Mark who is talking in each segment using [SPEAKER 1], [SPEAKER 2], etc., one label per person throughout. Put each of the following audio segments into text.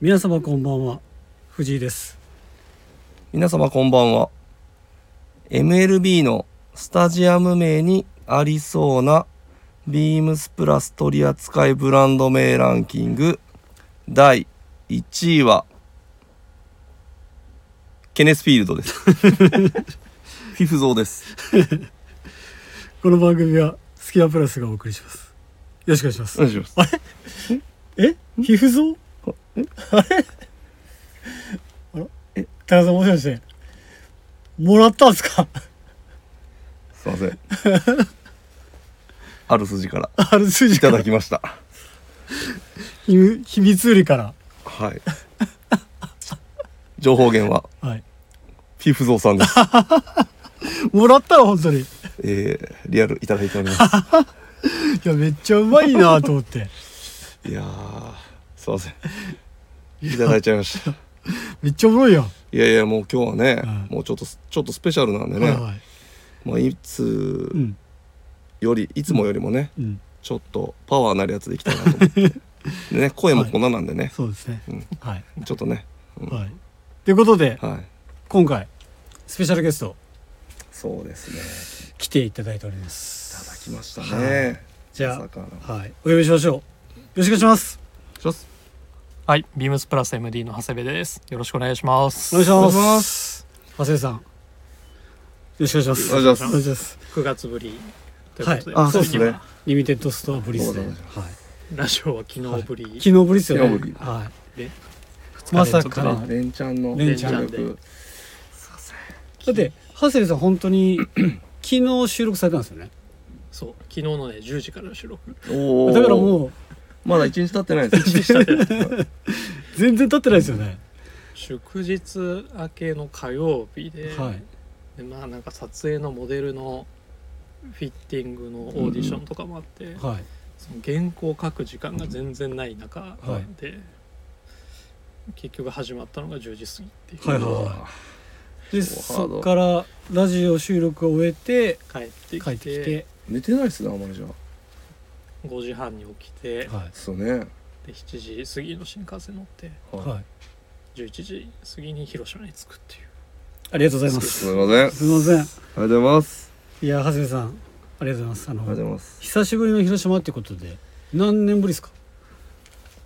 [SPEAKER 1] 皆様こんばんは藤井です
[SPEAKER 2] 皆様こんばんは MLB のスタジアム名にありそうなビームスプラス取扱いブランド名ランキング第1位はケネスフィールドです フィフゾーです
[SPEAKER 1] この番組はスキアプラスがお送りしますよろしくお願いしま
[SPEAKER 2] お
[SPEAKER 1] す
[SPEAKER 2] 願いします
[SPEAKER 1] え皮膚像 あれあらえ田中さんもしかしてもらったんですか
[SPEAKER 2] すいません ある筋から
[SPEAKER 1] ある
[SPEAKER 2] い
[SPEAKER 1] 筋か
[SPEAKER 2] た
[SPEAKER 1] ら
[SPEAKER 2] だきました
[SPEAKER 1] 秘密秘密裏から
[SPEAKER 2] はい情報源は
[SPEAKER 1] はい
[SPEAKER 2] フィフゾーさん です、
[SPEAKER 1] もらったの本当にい
[SPEAKER 2] えー、リアルいただいております
[SPEAKER 1] やめっちゃうまいなと思って
[SPEAKER 2] いやーすいませんいただいちゃいました
[SPEAKER 1] めっちゃおもろいやん、
[SPEAKER 2] いやいやもう今日はね、
[SPEAKER 1] う
[SPEAKER 2] もうちょっとちょっとスペシャルなんでね、
[SPEAKER 1] はいいはい
[SPEAKER 2] まあ、いつ
[SPEAKER 1] うん
[SPEAKER 2] よりいつもよりもね
[SPEAKER 1] うん
[SPEAKER 2] ちょっとパワーなるやつでいきたいなと思って でね声もこんななんでね、
[SPEAKER 1] そうですね
[SPEAKER 2] うん
[SPEAKER 1] はい
[SPEAKER 2] ちょっとね
[SPEAKER 1] はいということで
[SPEAKER 2] はい
[SPEAKER 1] 今回スペシャルゲスト
[SPEAKER 2] そうですね
[SPEAKER 1] 来ていただいておりま
[SPEAKER 2] いただ
[SPEAKER 1] す
[SPEAKER 2] きました
[SPEAKER 1] は
[SPEAKER 2] ね
[SPEAKER 1] じ
[SPEAKER 2] ま
[SPEAKER 1] ゃ
[SPEAKER 2] さかの
[SPEAKER 1] あ、はい、お呼びしましょう。よろしくお願いします。
[SPEAKER 2] します
[SPEAKER 3] はい、ビームスプラス MD の長谷部です。よろしくお願いします。
[SPEAKER 1] お願いします。
[SPEAKER 2] お願
[SPEAKER 1] 長谷
[SPEAKER 2] いしま
[SPEAKER 1] さん。よろしくお願いします。お願い
[SPEAKER 2] お願いします
[SPEAKER 1] します。
[SPEAKER 3] 9月ぶりということで、
[SPEAKER 2] あそうです
[SPEAKER 3] 最近
[SPEAKER 2] ね
[SPEAKER 3] は
[SPEAKER 1] リミテッドストアブリスで。
[SPEAKER 2] お
[SPEAKER 1] はい
[SPEAKER 2] 願いし。
[SPEAKER 3] ラジオは昨日ぶり、
[SPEAKER 1] 昨日ブリスよ
[SPEAKER 2] 昨
[SPEAKER 1] ね
[SPEAKER 2] 日ぶり。
[SPEAKER 1] は
[SPEAKER 3] で
[SPEAKER 1] い。まさか
[SPEAKER 3] 二日
[SPEAKER 1] の。
[SPEAKER 3] 連
[SPEAKER 1] だ
[SPEAKER 2] レンチャンの
[SPEAKER 1] レンチ
[SPEAKER 3] ャン
[SPEAKER 2] 力
[SPEAKER 1] って、長谷さん本当に昨日収録されたんですよね。
[SPEAKER 3] そう昨日のね10時からの収録
[SPEAKER 2] おー
[SPEAKER 1] だからもう
[SPEAKER 2] まだ一日経ってないです
[SPEAKER 3] でしたね
[SPEAKER 1] 全然経ってないですよね。
[SPEAKER 3] 祝日明けの火曜日で,、
[SPEAKER 1] はい。
[SPEAKER 3] でまあなんか撮影のモデルのフィッティングのオーディションとかもあって、
[SPEAKER 1] はい。
[SPEAKER 3] その原稿を書く時間が全然ない中で、
[SPEAKER 1] はい
[SPEAKER 3] 結局始まったのが10時過ぎっていう、
[SPEAKER 1] はいはいはで、
[SPEAKER 2] そうハ
[SPEAKER 1] そ
[SPEAKER 2] ード
[SPEAKER 1] こからラジオ収録を終えて
[SPEAKER 3] 帰って
[SPEAKER 1] 帰ってき
[SPEAKER 3] きて
[SPEAKER 1] て、
[SPEAKER 2] 寝てないっすねあんまりじゃあ
[SPEAKER 3] 5時半に起きて、
[SPEAKER 1] は
[SPEAKER 2] そうね
[SPEAKER 3] で7時過ぎの新幹線乗って
[SPEAKER 1] い。はい。
[SPEAKER 3] 11時過ぎに広島に着くっていう
[SPEAKER 1] ありがとうございます。
[SPEAKER 2] すいませんありが
[SPEAKER 1] すみません。
[SPEAKER 2] とうございます
[SPEAKER 1] いや、長谷部さん、ありがとうございます。あ
[SPEAKER 2] ありがとうござ
[SPEAKER 1] の、
[SPEAKER 2] います
[SPEAKER 1] 久しぶりの広島ってことで、何年ぶりですか。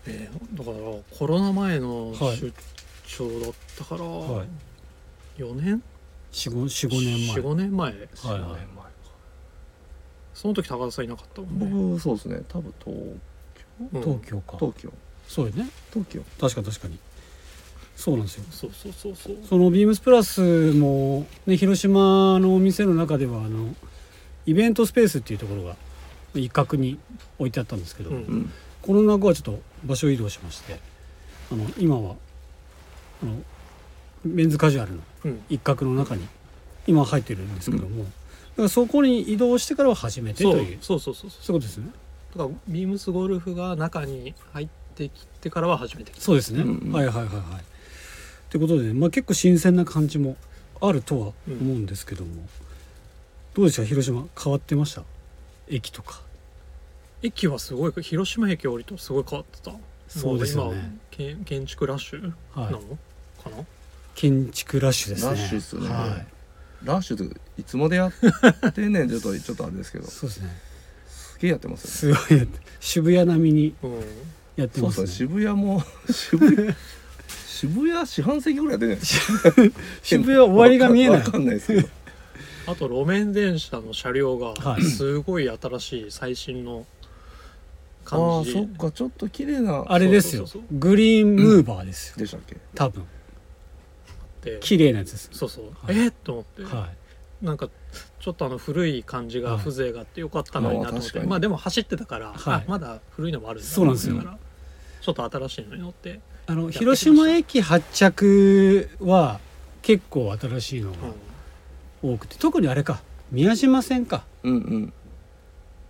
[SPEAKER 3] でだからコロナ前の
[SPEAKER 1] はい
[SPEAKER 3] 出張だったから、
[SPEAKER 1] はい
[SPEAKER 3] 4年
[SPEAKER 1] 四五、四五年前。
[SPEAKER 3] 45年前ですよ
[SPEAKER 1] はい
[SPEAKER 3] ね
[SPEAKER 1] はい
[SPEAKER 3] その時高田さんいなかったもんね
[SPEAKER 2] 僕そうですね多分東
[SPEAKER 3] うん
[SPEAKER 1] 東京か。
[SPEAKER 2] 東京
[SPEAKER 1] そうよね。
[SPEAKER 2] 東京
[SPEAKER 1] 確か確かに。そうなんですよ。
[SPEAKER 3] そうそうそうそう
[SPEAKER 1] そのビームスプラスも、ね、広島のお店の中では、あの。イベントスペースっていうところが。一角に置いてあったんですけど、
[SPEAKER 3] うん
[SPEAKER 2] うん
[SPEAKER 1] コロナ後はちょっと場所移動しまして。あの、今は。あの。メンズカジュアルの。
[SPEAKER 3] うん
[SPEAKER 1] 一角の中に今入ってるんですけども、だからそこに移動してからは初めて
[SPEAKER 3] そ
[SPEAKER 1] と
[SPEAKER 3] う
[SPEAKER 1] いう
[SPEAKER 3] そうそうそう
[SPEAKER 1] そういうことですね
[SPEAKER 3] だからビームスゴルフが中に入ってきてからは初めて来た
[SPEAKER 1] そうですね、
[SPEAKER 2] うんうん
[SPEAKER 1] はいはいはいはいってことで、まあ、結構新鮮な感じもあるとは思うんですけども、どうでした広島変わってました駅とか
[SPEAKER 3] 駅はすごい広島駅降りとすごい変わってた
[SPEAKER 1] そうですよね
[SPEAKER 3] も今けん建築ラッシュな
[SPEAKER 1] はい
[SPEAKER 3] のかな、
[SPEAKER 1] 建築ラッシュですね
[SPEAKER 2] ラッシュっすね
[SPEAKER 1] はい、
[SPEAKER 2] ラッシュっていつまでやってん ねんちょっとちょっとあれですけどす
[SPEAKER 1] そうですね
[SPEAKER 2] げえやってますよ
[SPEAKER 1] すごいやって渋谷並みに
[SPEAKER 3] うん
[SPEAKER 1] やって
[SPEAKER 2] ね
[SPEAKER 1] ま
[SPEAKER 2] そ
[SPEAKER 1] すね
[SPEAKER 2] うですね渋谷も 渋谷渋谷四半世紀ぐらいやってんねん
[SPEAKER 1] 渋谷終わりが見えない
[SPEAKER 2] わかんないです けど
[SPEAKER 3] あと路面電車の車両が
[SPEAKER 1] はい
[SPEAKER 3] すごい新しい最新の
[SPEAKER 2] ああ
[SPEAKER 3] 感じ、
[SPEAKER 2] ーそっかちょっと綺麗な
[SPEAKER 1] あれですよ
[SPEAKER 3] そうそう
[SPEAKER 1] グリーンムーバーですよ、
[SPEAKER 2] でしたっけ
[SPEAKER 1] 多分
[SPEAKER 3] で
[SPEAKER 1] 綺麗なやつです、
[SPEAKER 3] そうそう、
[SPEAKER 1] はい
[SPEAKER 3] えっと思って、
[SPEAKER 1] はい
[SPEAKER 3] なんかちょっとあの古い感じ
[SPEAKER 1] は
[SPEAKER 3] が
[SPEAKER 1] い
[SPEAKER 3] 風情があってよかったのになと
[SPEAKER 2] まあ
[SPEAKER 3] 思っ
[SPEAKER 2] 確
[SPEAKER 3] て、
[SPEAKER 2] かに
[SPEAKER 3] まあでも走ってたから、
[SPEAKER 1] はい
[SPEAKER 3] あまだ古いのもあるんだ
[SPEAKER 1] そうなんですよ
[SPEAKER 3] だからちょっと新しいのに乗って、
[SPEAKER 1] あの
[SPEAKER 3] ってきました
[SPEAKER 1] 広島駅発着は結構新しいのが
[SPEAKER 3] うん
[SPEAKER 1] 多くて、特にあれか宮島線か
[SPEAKER 2] うんうん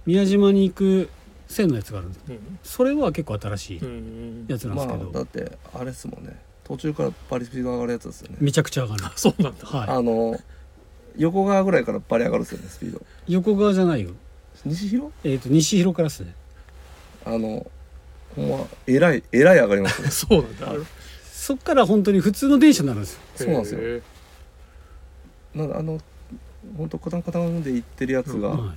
[SPEAKER 1] 宮島に行く線のやつがあるんです
[SPEAKER 3] うん
[SPEAKER 1] それは結構新しい
[SPEAKER 3] うん
[SPEAKER 1] やつなんで
[SPEAKER 2] ます
[SPEAKER 1] け
[SPEAKER 2] あ
[SPEAKER 1] ど、
[SPEAKER 2] だってあれっすもんね途中からパリスピード上がるやつですよね
[SPEAKER 1] めちゃくちゃ上がる
[SPEAKER 3] あそうなんだ、
[SPEAKER 1] は
[SPEAKER 2] あの横側ぐらいからバリ上がるっすよねスピード
[SPEAKER 1] い横側じゃないよ
[SPEAKER 2] 西広
[SPEAKER 1] えっ、と西広からですね
[SPEAKER 2] あのほんまえらいえらい上がります ね
[SPEAKER 3] そうなんだ。
[SPEAKER 1] そっから本当に普通の電車になるんですよ
[SPEAKER 2] そうなんですよ
[SPEAKER 3] よ。
[SPEAKER 2] なんかあの本当カタンカタンで行ってるやつが
[SPEAKER 1] は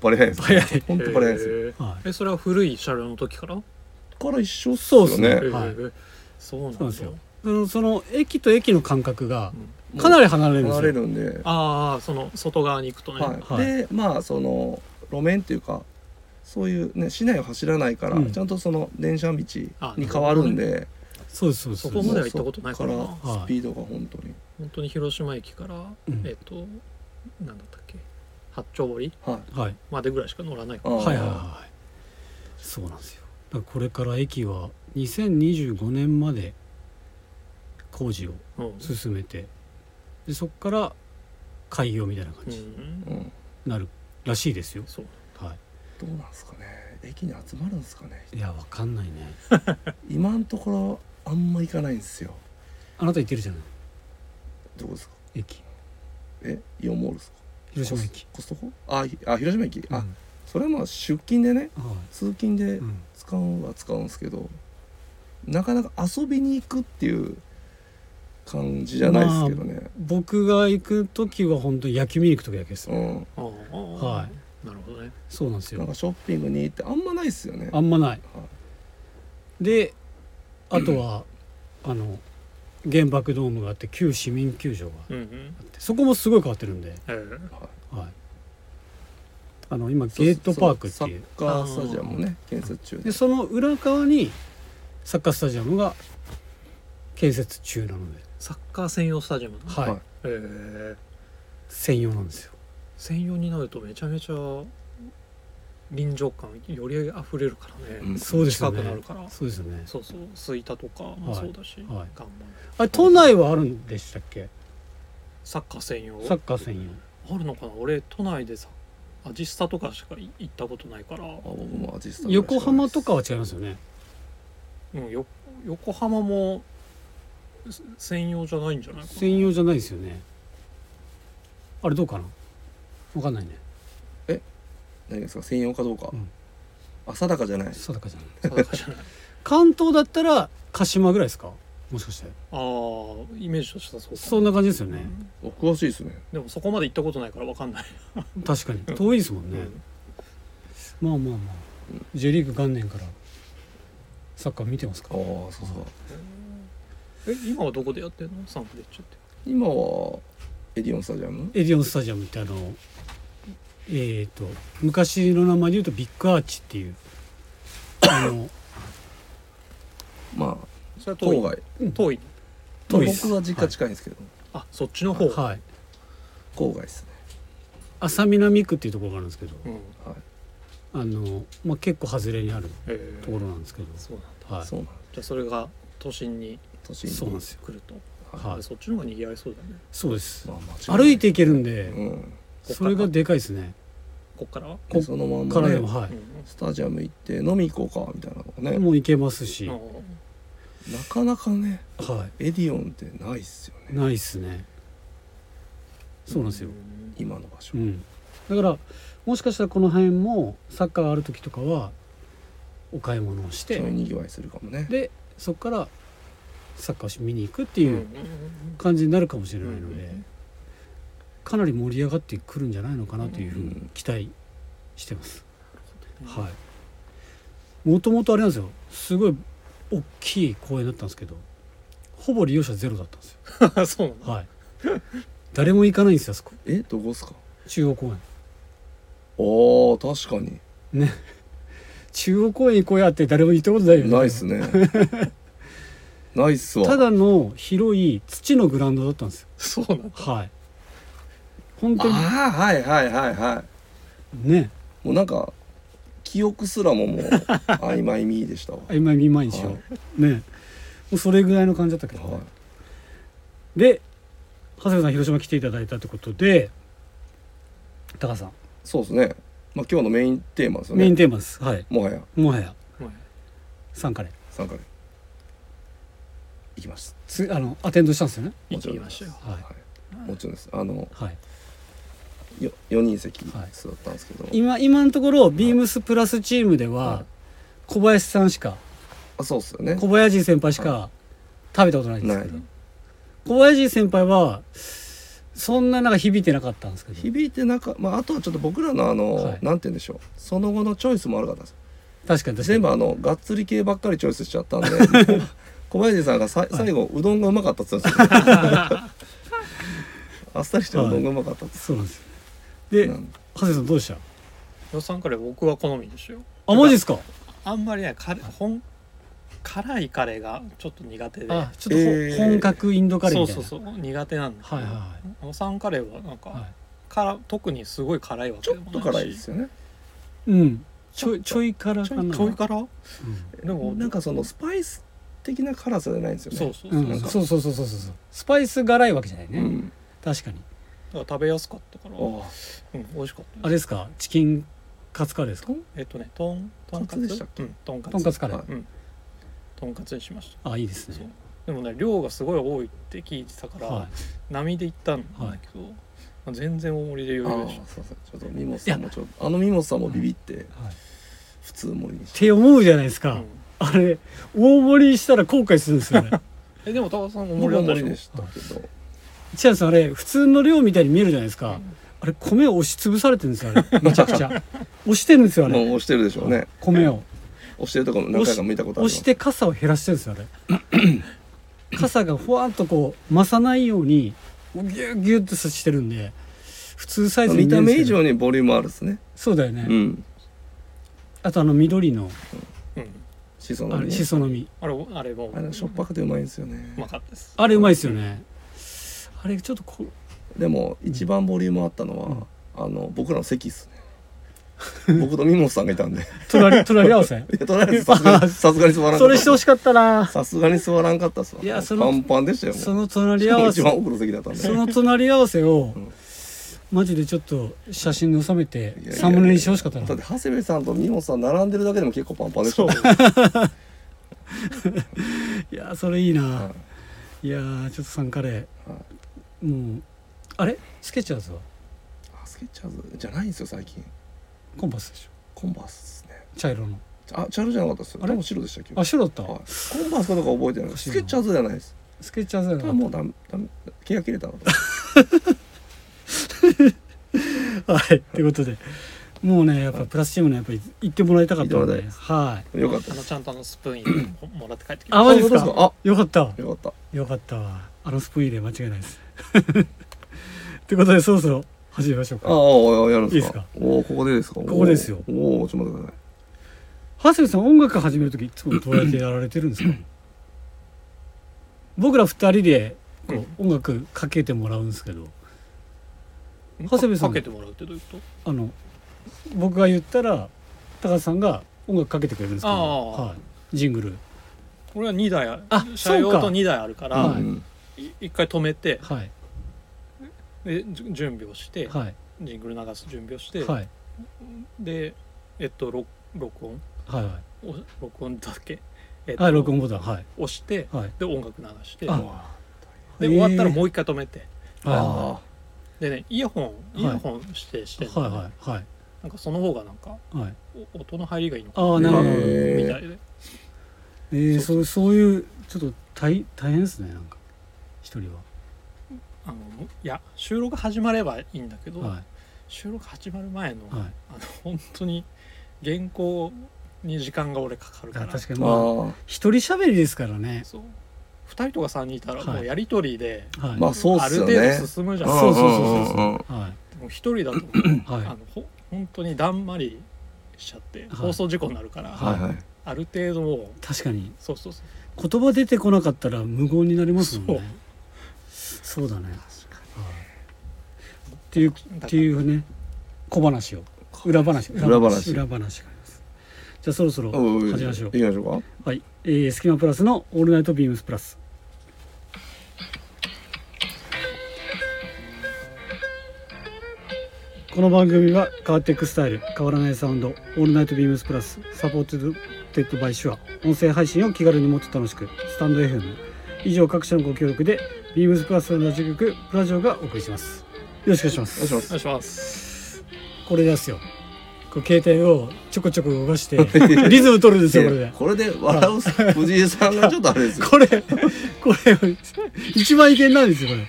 [SPEAKER 2] バレないです
[SPEAKER 1] バレない
[SPEAKER 2] 本当バレないですよ
[SPEAKER 3] へー
[SPEAKER 1] い、はい、
[SPEAKER 3] えそれは古い車両の時から、
[SPEAKER 2] から一緒っす
[SPEAKER 1] そう
[SPEAKER 2] よ
[SPEAKER 1] っす
[SPEAKER 2] ね
[SPEAKER 1] ね
[SPEAKER 3] へー
[SPEAKER 1] はい
[SPEAKER 3] そうな
[SPEAKER 1] そうな
[SPEAKER 3] ん
[SPEAKER 1] んで
[SPEAKER 3] ですす
[SPEAKER 1] よ
[SPEAKER 3] よ
[SPEAKER 1] そのその駅と駅の間隔が
[SPEAKER 2] もう
[SPEAKER 1] かなり離れるんですよ
[SPEAKER 2] 離れるんで
[SPEAKER 3] ああその外側に行くとね、
[SPEAKER 2] はい、
[SPEAKER 1] はい
[SPEAKER 2] でまあその路面っていうかそういうね市内を走らないから、
[SPEAKER 1] うん
[SPEAKER 2] ちゃんとその電車道
[SPEAKER 3] あ
[SPEAKER 2] に変わるんで
[SPEAKER 1] そうですそうです
[SPEAKER 3] そ
[SPEAKER 1] そ
[SPEAKER 3] こ
[SPEAKER 1] う
[SPEAKER 3] ま
[SPEAKER 1] で
[SPEAKER 3] ですは行ったことないからな
[SPEAKER 2] そっからスピードが本当に
[SPEAKER 3] 本当に広島駅から、
[SPEAKER 1] ん
[SPEAKER 3] えっ、となんだったっけ八丁堀
[SPEAKER 2] はい、
[SPEAKER 1] はい
[SPEAKER 3] までぐらいしか乗らないか
[SPEAKER 2] あ
[SPEAKER 3] ら
[SPEAKER 2] ー
[SPEAKER 1] はいはいはいそうなんですよだからこれから駅は2025年まで工事を
[SPEAKER 3] うん
[SPEAKER 1] 進めてでそこから開業みたいな感
[SPEAKER 3] う
[SPEAKER 1] じに
[SPEAKER 3] ん
[SPEAKER 2] うん
[SPEAKER 1] なるらしいですよ、
[SPEAKER 3] そう
[SPEAKER 1] は
[SPEAKER 2] どうなんですかね駅に集まるんですかね
[SPEAKER 1] いいやわかんないね
[SPEAKER 2] 今のところあんま行かないんですよ
[SPEAKER 1] あなた行ってるじゃない
[SPEAKER 2] どこですか
[SPEAKER 1] 駅
[SPEAKER 2] えイオンモールですか
[SPEAKER 1] 広島駅
[SPEAKER 2] コスコストコあひあ広島駅、
[SPEAKER 1] う
[SPEAKER 2] あ
[SPEAKER 1] ん
[SPEAKER 2] それはまあ出勤でね
[SPEAKER 1] は
[SPEAKER 2] 通勤
[SPEAKER 1] い
[SPEAKER 2] で
[SPEAKER 1] うん
[SPEAKER 2] 使うは使うんですけどなかなか遊びに行くっていう感じじゃないですけどね、
[SPEAKER 1] 僕が行く時は本当に野球見に行く時だけです、
[SPEAKER 2] うん
[SPEAKER 3] あー
[SPEAKER 1] は
[SPEAKER 3] なるほどね
[SPEAKER 1] そうなんです
[SPEAKER 2] なん
[SPEAKER 1] よ
[SPEAKER 2] かショッピングに行ってあんまないですよね
[SPEAKER 1] あんまない
[SPEAKER 2] はい
[SPEAKER 1] であとは、あの原爆ドームがあって旧市民球場が
[SPEAKER 3] うんうん
[SPEAKER 1] あってそこもすごい変わってるんで、
[SPEAKER 3] えー
[SPEAKER 1] はい、あの今ゲートパークっていう
[SPEAKER 2] そうそうサッカースタジアムもね建設中で
[SPEAKER 1] でその裏側にサッカースタジアムが建設中なので、
[SPEAKER 3] サッカー専用スタジアムなの
[SPEAKER 1] はい
[SPEAKER 2] はい
[SPEAKER 3] えー
[SPEAKER 1] 専用なんですよ
[SPEAKER 3] 専用になるとめちゃめちゃ臨場感より溢れるからね、
[SPEAKER 2] うん
[SPEAKER 1] そうですよね
[SPEAKER 3] 近くなるから
[SPEAKER 1] そうですよね
[SPEAKER 3] そうそう吹田とかもそうだし、
[SPEAKER 1] はいはい
[SPEAKER 3] 看板
[SPEAKER 1] あれ都内はあるんでしたっけ
[SPEAKER 3] サッカー専用
[SPEAKER 1] サッカー専用
[SPEAKER 3] あるのかな俺都内でさアジスタとかしか行ったことないから、
[SPEAKER 2] あ僕もアジスタ
[SPEAKER 1] 横浜とかは違いますよね
[SPEAKER 3] うん、よ横浜もせ専用じゃないんじゃないかな
[SPEAKER 1] 専用じゃないですよねあれどうかなわかんないね
[SPEAKER 2] 何ですか専用かどうか、
[SPEAKER 1] うん
[SPEAKER 2] あ定かじゃない
[SPEAKER 1] 定かじゃない
[SPEAKER 3] 定かじゃない
[SPEAKER 1] 関東だったら鹿島ぐらいですかもしかして
[SPEAKER 3] ああイメージとしてはそうか
[SPEAKER 1] そんな感じですよね
[SPEAKER 3] うん
[SPEAKER 2] お詳しいですね
[SPEAKER 3] でもそこまで行ったことないからわかんない、
[SPEAKER 1] 確かに遠いですもんね、まあまあまあ J リーグ元年からサッカー見てます
[SPEAKER 2] あ
[SPEAKER 1] か
[SPEAKER 2] あそうそう
[SPEAKER 3] え今はどこでやってんのサンフレッチェって
[SPEAKER 2] 今はエディオンスタジアム
[SPEAKER 1] エディオンスタジアムってあのえっ、と昔の名前で言うとビッグアーチっていうあの
[SPEAKER 2] まあ
[SPEAKER 3] それは
[SPEAKER 2] 郊
[SPEAKER 3] 遠い
[SPEAKER 2] 外
[SPEAKER 3] 遠い
[SPEAKER 1] 遠いです
[SPEAKER 2] 僕は実家近いんですけど、
[SPEAKER 3] あそっちの方、
[SPEAKER 1] はい
[SPEAKER 2] 郊外ですね
[SPEAKER 1] 浅南区っていうところがあるんですけど
[SPEAKER 3] うんへ
[SPEAKER 2] はい、
[SPEAKER 1] あの、まあ、結構外れにある
[SPEAKER 3] え
[SPEAKER 1] ところなんですけど、
[SPEAKER 3] そうなんだ
[SPEAKER 1] はい、
[SPEAKER 2] そうなんで
[SPEAKER 3] じゃあそれが都心に
[SPEAKER 2] す
[SPEAKER 1] そ
[SPEAKER 2] 都
[SPEAKER 1] うなんで
[SPEAKER 2] 心に
[SPEAKER 1] すよ
[SPEAKER 3] 来ると、
[SPEAKER 1] はい
[SPEAKER 3] そっちの方が賑わいそうだね
[SPEAKER 1] そうです
[SPEAKER 2] まあ間違な
[SPEAKER 1] 歩いていけるんで
[SPEAKER 2] うん
[SPEAKER 1] それがでかいですね
[SPEAKER 3] こっからは、
[SPEAKER 1] こ
[SPEAKER 2] でそのまん
[SPEAKER 1] か
[SPEAKER 2] ま、
[SPEAKER 1] ら
[SPEAKER 2] ね
[SPEAKER 1] でも、は
[SPEAKER 3] うん
[SPEAKER 1] い
[SPEAKER 2] スタジアム行って飲み行こうかみたいなのがね、
[SPEAKER 1] もう行けますし、
[SPEAKER 3] あ
[SPEAKER 1] は
[SPEAKER 3] ー
[SPEAKER 2] なかなかね
[SPEAKER 1] い
[SPEAKER 2] エディオンってないっすよね
[SPEAKER 1] ないっすねそうなんですよ
[SPEAKER 2] 今の場所、
[SPEAKER 1] うんだからもしかしたらこの辺もサッカーがある時とかはお買い物をし
[SPEAKER 2] そういう
[SPEAKER 1] て
[SPEAKER 2] にぎわいするかもね
[SPEAKER 1] でそこからサッカーをし見に行くっていう
[SPEAKER 3] うん
[SPEAKER 1] 感じになるかもしれないので
[SPEAKER 3] うん
[SPEAKER 1] かなり盛り上がってくるんじゃないのかなというふうに期待してます、はいもともとあれなんですよすごい大きい公園だったんですけどほぼ利用者ゼロだったんですよ
[SPEAKER 3] そうなんだ
[SPEAKER 1] はい誰も行かないんですよあそこ
[SPEAKER 2] えどこっすか
[SPEAKER 1] 中央公園
[SPEAKER 2] ああ確かに
[SPEAKER 1] 中央公園行こうやって誰も行ったことないよね
[SPEAKER 2] ないっすね ないっすわ
[SPEAKER 1] ただの広い土のグラウンドだったんですよ
[SPEAKER 3] そうなんだ
[SPEAKER 1] はい本当
[SPEAKER 2] ああはいはいはいは
[SPEAKER 1] にね
[SPEAKER 2] いもうなんか記憶すら ももう曖昧みでしたわ
[SPEAKER 1] 曖昧見まいにしよ
[SPEAKER 2] は
[SPEAKER 1] うねもうそれぐらいの感じだったけど、ね
[SPEAKER 2] は
[SPEAKER 1] で長谷部さん広島来ていただいたってことで高橋さん、
[SPEAKER 2] いそうですねまあ今日のメインテーマですよね
[SPEAKER 1] メインテーマですはい
[SPEAKER 2] もはや
[SPEAKER 1] もはや
[SPEAKER 3] はい
[SPEAKER 1] 参加で
[SPEAKER 2] 参加で行きました
[SPEAKER 1] つあのアテンドしたんですよね
[SPEAKER 3] 行ってきましたよ
[SPEAKER 1] はい
[SPEAKER 2] はいもちろんですあの
[SPEAKER 1] はい
[SPEAKER 2] よ4人席座
[SPEAKER 1] はい
[SPEAKER 2] ったんですけど、
[SPEAKER 1] 今今のところビームスプラスチームでは小林さんしか
[SPEAKER 2] あそうっすよね
[SPEAKER 1] 小林先輩しか食べたことないんですけど
[SPEAKER 2] な
[SPEAKER 1] 小林先輩はそんななんか響いてなかったんですけど
[SPEAKER 2] 響いてなんか、まあ、あとはちょっと僕らのあの、
[SPEAKER 1] はい
[SPEAKER 2] なんて言うんでしょうその後のチョイスも悪かったです
[SPEAKER 1] 確かに確か
[SPEAKER 2] 全
[SPEAKER 1] に
[SPEAKER 2] 部あのがっつり系ばっかりチョイスしちゃったんで 小林さんがさ、最後うどんがうまかったって言って たんですよあっさりしてうどんがうまかったって
[SPEAKER 1] そうなんですよで
[SPEAKER 2] な
[SPEAKER 1] 長
[SPEAKER 2] んで
[SPEAKER 1] 谷さんどうでした
[SPEAKER 3] 予算カレー僕は好みですよ
[SPEAKER 1] あマジですか
[SPEAKER 3] あんまりねカレー本辛いカレーがちょっと苦手で
[SPEAKER 1] あちょっとほ、
[SPEAKER 2] えー
[SPEAKER 1] 本格インドカレー
[SPEAKER 3] そう
[SPEAKER 1] みたい
[SPEAKER 3] そ
[SPEAKER 1] な
[SPEAKER 3] うそう苦手なんだ
[SPEAKER 1] はいはいは
[SPEAKER 3] 予算カレーはなんか、
[SPEAKER 1] い、は
[SPEAKER 3] から特にすごい辛いわ
[SPEAKER 2] ち
[SPEAKER 3] け
[SPEAKER 2] ょ
[SPEAKER 3] でも
[SPEAKER 2] っ
[SPEAKER 3] ないし
[SPEAKER 2] と辛いですよね
[SPEAKER 1] い、うんちょいちょいから
[SPEAKER 3] ち
[SPEAKER 1] か
[SPEAKER 3] ょ
[SPEAKER 1] ない
[SPEAKER 3] ちょい辛でも
[SPEAKER 2] なんかそのスパイス的な辛さじゃないんですよね
[SPEAKER 3] そうそう
[SPEAKER 1] う
[SPEAKER 3] そう、
[SPEAKER 1] んう
[SPEAKER 3] なん
[SPEAKER 1] ん、
[SPEAKER 3] か
[SPEAKER 1] そうそうそうそうそうそうスパイス辛いわけじゃないね、
[SPEAKER 2] うん
[SPEAKER 1] 確かに
[SPEAKER 3] だから食べやすかったから、うん、
[SPEAKER 2] あ
[SPEAKER 3] 美味しかったです
[SPEAKER 1] あれですかチキンカツカレーですか
[SPEAKER 3] えっとねとんとんかつ
[SPEAKER 2] カツでしたっけ
[SPEAKER 3] うん、とんかつ
[SPEAKER 1] とんかつカレー、
[SPEAKER 2] は
[SPEAKER 3] うん、とんかつにしました
[SPEAKER 1] あいいです
[SPEAKER 3] そう
[SPEAKER 1] ね
[SPEAKER 3] でもね量がすごい多いって聞いてたから、
[SPEAKER 1] は
[SPEAKER 3] 波で行ったんだけど、全然大盛りで
[SPEAKER 2] あ
[SPEAKER 3] 余裕でし
[SPEAKER 2] ーそうそうちょっとミモスさんもちょっとあのミモスさんもビビって
[SPEAKER 1] い、はい、っ
[SPEAKER 2] 普通盛りにして
[SPEAKER 1] て思うじゃないです
[SPEAKER 3] た、
[SPEAKER 1] か、
[SPEAKER 3] うん、
[SPEAKER 1] あれ大盛りしたら後悔するん ですよね
[SPEAKER 3] えでも高田さん大盛
[SPEAKER 2] 僕
[SPEAKER 3] りだ
[SPEAKER 2] は
[SPEAKER 3] った
[SPEAKER 2] 盛
[SPEAKER 3] でし
[SPEAKER 2] り
[SPEAKER 3] ょ
[SPEAKER 2] でしたけど
[SPEAKER 1] 千秋さんあれ普通の量みたいに見えるじゃないですか、
[SPEAKER 3] うん
[SPEAKER 1] あれ米押し潰されてるんですよあれめちゃくち ゃ押してるんですよあ
[SPEAKER 2] もう
[SPEAKER 1] れ
[SPEAKER 2] 押してるでしょうね
[SPEAKER 1] 米を
[SPEAKER 2] 押してるとこも何回か見たことあ
[SPEAKER 1] 押
[SPEAKER 2] る
[SPEAKER 1] して傘を減らしてるんですよあ れ傘がふわっとこう増さないようにギュッギュッとしてるんで普通サイズに
[SPEAKER 2] 見
[SPEAKER 1] 見え
[SPEAKER 2] た
[SPEAKER 1] るんで
[SPEAKER 2] 目
[SPEAKER 1] す
[SPEAKER 2] 以
[SPEAKER 1] けど
[SPEAKER 2] 上にボリュームあるですね
[SPEAKER 1] そうだよね、
[SPEAKER 2] うん
[SPEAKER 1] あとあの緑の
[SPEAKER 3] うん
[SPEAKER 2] シソ
[SPEAKER 1] あ
[SPEAKER 2] の
[SPEAKER 1] れ
[SPEAKER 2] ね
[SPEAKER 1] しその実
[SPEAKER 3] あれあれも
[SPEAKER 2] あれしょっぱくてうまいんですよね
[SPEAKER 3] うまかったです
[SPEAKER 1] あれうまいですよねあれちょっとこ
[SPEAKER 2] でも一番ボリュームあったのはあの僕らの席っす ね僕とミモスさんがいたんでい
[SPEAKER 1] 隣隣合わせ
[SPEAKER 2] やとりあえずさすがにさすがに座らんか
[SPEAKER 1] そ
[SPEAKER 2] っ
[SPEAKER 1] れして
[SPEAKER 2] た
[SPEAKER 1] ほしかったな
[SPEAKER 2] さすがに座らんかったっすわ
[SPEAKER 1] いやその
[SPEAKER 2] パンパンでしたよもう
[SPEAKER 1] その隣り合わ
[SPEAKER 2] 一
[SPEAKER 1] せ
[SPEAKER 2] 番奥の席だったんで
[SPEAKER 1] その隣り合わせを
[SPEAKER 2] ん
[SPEAKER 1] マジでちょっと写真に収めて
[SPEAKER 2] いやいやいや
[SPEAKER 1] サムネにしてほしかったな
[SPEAKER 2] だって長谷部さんと美穂さん並んでるだけでも結構パンパンでしょ
[SPEAKER 1] いやーそれいいな、、
[SPEAKER 2] はい
[SPEAKER 1] やーちょっとサンカレ
[SPEAKER 2] は
[SPEAKER 1] ーもうあれスケッチャーズは
[SPEAKER 2] あスケッチャーズじゃないんですよ最近
[SPEAKER 1] コンパスでしょ
[SPEAKER 2] コンバースですね
[SPEAKER 1] 茶色の
[SPEAKER 2] あチャールじゃなかったっすよ
[SPEAKER 1] あ
[SPEAKER 2] あ
[SPEAKER 1] れ
[SPEAKER 2] れも白でしたっけ
[SPEAKER 1] あ白だった、
[SPEAKER 2] はいコンバースかどうか覚えてない
[SPEAKER 1] おかしい
[SPEAKER 2] ス
[SPEAKER 1] な
[SPEAKER 2] ケッチャーズじゃないです
[SPEAKER 1] スケッチャーズだ
[SPEAKER 2] た
[SPEAKER 1] な
[SPEAKER 2] だもうダメダメ契約切れたのと
[SPEAKER 1] はいということでもうねやっぱプラスチームのやっぱり行ってもらいたかったの
[SPEAKER 2] 行っ
[SPEAKER 1] で
[SPEAKER 2] て
[SPEAKER 1] はい
[SPEAKER 2] よかった
[SPEAKER 3] あ
[SPEAKER 2] で
[SPEAKER 3] の
[SPEAKER 2] す
[SPEAKER 3] ちゃんとあのスプーン入れてもらって帰ってき
[SPEAKER 1] あ
[SPEAKER 3] ま
[SPEAKER 1] マジです
[SPEAKER 2] あ本当です
[SPEAKER 1] か
[SPEAKER 2] か
[SPEAKER 1] よかった
[SPEAKER 2] よかっ
[SPEAKER 1] よかったわあのスプーン入れ間違いないです ということでそろそろ始めましょう
[SPEAKER 2] たあ
[SPEAKER 1] か
[SPEAKER 2] あやるんですか
[SPEAKER 1] いい
[SPEAKER 2] おおここでですかこ
[SPEAKER 1] こですよ
[SPEAKER 2] おおちょっと待ってくださ
[SPEAKER 1] 長谷部さん音楽始める時いつもどうやってやられてるんですか僕ら二人でこう音楽かけてもらうんですけど
[SPEAKER 3] す
[SPEAKER 1] 長谷部さん
[SPEAKER 3] かけてもらうってどういうこ
[SPEAKER 1] あの僕が言ったら高橋さんが音楽かけてくれるんですけど、
[SPEAKER 3] ああ
[SPEAKER 1] はい、ジングル
[SPEAKER 3] と俺は2台
[SPEAKER 1] あ
[SPEAKER 3] 車
[SPEAKER 1] そうか
[SPEAKER 3] 用と2台あるか
[SPEAKER 2] い
[SPEAKER 3] ら
[SPEAKER 1] は
[SPEAKER 2] う
[SPEAKER 1] い
[SPEAKER 2] ん
[SPEAKER 3] 1回止めて
[SPEAKER 1] はい
[SPEAKER 3] でじゅ準備をして
[SPEAKER 1] はい
[SPEAKER 3] ジングル流す準備をして
[SPEAKER 1] はい
[SPEAKER 3] でえっと録録音
[SPEAKER 1] はい
[SPEAKER 3] お録音だっけえっと
[SPEAKER 1] はい録音ボタンはい
[SPEAKER 3] 押して
[SPEAKER 1] はい
[SPEAKER 3] で音楽流して
[SPEAKER 1] あ
[SPEAKER 3] で終わったらも
[SPEAKER 1] う
[SPEAKER 3] う一回止めて
[SPEAKER 1] は
[SPEAKER 2] あ
[SPEAKER 3] でねイヤホン
[SPEAKER 1] はい
[SPEAKER 3] イヤホンしてして
[SPEAKER 1] い
[SPEAKER 3] ん
[SPEAKER 1] はい
[SPEAKER 3] のね
[SPEAKER 1] はいはい
[SPEAKER 3] なんかその方がなんか
[SPEAKER 1] はいはい
[SPEAKER 3] お音の入りがいいのか
[SPEAKER 1] ああなるほど
[SPEAKER 2] へ
[SPEAKER 1] え
[SPEAKER 2] ー
[SPEAKER 3] みたいで
[SPEAKER 1] ー、そうそういうちょっと大大変ですねなんか一人
[SPEAKER 3] あのいや収録始まればいいんだけど、
[SPEAKER 1] はは
[SPEAKER 3] 収録始まる前の,、
[SPEAKER 1] いは
[SPEAKER 3] あの本当に原稿に時間が俺かかる
[SPEAKER 1] い
[SPEAKER 3] から
[SPEAKER 1] あ確か
[SPEAKER 2] あ
[SPEAKER 1] に
[SPEAKER 2] あ
[SPEAKER 1] まあ
[SPEAKER 2] ー
[SPEAKER 1] 一人喋りですからね
[SPEAKER 3] そう2人とか3人いたら
[SPEAKER 1] はい
[SPEAKER 3] もうやり取りで、
[SPEAKER 1] はい、
[SPEAKER 2] まあそうっ
[SPEAKER 3] あ
[SPEAKER 2] す
[SPEAKER 3] る
[SPEAKER 2] よ
[SPEAKER 3] 程度
[SPEAKER 2] ね
[SPEAKER 3] 進むじゃん、
[SPEAKER 1] そ
[SPEAKER 3] そう
[SPEAKER 1] そうそうそうそ
[SPEAKER 2] んんんん
[SPEAKER 1] はい
[SPEAKER 3] 1人だと
[SPEAKER 1] はい
[SPEAKER 3] あのほ本当にだんまりしちゃって、放送事故になるから、
[SPEAKER 1] は
[SPEAKER 2] はいはい
[SPEAKER 3] ある程度もう
[SPEAKER 1] 確かに
[SPEAKER 3] そうそうそう
[SPEAKER 1] 言葉出てこなかったら無言になりますもんねそうだねはいっていうっていうね小話を裏話
[SPEAKER 2] 裏話
[SPEAKER 1] 裏話がありますじゃあそろそろ
[SPEAKER 2] おいおい
[SPEAKER 1] 始めましょう
[SPEAKER 2] 行きましょうか
[SPEAKER 1] はい、えー、スキマプラスのオールナイトビームスプラスこの番組は変わっていくスタイル変わらないサウンドオールナイトビームスプラスサポーテッドテッドバイシュア音声配信を気軽にもっと楽しくスタンド FM 以上各社のご協力でビームスプラスのラジオ局プラジオがお送りしますよろしくお願いしま
[SPEAKER 2] お願い
[SPEAKER 1] す
[SPEAKER 2] します
[SPEAKER 3] お願いします
[SPEAKER 1] これですよこう携帯をちょこちょこ動かしてリズム取るんですよこれで。
[SPEAKER 2] これで笑う藤井さんがちょっとあれですよ
[SPEAKER 1] これこれ一番いけんなんですよこれ。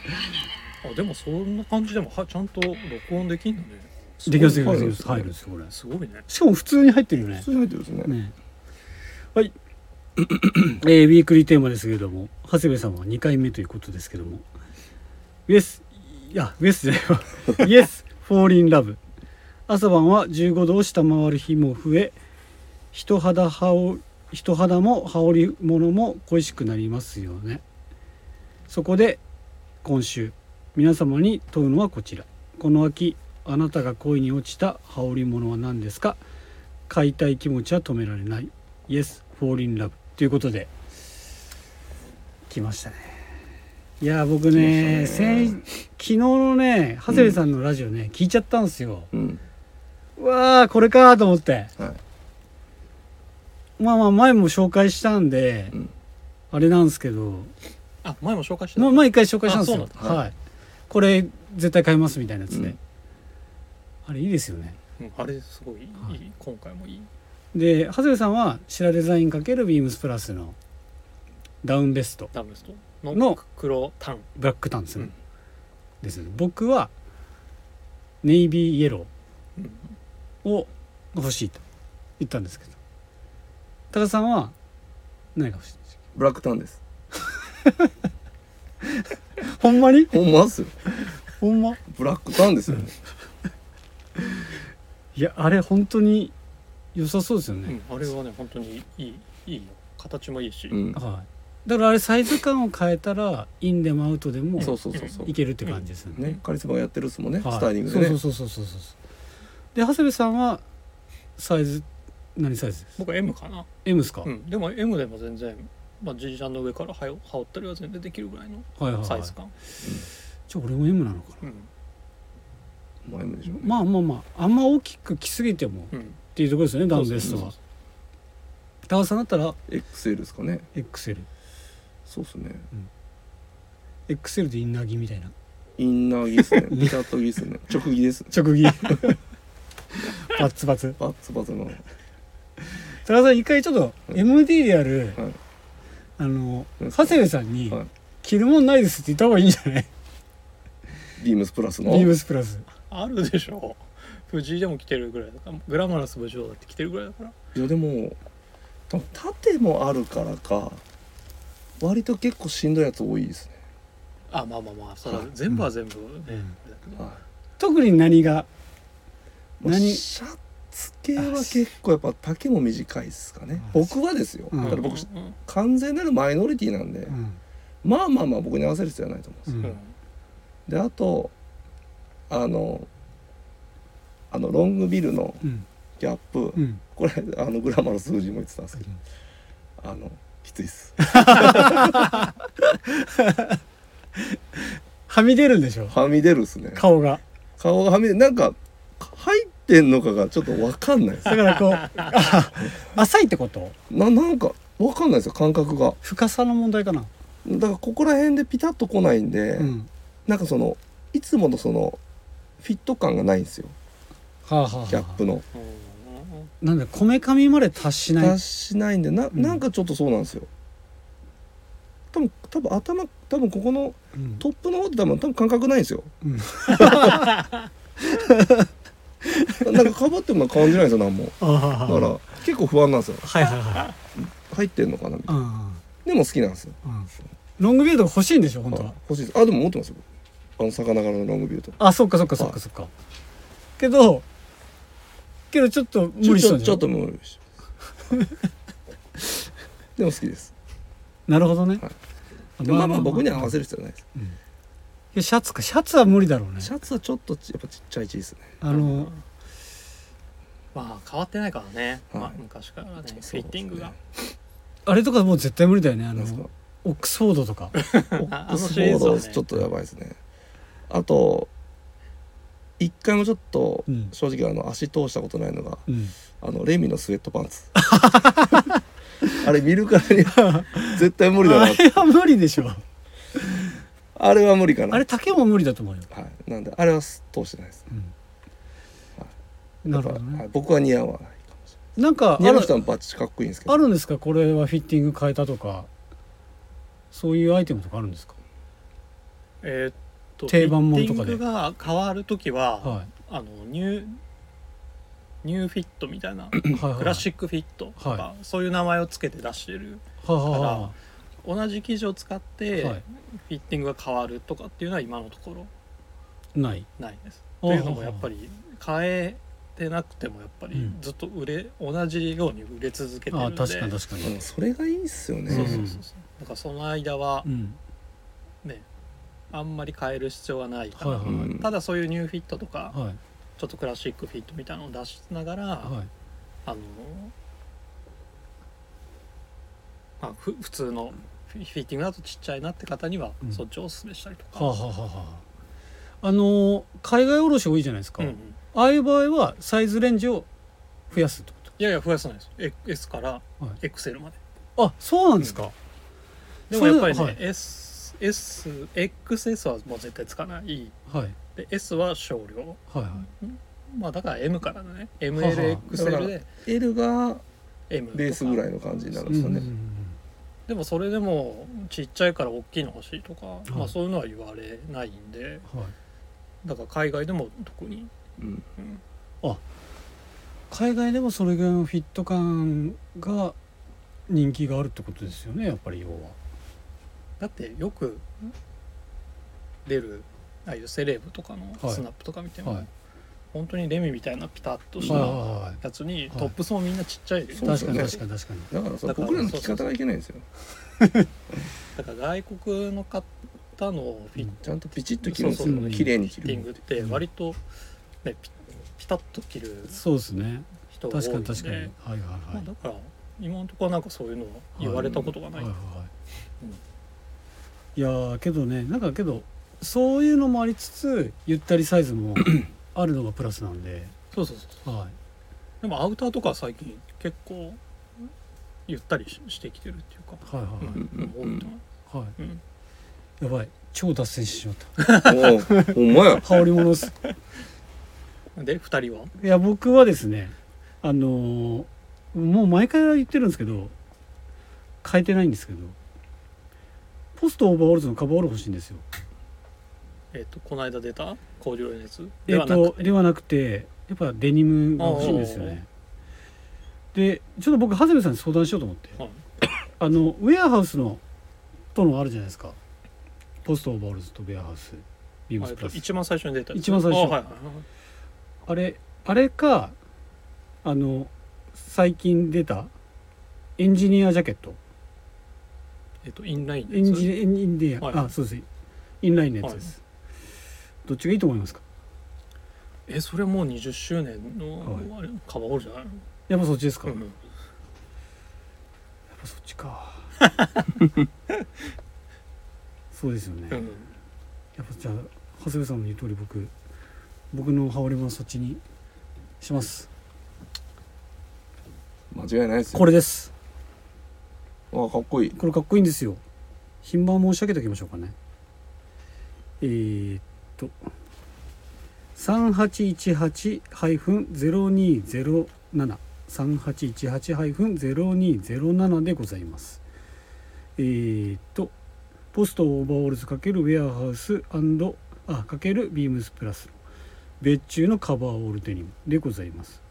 [SPEAKER 3] あでもそんな感じでもはちゃんと録音できんのね
[SPEAKER 1] できますでき
[SPEAKER 3] ご
[SPEAKER 1] ま
[SPEAKER 3] い
[SPEAKER 1] す
[SPEAKER 2] 入
[SPEAKER 1] で
[SPEAKER 2] る
[SPEAKER 1] きま
[SPEAKER 2] んで
[SPEAKER 1] すす
[SPEAKER 2] ね
[SPEAKER 1] 入るんですよこれ。
[SPEAKER 3] すごいね
[SPEAKER 1] しかも普通に入ってるよね
[SPEAKER 2] 普。通に入ってるんですね
[SPEAKER 1] ねはい、 えーウィークリーテーマですけれども長谷部さんは2回目ということですけども「Yes」いや「Yes」じゃない わ「Yes」「Fall in Love」朝晩は15度を下回る日も増え人肌羽織人肌も羽織物も恋しくなりますよねそこで今週皆様に問うのはこちらこの秋あなたが恋に落ちた羽織物は何ですか買いたい気持ちは止められない Yes Fall in Love ということで来ましたねいやー僕ね
[SPEAKER 2] 来ました
[SPEAKER 1] 先昨日のね長谷部さんのラジオね、聞いちゃったんですよ
[SPEAKER 2] うん
[SPEAKER 1] うわーこれかーと思って
[SPEAKER 2] は
[SPEAKER 1] まあまあ前も紹介したんで、
[SPEAKER 2] うん
[SPEAKER 1] あれなんですけど
[SPEAKER 3] あ前も紹介してた
[SPEAKER 1] まあ前一回紹介したんです
[SPEAKER 3] あ
[SPEAKER 1] よ
[SPEAKER 2] そうなんだ
[SPEAKER 1] はい、これ絶対買いますみたいなやつで、
[SPEAKER 2] うん
[SPEAKER 1] あれいいですよね
[SPEAKER 3] うんあれすごいいい、
[SPEAKER 1] はい
[SPEAKER 3] 今回もいい
[SPEAKER 1] で長谷部さんは白デザイン×ビームスプラスのダウンベスト
[SPEAKER 3] ダムストの
[SPEAKER 1] の
[SPEAKER 3] 黒タン
[SPEAKER 1] ブラックタンですよね,、
[SPEAKER 3] うん
[SPEAKER 1] ですよね僕はネイビーイエロ
[SPEAKER 3] うん
[SPEAKER 1] ーを欲しいと言ったんですけど高田さんは何が欲しいんですか
[SPEAKER 2] ブラックタンです
[SPEAKER 1] ほんまに
[SPEAKER 2] ほんまっすよ
[SPEAKER 1] ほんま
[SPEAKER 2] ブラックタンで すよね
[SPEAKER 1] いやあれ本当に良さそうですよ
[SPEAKER 3] うん
[SPEAKER 1] ね、、
[SPEAKER 3] あれはね本当にいいいいよ形もいいし、
[SPEAKER 2] うん
[SPEAKER 1] はいだからあれサイズ感を変えたらインでもアウトでも
[SPEAKER 2] そうそうそうそう
[SPEAKER 1] いけるって感じですよね,、
[SPEAKER 2] ねカリスマがやってるっすもんね
[SPEAKER 1] はい
[SPEAKER 2] スタイリングでね
[SPEAKER 1] そうそうそうそうそうそうで長谷部さんはサイズ何サイズです
[SPEAKER 3] 僕は M かな、
[SPEAKER 1] M ですか、
[SPEAKER 3] うん、でも M でも全然、まあ、G ジャンの上からはよ羽織ったりは全然できるぐらいの
[SPEAKER 1] はいはい、はい、
[SPEAKER 3] サイズ感、
[SPEAKER 1] じゃあ俺も M なのかな
[SPEAKER 3] うん
[SPEAKER 2] もう M でしょ
[SPEAKER 1] まあまあまああんま大きく着すぎても
[SPEAKER 3] うん
[SPEAKER 1] っていうところですよねダウンベスト
[SPEAKER 2] そう
[SPEAKER 1] は高田さんだったら
[SPEAKER 2] XL ですかね
[SPEAKER 1] XLXL
[SPEAKER 2] そうっすね
[SPEAKER 1] でインナー着みたいな
[SPEAKER 2] インナーギー っすねピタッとギーっすね直ギですね
[SPEAKER 1] 直 着バッツバツ
[SPEAKER 2] バッツバツの何
[SPEAKER 1] 高田さん一回ちょっと MD である、
[SPEAKER 2] はい
[SPEAKER 1] あの
[SPEAKER 2] 何ですか
[SPEAKER 1] 長谷部さんに
[SPEAKER 2] はい
[SPEAKER 1] 「着るもんないです」って言った方がいいんじゃない
[SPEAKER 2] ビームスプラスの
[SPEAKER 1] ビームスプラス
[SPEAKER 3] あるでしょ藤井でも着てるぐらいだからグラマラス部長だって着てるぐらいだから
[SPEAKER 2] いやでも多分縦もあるからか割と結構しんどいやつ多いですね
[SPEAKER 3] あまあまあまあそれは全部は全部
[SPEAKER 1] う
[SPEAKER 3] ね、
[SPEAKER 1] ん
[SPEAKER 3] あれだけど
[SPEAKER 2] はい
[SPEAKER 1] 特に何が
[SPEAKER 2] まあ
[SPEAKER 1] 何
[SPEAKER 2] シャツ系は結構やっぱ丈も短いですかね
[SPEAKER 1] あ
[SPEAKER 2] 僕はですよ、
[SPEAKER 1] うん
[SPEAKER 2] だから僕
[SPEAKER 3] うんうん
[SPEAKER 2] 完全なるマイノリティなんで、
[SPEAKER 1] うん
[SPEAKER 2] まあまあまあ僕に合わせる必要はないと思うんで
[SPEAKER 1] う
[SPEAKER 2] すよ、
[SPEAKER 1] ん
[SPEAKER 3] うん
[SPEAKER 2] であとあのあのロングビルの
[SPEAKER 1] うん
[SPEAKER 2] ギャップ、
[SPEAKER 1] うん
[SPEAKER 2] これあのグラマの数字も言ってたんですけどあのきついっす
[SPEAKER 1] はみ出るんでしょ
[SPEAKER 2] はみ出るっすね
[SPEAKER 1] 顔が
[SPEAKER 2] 顔がはみ出なんか入ってんのかがちょっと分かんないです
[SPEAKER 1] だからこうあ 浅いってこと
[SPEAKER 2] ななんか分かんないですよ感覚が
[SPEAKER 1] 深さの問題かな、
[SPEAKER 2] だからここら辺でピタッと来ないんで、
[SPEAKER 1] うん
[SPEAKER 2] なんかそのいつものそのフィット感がないんですよ
[SPEAKER 1] はあはあはあ
[SPEAKER 2] ギャップの
[SPEAKER 3] うん
[SPEAKER 1] なんだこめかみまで達しない
[SPEAKER 2] 達しないんでな
[SPEAKER 1] うん
[SPEAKER 2] なんかちょっとそうなんですよ多分多分頭多分ここの
[SPEAKER 1] うん
[SPEAKER 2] トップの方って多分多分感 覚ないんですよ
[SPEAKER 1] うん
[SPEAKER 2] なんかかぶっても感じないんですよ何も
[SPEAKER 1] あはあ
[SPEAKER 2] だ
[SPEAKER 1] は
[SPEAKER 2] か
[SPEAKER 1] あ
[SPEAKER 2] ら結構不安なんですよ
[SPEAKER 1] はいはいはい
[SPEAKER 2] 入ってんのかなみたい
[SPEAKER 1] うん
[SPEAKER 2] なでも好きなんですよ
[SPEAKER 1] うんロングビルドが欲しいんでしょ本当は、
[SPEAKER 2] はい欲しいですあでも持ってますよあの魚柄のロングビュート
[SPEAKER 1] あそっかそっかそっかそっかけどけどちょっと
[SPEAKER 2] ち
[SPEAKER 1] 無
[SPEAKER 2] ょ
[SPEAKER 1] 理
[SPEAKER 2] ち
[SPEAKER 1] した
[SPEAKER 2] ょ
[SPEAKER 1] んじ
[SPEAKER 2] ち
[SPEAKER 1] ゃ
[SPEAKER 2] ょ
[SPEAKER 1] ん
[SPEAKER 2] っと無理して ますでも好きです
[SPEAKER 1] なるほどね、
[SPEAKER 2] はいでもまあまあ僕には合わせる必要はないです
[SPEAKER 1] いやシャツかシャツは無理だろうね
[SPEAKER 2] シャツはちょっとちやっぱちっちゃいチーズね
[SPEAKER 1] あの
[SPEAKER 3] まあ変わってないからね、
[SPEAKER 2] はい
[SPEAKER 3] まあ、昔からねフ
[SPEAKER 2] そう
[SPEAKER 3] ィ
[SPEAKER 2] ですね
[SPEAKER 3] ッティングが、
[SPEAKER 1] あれとかもう絶対無理だよねあ
[SPEAKER 2] なん
[SPEAKER 1] の
[SPEAKER 2] ですか
[SPEAKER 1] オックスフォードとか
[SPEAKER 2] オックスフ
[SPEAKER 3] あ
[SPEAKER 2] ォ
[SPEAKER 3] のシリー
[SPEAKER 2] ー
[SPEAKER 3] ズは
[SPEAKER 2] ド
[SPEAKER 3] ね
[SPEAKER 2] ちょっとやばいですねあと一回もちょっと
[SPEAKER 1] うん
[SPEAKER 2] 正直あの足通したことないのが
[SPEAKER 1] うん
[SPEAKER 2] あのレミのスウェットパンツ あれ見るからに絶対無理だ
[SPEAKER 1] あ
[SPEAKER 2] な
[SPEAKER 1] れは無理でしょ
[SPEAKER 2] あれは無理かな
[SPEAKER 1] あれ丈も無理だと思うよ、
[SPEAKER 2] はいなんであれは通してないです
[SPEAKER 1] うんなるほどね
[SPEAKER 2] はい僕は似合わないかもし
[SPEAKER 1] なんか
[SPEAKER 2] れない
[SPEAKER 1] ある
[SPEAKER 2] 似合う人はバッチかっこいいんですけど
[SPEAKER 1] あるんですかこれはフィッティング変えたとかそういうアイテムとかあるんですか
[SPEAKER 3] えーっと
[SPEAKER 1] 定番もんとかで
[SPEAKER 3] フィッティングが変わる時は、
[SPEAKER 1] は
[SPEAKER 3] あのニューニューフィットみたいな
[SPEAKER 1] いはいはい
[SPEAKER 3] クラシックフィットとか、
[SPEAKER 1] は
[SPEAKER 3] そういう名前をつけて出してる
[SPEAKER 1] はいはいは
[SPEAKER 3] 同じ生地を使って、
[SPEAKER 1] はい
[SPEAKER 3] フィッティングが変わるとかっていうのは今のところ
[SPEAKER 1] いない
[SPEAKER 3] ないです。
[SPEAKER 1] あー
[SPEAKER 3] というのもやっぱり変えてなくてもやっぱ
[SPEAKER 1] う
[SPEAKER 3] り
[SPEAKER 1] ん
[SPEAKER 3] ずっと売れ、同じように売れ続けてるんで
[SPEAKER 1] ああ確かに確か
[SPEAKER 2] で
[SPEAKER 1] に
[SPEAKER 2] もそれがいいっすよね
[SPEAKER 3] そうそうそうそうだからその間は
[SPEAKER 1] うん
[SPEAKER 3] ね、あんまり変える必要はないから、
[SPEAKER 1] はいは
[SPEAKER 2] うん
[SPEAKER 3] ただそういうニューフィットとか、
[SPEAKER 1] はい
[SPEAKER 3] ちょっとクラシックフィットみたいなのを出しながら、
[SPEAKER 1] はい
[SPEAKER 3] あのまあ、ふ普通のフィフィッティングだとちっちゃいなって方には、
[SPEAKER 1] うん
[SPEAKER 3] そっちをおすすめしたりとか、
[SPEAKER 1] はあ、はあはあはあ、あのー海外卸多いじゃないですか、
[SPEAKER 3] うんうん
[SPEAKER 1] ああいう場合はサイズレンジを増やすってこ
[SPEAKER 3] いやいや増やさないですえ S から XL まで、
[SPEAKER 1] とあそうなんですか、
[SPEAKER 3] でもやっぱりね、
[SPEAKER 1] それ
[SPEAKER 3] S SXS はもう絶対つかない
[SPEAKER 1] はい
[SPEAKER 3] で S は少量
[SPEAKER 1] はいはい
[SPEAKER 3] まあだから M からだね
[SPEAKER 2] だか
[SPEAKER 3] MLXL
[SPEAKER 2] ら
[SPEAKER 3] で
[SPEAKER 2] L が
[SPEAKER 3] M とか
[SPEAKER 2] ベースぐらいの感じになるんですよね、
[SPEAKER 3] でもそれでもちっちゃいから大きいの欲しいとか、
[SPEAKER 1] い
[SPEAKER 3] まあそういうのは言われないんで
[SPEAKER 1] はい、
[SPEAKER 3] だから海外でも特に、
[SPEAKER 2] うん
[SPEAKER 3] うん
[SPEAKER 1] 海外でもそれぐらいのフィット感が人気があるってことですよねやっぱり要は
[SPEAKER 3] だってよく出るああいうセレブとかの
[SPEAKER 1] はい
[SPEAKER 3] スナップとか見ても、
[SPEAKER 1] はい
[SPEAKER 3] 本当にレミみたいなピタッとした
[SPEAKER 1] はい
[SPEAKER 3] や
[SPEAKER 1] は
[SPEAKER 3] つにトップスもみんなちっちゃいです
[SPEAKER 1] い
[SPEAKER 2] そう
[SPEAKER 1] は
[SPEAKER 2] で
[SPEAKER 1] い
[SPEAKER 2] す
[SPEAKER 1] 確
[SPEAKER 2] よ
[SPEAKER 1] か
[SPEAKER 2] ね
[SPEAKER 1] に確かに確かに
[SPEAKER 2] だからそ
[SPEAKER 3] だ
[SPEAKER 2] れ
[SPEAKER 3] から
[SPEAKER 2] 僕らの聞き方がいけないんですよ
[SPEAKER 3] だから外国の方のフィッ
[SPEAKER 2] ちゃんとピチッと切るんです
[SPEAKER 1] そうそう
[SPEAKER 2] よ綺麗に切
[SPEAKER 3] ティン
[SPEAKER 2] る
[SPEAKER 3] グって割と、ね、ピピタッと切る
[SPEAKER 1] そうですね
[SPEAKER 3] 人が多い
[SPEAKER 1] 確か
[SPEAKER 3] ん
[SPEAKER 1] に
[SPEAKER 3] で
[SPEAKER 1] 確かにはいはい
[SPEAKER 3] ま
[SPEAKER 1] は
[SPEAKER 3] あ、
[SPEAKER 1] い
[SPEAKER 3] だから今のところなんかそういうのは言われたことがな、
[SPEAKER 1] はいいはい
[SPEAKER 3] うん
[SPEAKER 1] いやーけどねなんかけどそういうのもありつつゆったりサイズもあるのがプラスなんで、
[SPEAKER 3] そうそうそう
[SPEAKER 1] は
[SPEAKER 3] でもアウターとかは最近結構ゆったりししてきてるっていう
[SPEAKER 1] い、
[SPEAKER 3] か、
[SPEAKER 1] はいは
[SPEAKER 3] う
[SPEAKER 1] い
[SPEAKER 3] ん
[SPEAKER 2] うん
[SPEAKER 3] 多いと思、
[SPEAKER 1] はいう
[SPEAKER 3] うん、
[SPEAKER 1] やばい超脱線してしまった
[SPEAKER 2] おうほんまや
[SPEAKER 1] 羽織物っす
[SPEAKER 3] で2人はい
[SPEAKER 1] や僕はですねあのーもう毎回言ってるんですけど変えてないんですけどポストオーバーオールズのカバーオール欲しいんですよ
[SPEAKER 3] えっ、とこの間出た工場のやつ
[SPEAKER 1] え
[SPEAKER 3] で
[SPEAKER 1] っ
[SPEAKER 3] はなく
[SPEAKER 1] と
[SPEAKER 3] て、
[SPEAKER 1] ではなくてやっぱデニムが欲しいんですよねでちょっと僕長谷部さんに相談しようと思って
[SPEAKER 3] はい
[SPEAKER 1] あのウェアハウスのとのあるじゃないですかポストオーバーオールズとウェアハウスビーム
[SPEAKER 3] あえ
[SPEAKER 1] ス
[SPEAKER 3] っ
[SPEAKER 1] プ
[SPEAKER 3] と
[SPEAKER 1] ラス
[SPEAKER 3] 一番最初に出たやつ
[SPEAKER 1] 一番最初
[SPEAKER 3] あはいはいはい
[SPEAKER 1] あれあれかあの最近出たエンジニアジャケット
[SPEAKER 3] えっ、とインラインの
[SPEAKER 1] エ
[SPEAKER 3] やつ
[SPEAKER 1] ンジニアエンインディア、
[SPEAKER 3] はい
[SPEAKER 1] あそうですインラインのやつです、どっちがいいと思いますか
[SPEAKER 3] えそれもう20周年の、
[SPEAKER 1] は
[SPEAKER 3] あれカバーオールじゃないの、
[SPEAKER 1] やっぱそっちですか、
[SPEAKER 3] う
[SPEAKER 1] やっ
[SPEAKER 3] ん
[SPEAKER 1] ぱそっちか そうですよね、
[SPEAKER 3] う
[SPEAKER 1] やっ
[SPEAKER 3] ん
[SPEAKER 1] ぱじゃあ長谷部さんの言う通り僕僕の羽織もそっちにします
[SPEAKER 2] 間違いないですよ
[SPEAKER 1] これです
[SPEAKER 2] あかっこいい
[SPEAKER 1] これかっこいいんですよ品番申し上げておきましょうかねえー、っと3818-0207 3818-0207でございますえー、っとポストオーバーオールズ×ウェアハウスあ×ビームスプラスの別注のカバーオールデニムでございます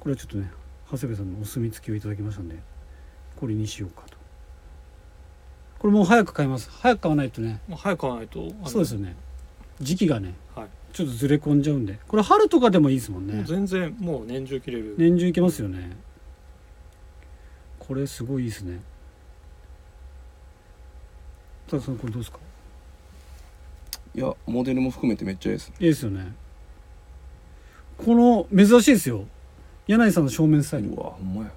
[SPEAKER 1] これはちょっとね長谷部さんのお墨付きをいただきましたんでこれにしようかとこれもう早く買います早く買わないとね
[SPEAKER 3] もう早く買わないとあの
[SPEAKER 1] そうですよね時期がね
[SPEAKER 3] はい
[SPEAKER 1] ちょっとずれ込んじゃうんでこれ春とかでもいいですもん
[SPEAKER 3] も
[SPEAKER 1] ね
[SPEAKER 3] う全然もう年中着れる、
[SPEAKER 1] 年中いけますよねこれすごいいいですねたださんこれどうですか
[SPEAKER 2] いやモデルも含めてめっちゃいいですね
[SPEAKER 1] いいですよねこの珍しいですよ柳井さんの正面スタイル
[SPEAKER 2] うわほんまや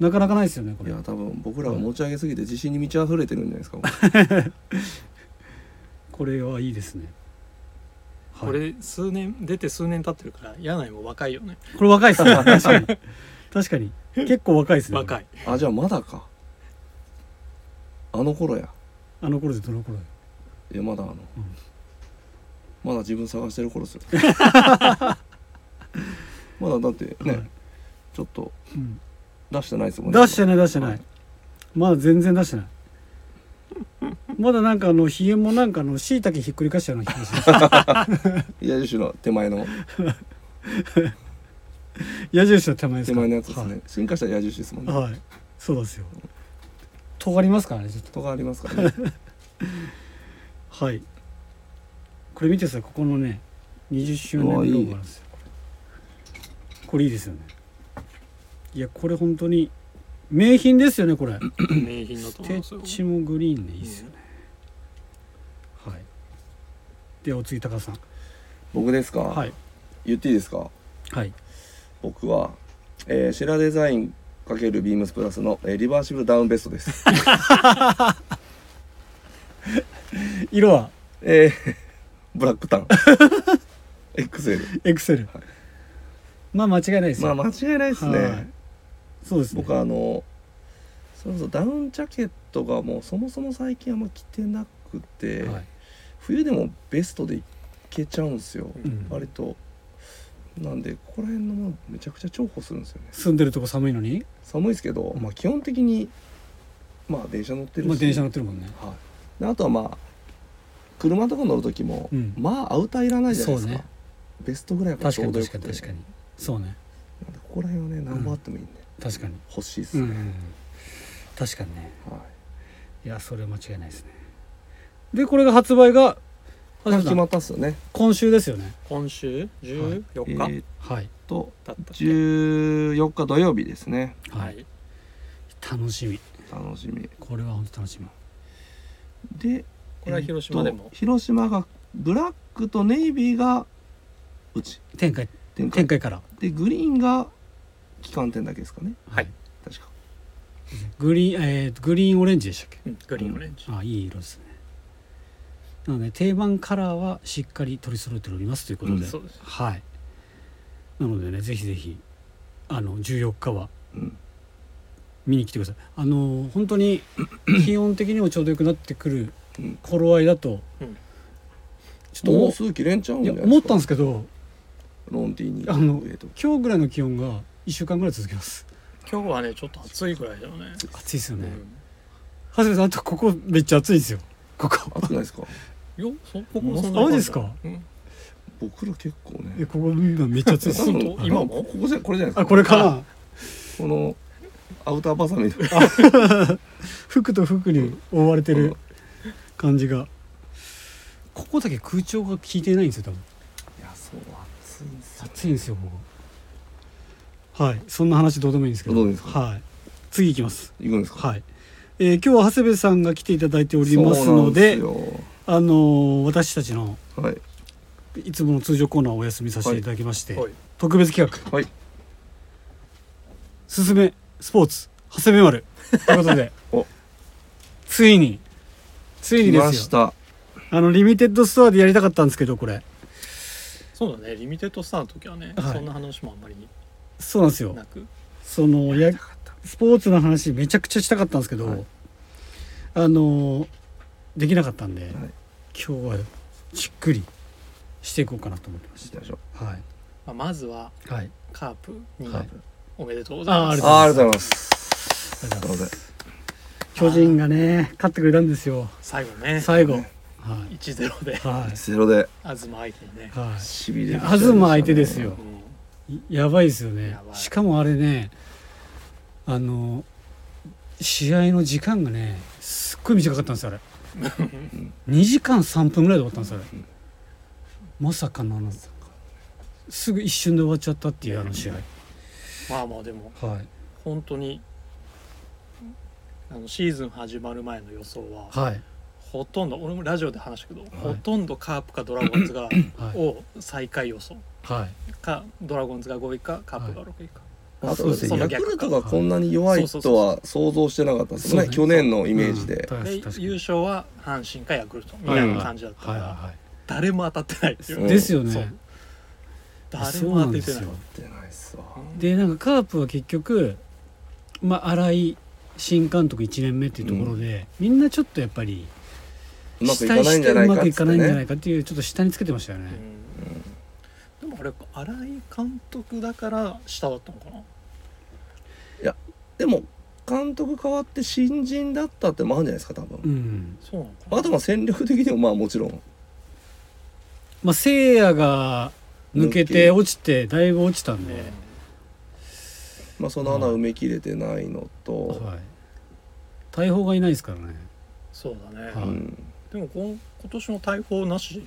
[SPEAKER 1] なかなかないですよねこ
[SPEAKER 2] い
[SPEAKER 1] れ
[SPEAKER 2] や多分僕らが持ち上げすぎて自信に満ち溢れてるんじゃないですか
[SPEAKER 1] これはいいですねはい
[SPEAKER 3] これ数年出て数年経ってるから柳井も若いよね
[SPEAKER 1] これ若い ですね確かに確かに結構若いですねこれ
[SPEAKER 3] 若い
[SPEAKER 2] あじゃあまだかあの頃や
[SPEAKER 1] あの頃でどの頃で
[SPEAKER 2] いやまだあの、
[SPEAKER 1] うん
[SPEAKER 2] まだ自分探してる頃ですよまだだってね、
[SPEAKER 1] はい
[SPEAKER 2] ちょっと
[SPEAKER 1] うん
[SPEAKER 2] 出してないですもんね
[SPEAKER 1] 出してない出してないまだ全然出してないまだなんかあのひげもなんかあのしいたけひっくり返したような気がし ます
[SPEAKER 2] 矢印の手前の
[SPEAKER 1] 矢印の手前です
[SPEAKER 2] 手
[SPEAKER 1] か
[SPEAKER 2] 前のやつですね、進化した矢印ですもんね
[SPEAKER 1] はい、はいそうですよ尖りますからねちょっ
[SPEAKER 2] とがありますか らね
[SPEAKER 1] とはいこれ見てくださいここのね20周年
[SPEAKER 2] う
[SPEAKER 1] ロ
[SPEAKER 2] わいい
[SPEAKER 1] ゴなんですよこれいいですよねいやこれ本当に名品ですよねこれ
[SPEAKER 3] 名品だと
[SPEAKER 1] ス
[SPEAKER 3] 思い
[SPEAKER 1] テ
[SPEAKER 3] ます
[SPEAKER 1] ッ
[SPEAKER 3] よ
[SPEAKER 1] チもグリーンでいいですよね、はいではお次高田さん
[SPEAKER 2] 僕ですか、
[SPEAKER 1] はい
[SPEAKER 2] 言っていいですか
[SPEAKER 1] はい
[SPEAKER 2] 僕は、えーシェラデザイン×ビームスプラスの、えーリバーシブルダウンベストです、
[SPEAKER 1] 色は
[SPEAKER 2] えーブラックタン XL
[SPEAKER 1] エクセル
[SPEAKER 2] はい
[SPEAKER 1] まあ間違いないです
[SPEAKER 2] まあ
[SPEAKER 1] よ、
[SPEAKER 2] 間違いないですね、
[SPEAKER 1] はいそうですね
[SPEAKER 2] 僕はあのそれこそダウンジャケットがもうそもそも最近あんま着てなくて、
[SPEAKER 1] はい
[SPEAKER 2] 冬でもベストでいけちゃうんですよ、
[SPEAKER 1] うん
[SPEAKER 2] 割となんでここら辺のものめちゃくちゃ重宝するんですよね
[SPEAKER 1] 住んでるとこ寒いのに、
[SPEAKER 2] 寒いですけど、まあ、基本的にまあ電車乗ってるし、
[SPEAKER 1] まあ、電車乗ってるもんね
[SPEAKER 2] はい、であとはまあ車とか乗る時も、
[SPEAKER 1] うん
[SPEAKER 2] まあアウターいらないじゃないですか、
[SPEAKER 1] そうね
[SPEAKER 2] ベストぐらいやっぱ
[SPEAKER 1] 確
[SPEAKER 2] ち
[SPEAKER 1] か
[SPEAKER 2] ょう
[SPEAKER 1] に
[SPEAKER 2] どよ
[SPEAKER 1] 確
[SPEAKER 2] く
[SPEAKER 1] か
[SPEAKER 2] て
[SPEAKER 1] に確かにそうね
[SPEAKER 2] なんでここら辺はね何本あってもいいんで、
[SPEAKER 1] 確かに
[SPEAKER 2] 欲しいです
[SPEAKER 1] うん、う
[SPEAKER 2] ね、
[SPEAKER 1] ん、確かにね
[SPEAKER 2] はい
[SPEAKER 1] やそれは間違いないですねでこれが発売が橋本
[SPEAKER 2] い、
[SPEAKER 1] さん
[SPEAKER 2] 決まったっすよね
[SPEAKER 1] 今週ですよね
[SPEAKER 3] 今週14
[SPEAKER 2] え
[SPEAKER 3] 日、
[SPEAKER 2] ーっ
[SPEAKER 1] はい
[SPEAKER 2] と
[SPEAKER 3] だったっけ
[SPEAKER 2] 14日土曜日ですね
[SPEAKER 1] は
[SPEAKER 3] はいい
[SPEAKER 1] 楽しみ
[SPEAKER 2] 楽しみ
[SPEAKER 1] これは本当楽しみ
[SPEAKER 2] で
[SPEAKER 3] これは広島でも
[SPEAKER 2] えっと広島がブラックとネイビーがうち
[SPEAKER 1] 展開
[SPEAKER 2] 展開
[SPEAKER 1] 展開から
[SPEAKER 2] でグリーンが旗艦店だけですかね
[SPEAKER 3] はい
[SPEAKER 2] 確か
[SPEAKER 1] グリーン、えー、グリーンオレンジでしたっけ
[SPEAKER 3] うんグリーンオレンジ、
[SPEAKER 1] あいい色ですねなので定番カラーはしっかり取り揃えておりますということで、
[SPEAKER 2] うん
[SPEAKER 3] そうです
[SPEAKER 1] はいなのでねぜひぜひあの14日は
[SPEAKER 2] うん
[SPEAKER 1] 見に来てくださいあの本当に気温的にもちょうどよくなってくる
[SPEAKER 2] うん
[SPEAKER 1] 頃合いだと、
[SPEAKER 3] うん
[SPEAKER 1] ちょっと
[SPEAKER 2] も
[SPEAKER 1] 思
[SPEAKER 2] うすぐ切れんちゃうん
[SPEAKER 1] い
[SPEAKER 2] じ
[SPEAKER 1] や
[SPEAKER 2] ゃない
[SPEAKER 1] 思ったんですすけど
[SPEAKER 2] かロンティーに
[SPEAKER 1] あの
[SPEAKER 2] 上とか
[SPEAKER 1] 今日ぐらいの気温が1週間ぐらい続きます
[SPEAKER 3] 今日はねちょっと暑いぐらいだよね
[SPEAKER 1] 暑いですよ
[SPEAKER 3] う
[SPEAKER 1] ね、
[SPEAKER 3] ん
[SPEAKER 1] 長谷部さんあとここめっちゃ暑いんですよここ
[SPEAKER 2] 暑くないですか
[SPEAKER 3] よそこもそんな
[SPEAKER 1] マ
[SPEAKER 3] 感
[SPEAKER 1] ジ
[SPEAKER 3] じ
[SPEAKER 1] っすか
[SPEAKER 3] うん
[SPEAKER 2] 僕ら結構
[SPEAKER 1] え
[SPEAKER 2] ね
[SPEAKER 1] ここ今めっちゃ暑いで す
[SPEAKER 2] 多分
[SPEAKER 3] 本当今も
[SPEAKER 2] ここじゃこれじゃないですか
[SPEAKER 1] あこれかな
[SPEAKER 2] このアウターバサミと
[SPEAKER 1] 服と服に覆われてる感じがここだけ空調が効いてないんですよ多分
[SPEAKER 2] いやそう暑いんですよ
[SPEAKER 1] 暑いんですよここはいそんな話どうでもいいんですけど
[SPEAKER 2] どうでもいいですか
[SPEAKER 1] はい次いきます
[SPEAKER 2] 行くんですか
[SPEAKER 1] はい、えー今日は長谷部さんが来ていただいておりますので
[SPEAKER 2] そうなんす
[SPEAKER 1] あのー私たちの
[SPEAKER 2] よはい
[SPEAKER 1] いつもの通常コーナーをお休みさせていただきまして、
[SPEAKER 3] はい
[SPEAKER 1] 特別企画
[SPEAKER 2] はい
[SPEAKER 1] 「すすめスポーツ長谷部丸」ということ で
[SPEAKER 2] お
[SPEAKER 1] ついについに
[SPEAKER 2] 来
[SPEAKER 1] で
[SPEAKER 2] ますし
[SPEAKER 1] よ
[SPEAKER 2] た
[SPEAKER 1] あのリミテッドストアでやりたかったんですけどこれ
[SPEAKER 3] そうだねリミテッドスターの時はね、
[SPEAKER 1] はい
[SPEAKER 3] そんな話もあんまり
[SPEAKER 1] そうなんですよ
[SPEAKER 3] なく
[SPEAKER 1] そのや
[SPEAKER 2] かった
[SPEAKER 1] スポーツの話めちゃくちゃしたかったんですけど、
[SPEAKER 2] はい
[SPEAKER 1] あのーできなかったんで、
[SPEAKER 2] はい
[SPEAKER 1] 今日はじっくりしていこうかなと思ってま
[SPEAKER 2] 行
[SPEAKER 1] し
[SPEAKER 2] きましょう
[SPEAKER 1] たはい
[SPEAKER 3] まあ、まずは
[SPEAKER 1] はい
[SPEAKER 3] カープに
[SPEAKER 1] はい
[SPEAKER 3] おめでとうござい
[SPEAKER 1] あ
[SPEAKER 3] ま
[SPEAKER 1] り
[SPEAKER 3] す、
[SPEAKER 1] がとうございます
[SPEAKER 2] あーありがと
[SPEAKER 1] ありがと
[SPEAKER 2] うございます
[SPEAKER 1] うございます
[SPEAKER 2] す
[SPEAKER 1] 巨人がね勝ってくれたんですよ
[SPEAKER 3] 最後ね
[SPEAKER 1] 最後はい
[SPEAKER 3] 1-0で
[SPEAKER 1] はい
[SPEAKER 2] ゼロで
[SPEAKER 3] 東相手にね、
[SPEAKER 1] はい
[SPEAKER 2] しびれる
[SPEAKER 1] 東相手ですよ
[SPEAKER 3] うん
[SPEAKER 1] いやばいですよね
[SPEAKER 3] やばい
[SPEAKER 1] しかもあれねあの試合の時間がねすっごい短かったんです よあれ2時間3分ぐらいで終わったんですよあれまさかのあのすぐ一瞬で終わっちゃったっていうあの試合
[SPEAKER 3] まあまあでも
[SPEAKER 1] はい
[SPEAKER 3] 本当にあのシーズン始まる前の予想は、
[SPEAKER 1] はい
[SPEAKER 3] ほとんど俺もラジオで話したけど、ほとんどカープかドラゴンズが、
[SPEAKER 1] はい
[SPEAKER 3] を最下位予想
[SPEAKER 1] はい
[SPEAKER 3] かドラゴンズが5位かカープが6位か、
[SPEAKER 2] あ
[SPEAKER 1] そう
[SPEAKER 2] と
[SPEAKER 1] です
[SPEAKER 3] ね
[SPEAKER 2] ヤクルトがこんなに弱いとは想像してなかったです
[SPEAKER 1] そう
[SPEAKER 2] ね
[SPEAKER 1] そう
[SPEAKER 2] 去年のイメージで
[SPEAKER 1] うん確か
[SPEAKER 3] で
[SPEAKER 1] に
[SPEAKER 3] 優勝は阪神かヤクルトみたいな感じだったから、
[SPEAKER 1] はいはいはい
[SPEAKER 3] 誰も当たってないっていう
[SPEAKER 2] うん
[SPEAKER 1] ですよ
[SPEAKER 3] そ
[SPEAKER 1] ね
[SPEAKER 3] う誰
[SPEAKER 1] そう
[SPEAKER 3] も
[SPEAKER 1] な
[SPEAKER 3] 当
[SPEAKER 1] ん
[SPEAKER 3] て
[SPEAKER 1] で
[SPEAKER 3] て
[SPEAKER 1] す
[SPEAKER 3] ない
[SPEAKER 1] よ
[SPEAKER 2] 出ないっすわ
[SPEAKER 1] でなんかカープは結局、まあ、新井新監督1年目っていうところで、みんなちょっとやっぱり
[SPEAKER 2] うまくいかないんじゃな
[SPEAKER 1] う
[SPEAKER 2] い
[SPEAKER 1] ま
[SPEAKER 2] かっ
[SPEAKER 1] く
[SPEAKER 2] つ
[SPEAKER 1] い
[SPEAKER 2] って
[SPEAKER 1] かないんじゃな
[SPEAKER 2] ね
[SPEAKER 1] いかっていうちょっと下につけてましたよね、
[SPEAKER 3] うんでもあれ荒井監督だから下だったのかな
[SPEAKER 2] でも監督変わって新人だったってのもあるんじゃないですか多分、
[SPEAKER 1] うん
[SPEAKER 3] そうなのかな
[SPEAKER 2] あとは戦力的にもまあもちろん
[SPEAKER 1] まあせいやが抜けて落ちてだいぶ落ちたんで、
[SPEAKER 2] まあ、その穴埋めきれてないのと、
[SPEAKER 1] はい、大砲がいないですからね
[SPEAKER 3] そうだね、
[SPEAKER 1] はい
[SPEAKER 2] うん、
[SPEAKER 3] でも今今年の大砲なし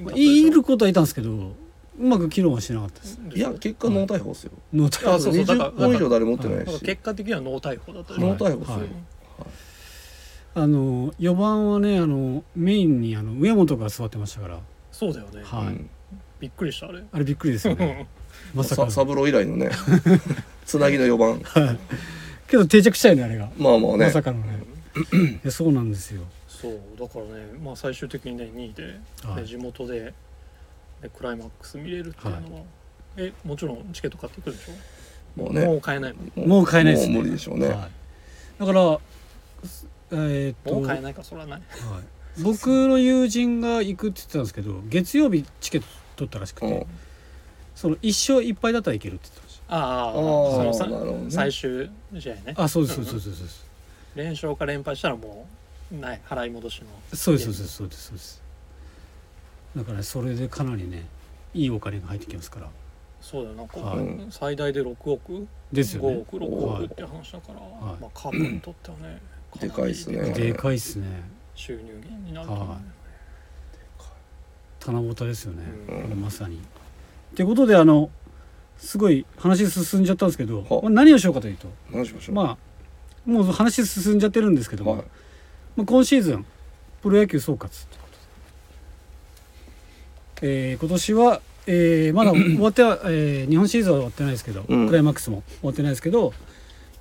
[SPEAKER 1] まあいることはいたんですけどうまく機能はしなかったです
[SPEAKER 2] いや結果ノー逮捕ですよ、
[SPEAKER 1] のた
[SPEAKER 3] はい
[SPEAKER 2] あそうそう
[SPEAKER 3] そうそう
[SPEAKER 2] 20本以上誰も持って
[SPEAKER 3] なん
[SPEAKER 2] ない
[SPEAKER 3] か
[SPEAKER 2] し、
[SPEAKER 3] 結果的にはノー逮捕だった
[SPEAKER 1] い
[SPEAKER 3] じゃん
[SPEAKER 2] ノー逮捕ですよ、
[SPEAKER 1] はいあの4番はねあのメインにあの上本が座ってましたから、
[SPEAKER 3] そうだよね、
[SPEAKER 1] はい
[SPEAKER 2] うん
[SPEAKER 3] びっくりしたあれ
[SPEAKER 1] あれびっくりですよね まさか
[SPEAKER 2] さサブロー以来の ねつなぎの4番
[SPEAKER 1] はいけど定着したよねあれが、
[SPEAKER 2] まあまあね、
[SPEAKER 1] まさかのねいやそうなんですよ
[SPEAKER 3] そうだからね、まあ、最終的にね2位で、ね
[SPEAKER 1] はい
[SPEAKER 3] 地元で、ね、クライマックス見れるっていうのは、えもちろんチケット買ってくるでしょ、
[SPEAKER 2] もうね
[SPEAKER 3] もう買えないもん
[SPEAKER 1] もう買えないですね
[SPEAKER 2] もう無理でしょうね、
[SPEAKER 1] はい、だからすえーっと
[SPEAKER 3] もう買えないかそらない
[SPEAKER 1] はい、僕の友人が行くって言ってたんですけど月曜日チケット取ったらしくて、
[SPEAKER 2] うん
[SPEAKER 1] その一生いっぱいだったらいけるって言ってまし
[SPEAKER 3] ああ
[SPEAKER 2] あー
[SPEAKER 3] そのさ
[SPEAKER 2] なるほどね
[SPEAKER 3] 最終試合ね
[SPEAKER 1] たあそうですそうですそうですそうです
[SPEAKER 3] 連勝か連敗したらもうない払い戻しの
[SPEAKER 1] そうですそうですそうですそうですだから、ね、それでかなりねいいお金が入ってきますから
[SPEAKER 3] そうだよなんか、
[SPEAKER 1] はい
[SPEAKER 3] 最大で6億
[SPEAKER 1] ですよ
[SPEAKER 3] 5
[SPEAKER 1] ね
[SPEAKER 3] 億6億って話だから、
[SPEAKER 1] はい
[SPEAKER 3] まあ、カープにとってはね
[SPEAKER 2] でかいっすね
[SPEAKER 3] かなり
[SPEAKER 1] でかいっすね
[SPEAKER 3] 収入源になると思う、
[SPEAKER 1] はい七夕ですよね、
[SPEAKER 3] うん
[SPEAKER 1] これまさにってことであのすごい話進んじゃったんですけど、
[SPEAKER 2] は
[SPEAKER 1] まあ何をしようかというと
[SPEAKER 2] 何しましょう、
[SPEAKER 1] まあもう話進んじゃってるんですけども、
[SPEAKER 2] はい、
[SPEAKER 1] まあ、今シーズンプロ野球総括ということで、えー今年は、えー まだ終わっては、えー日本シリーズは終わってないですけど、
[SPEAKER 2] うん
[SPEAKER 1] クライマックスも終わってないですけど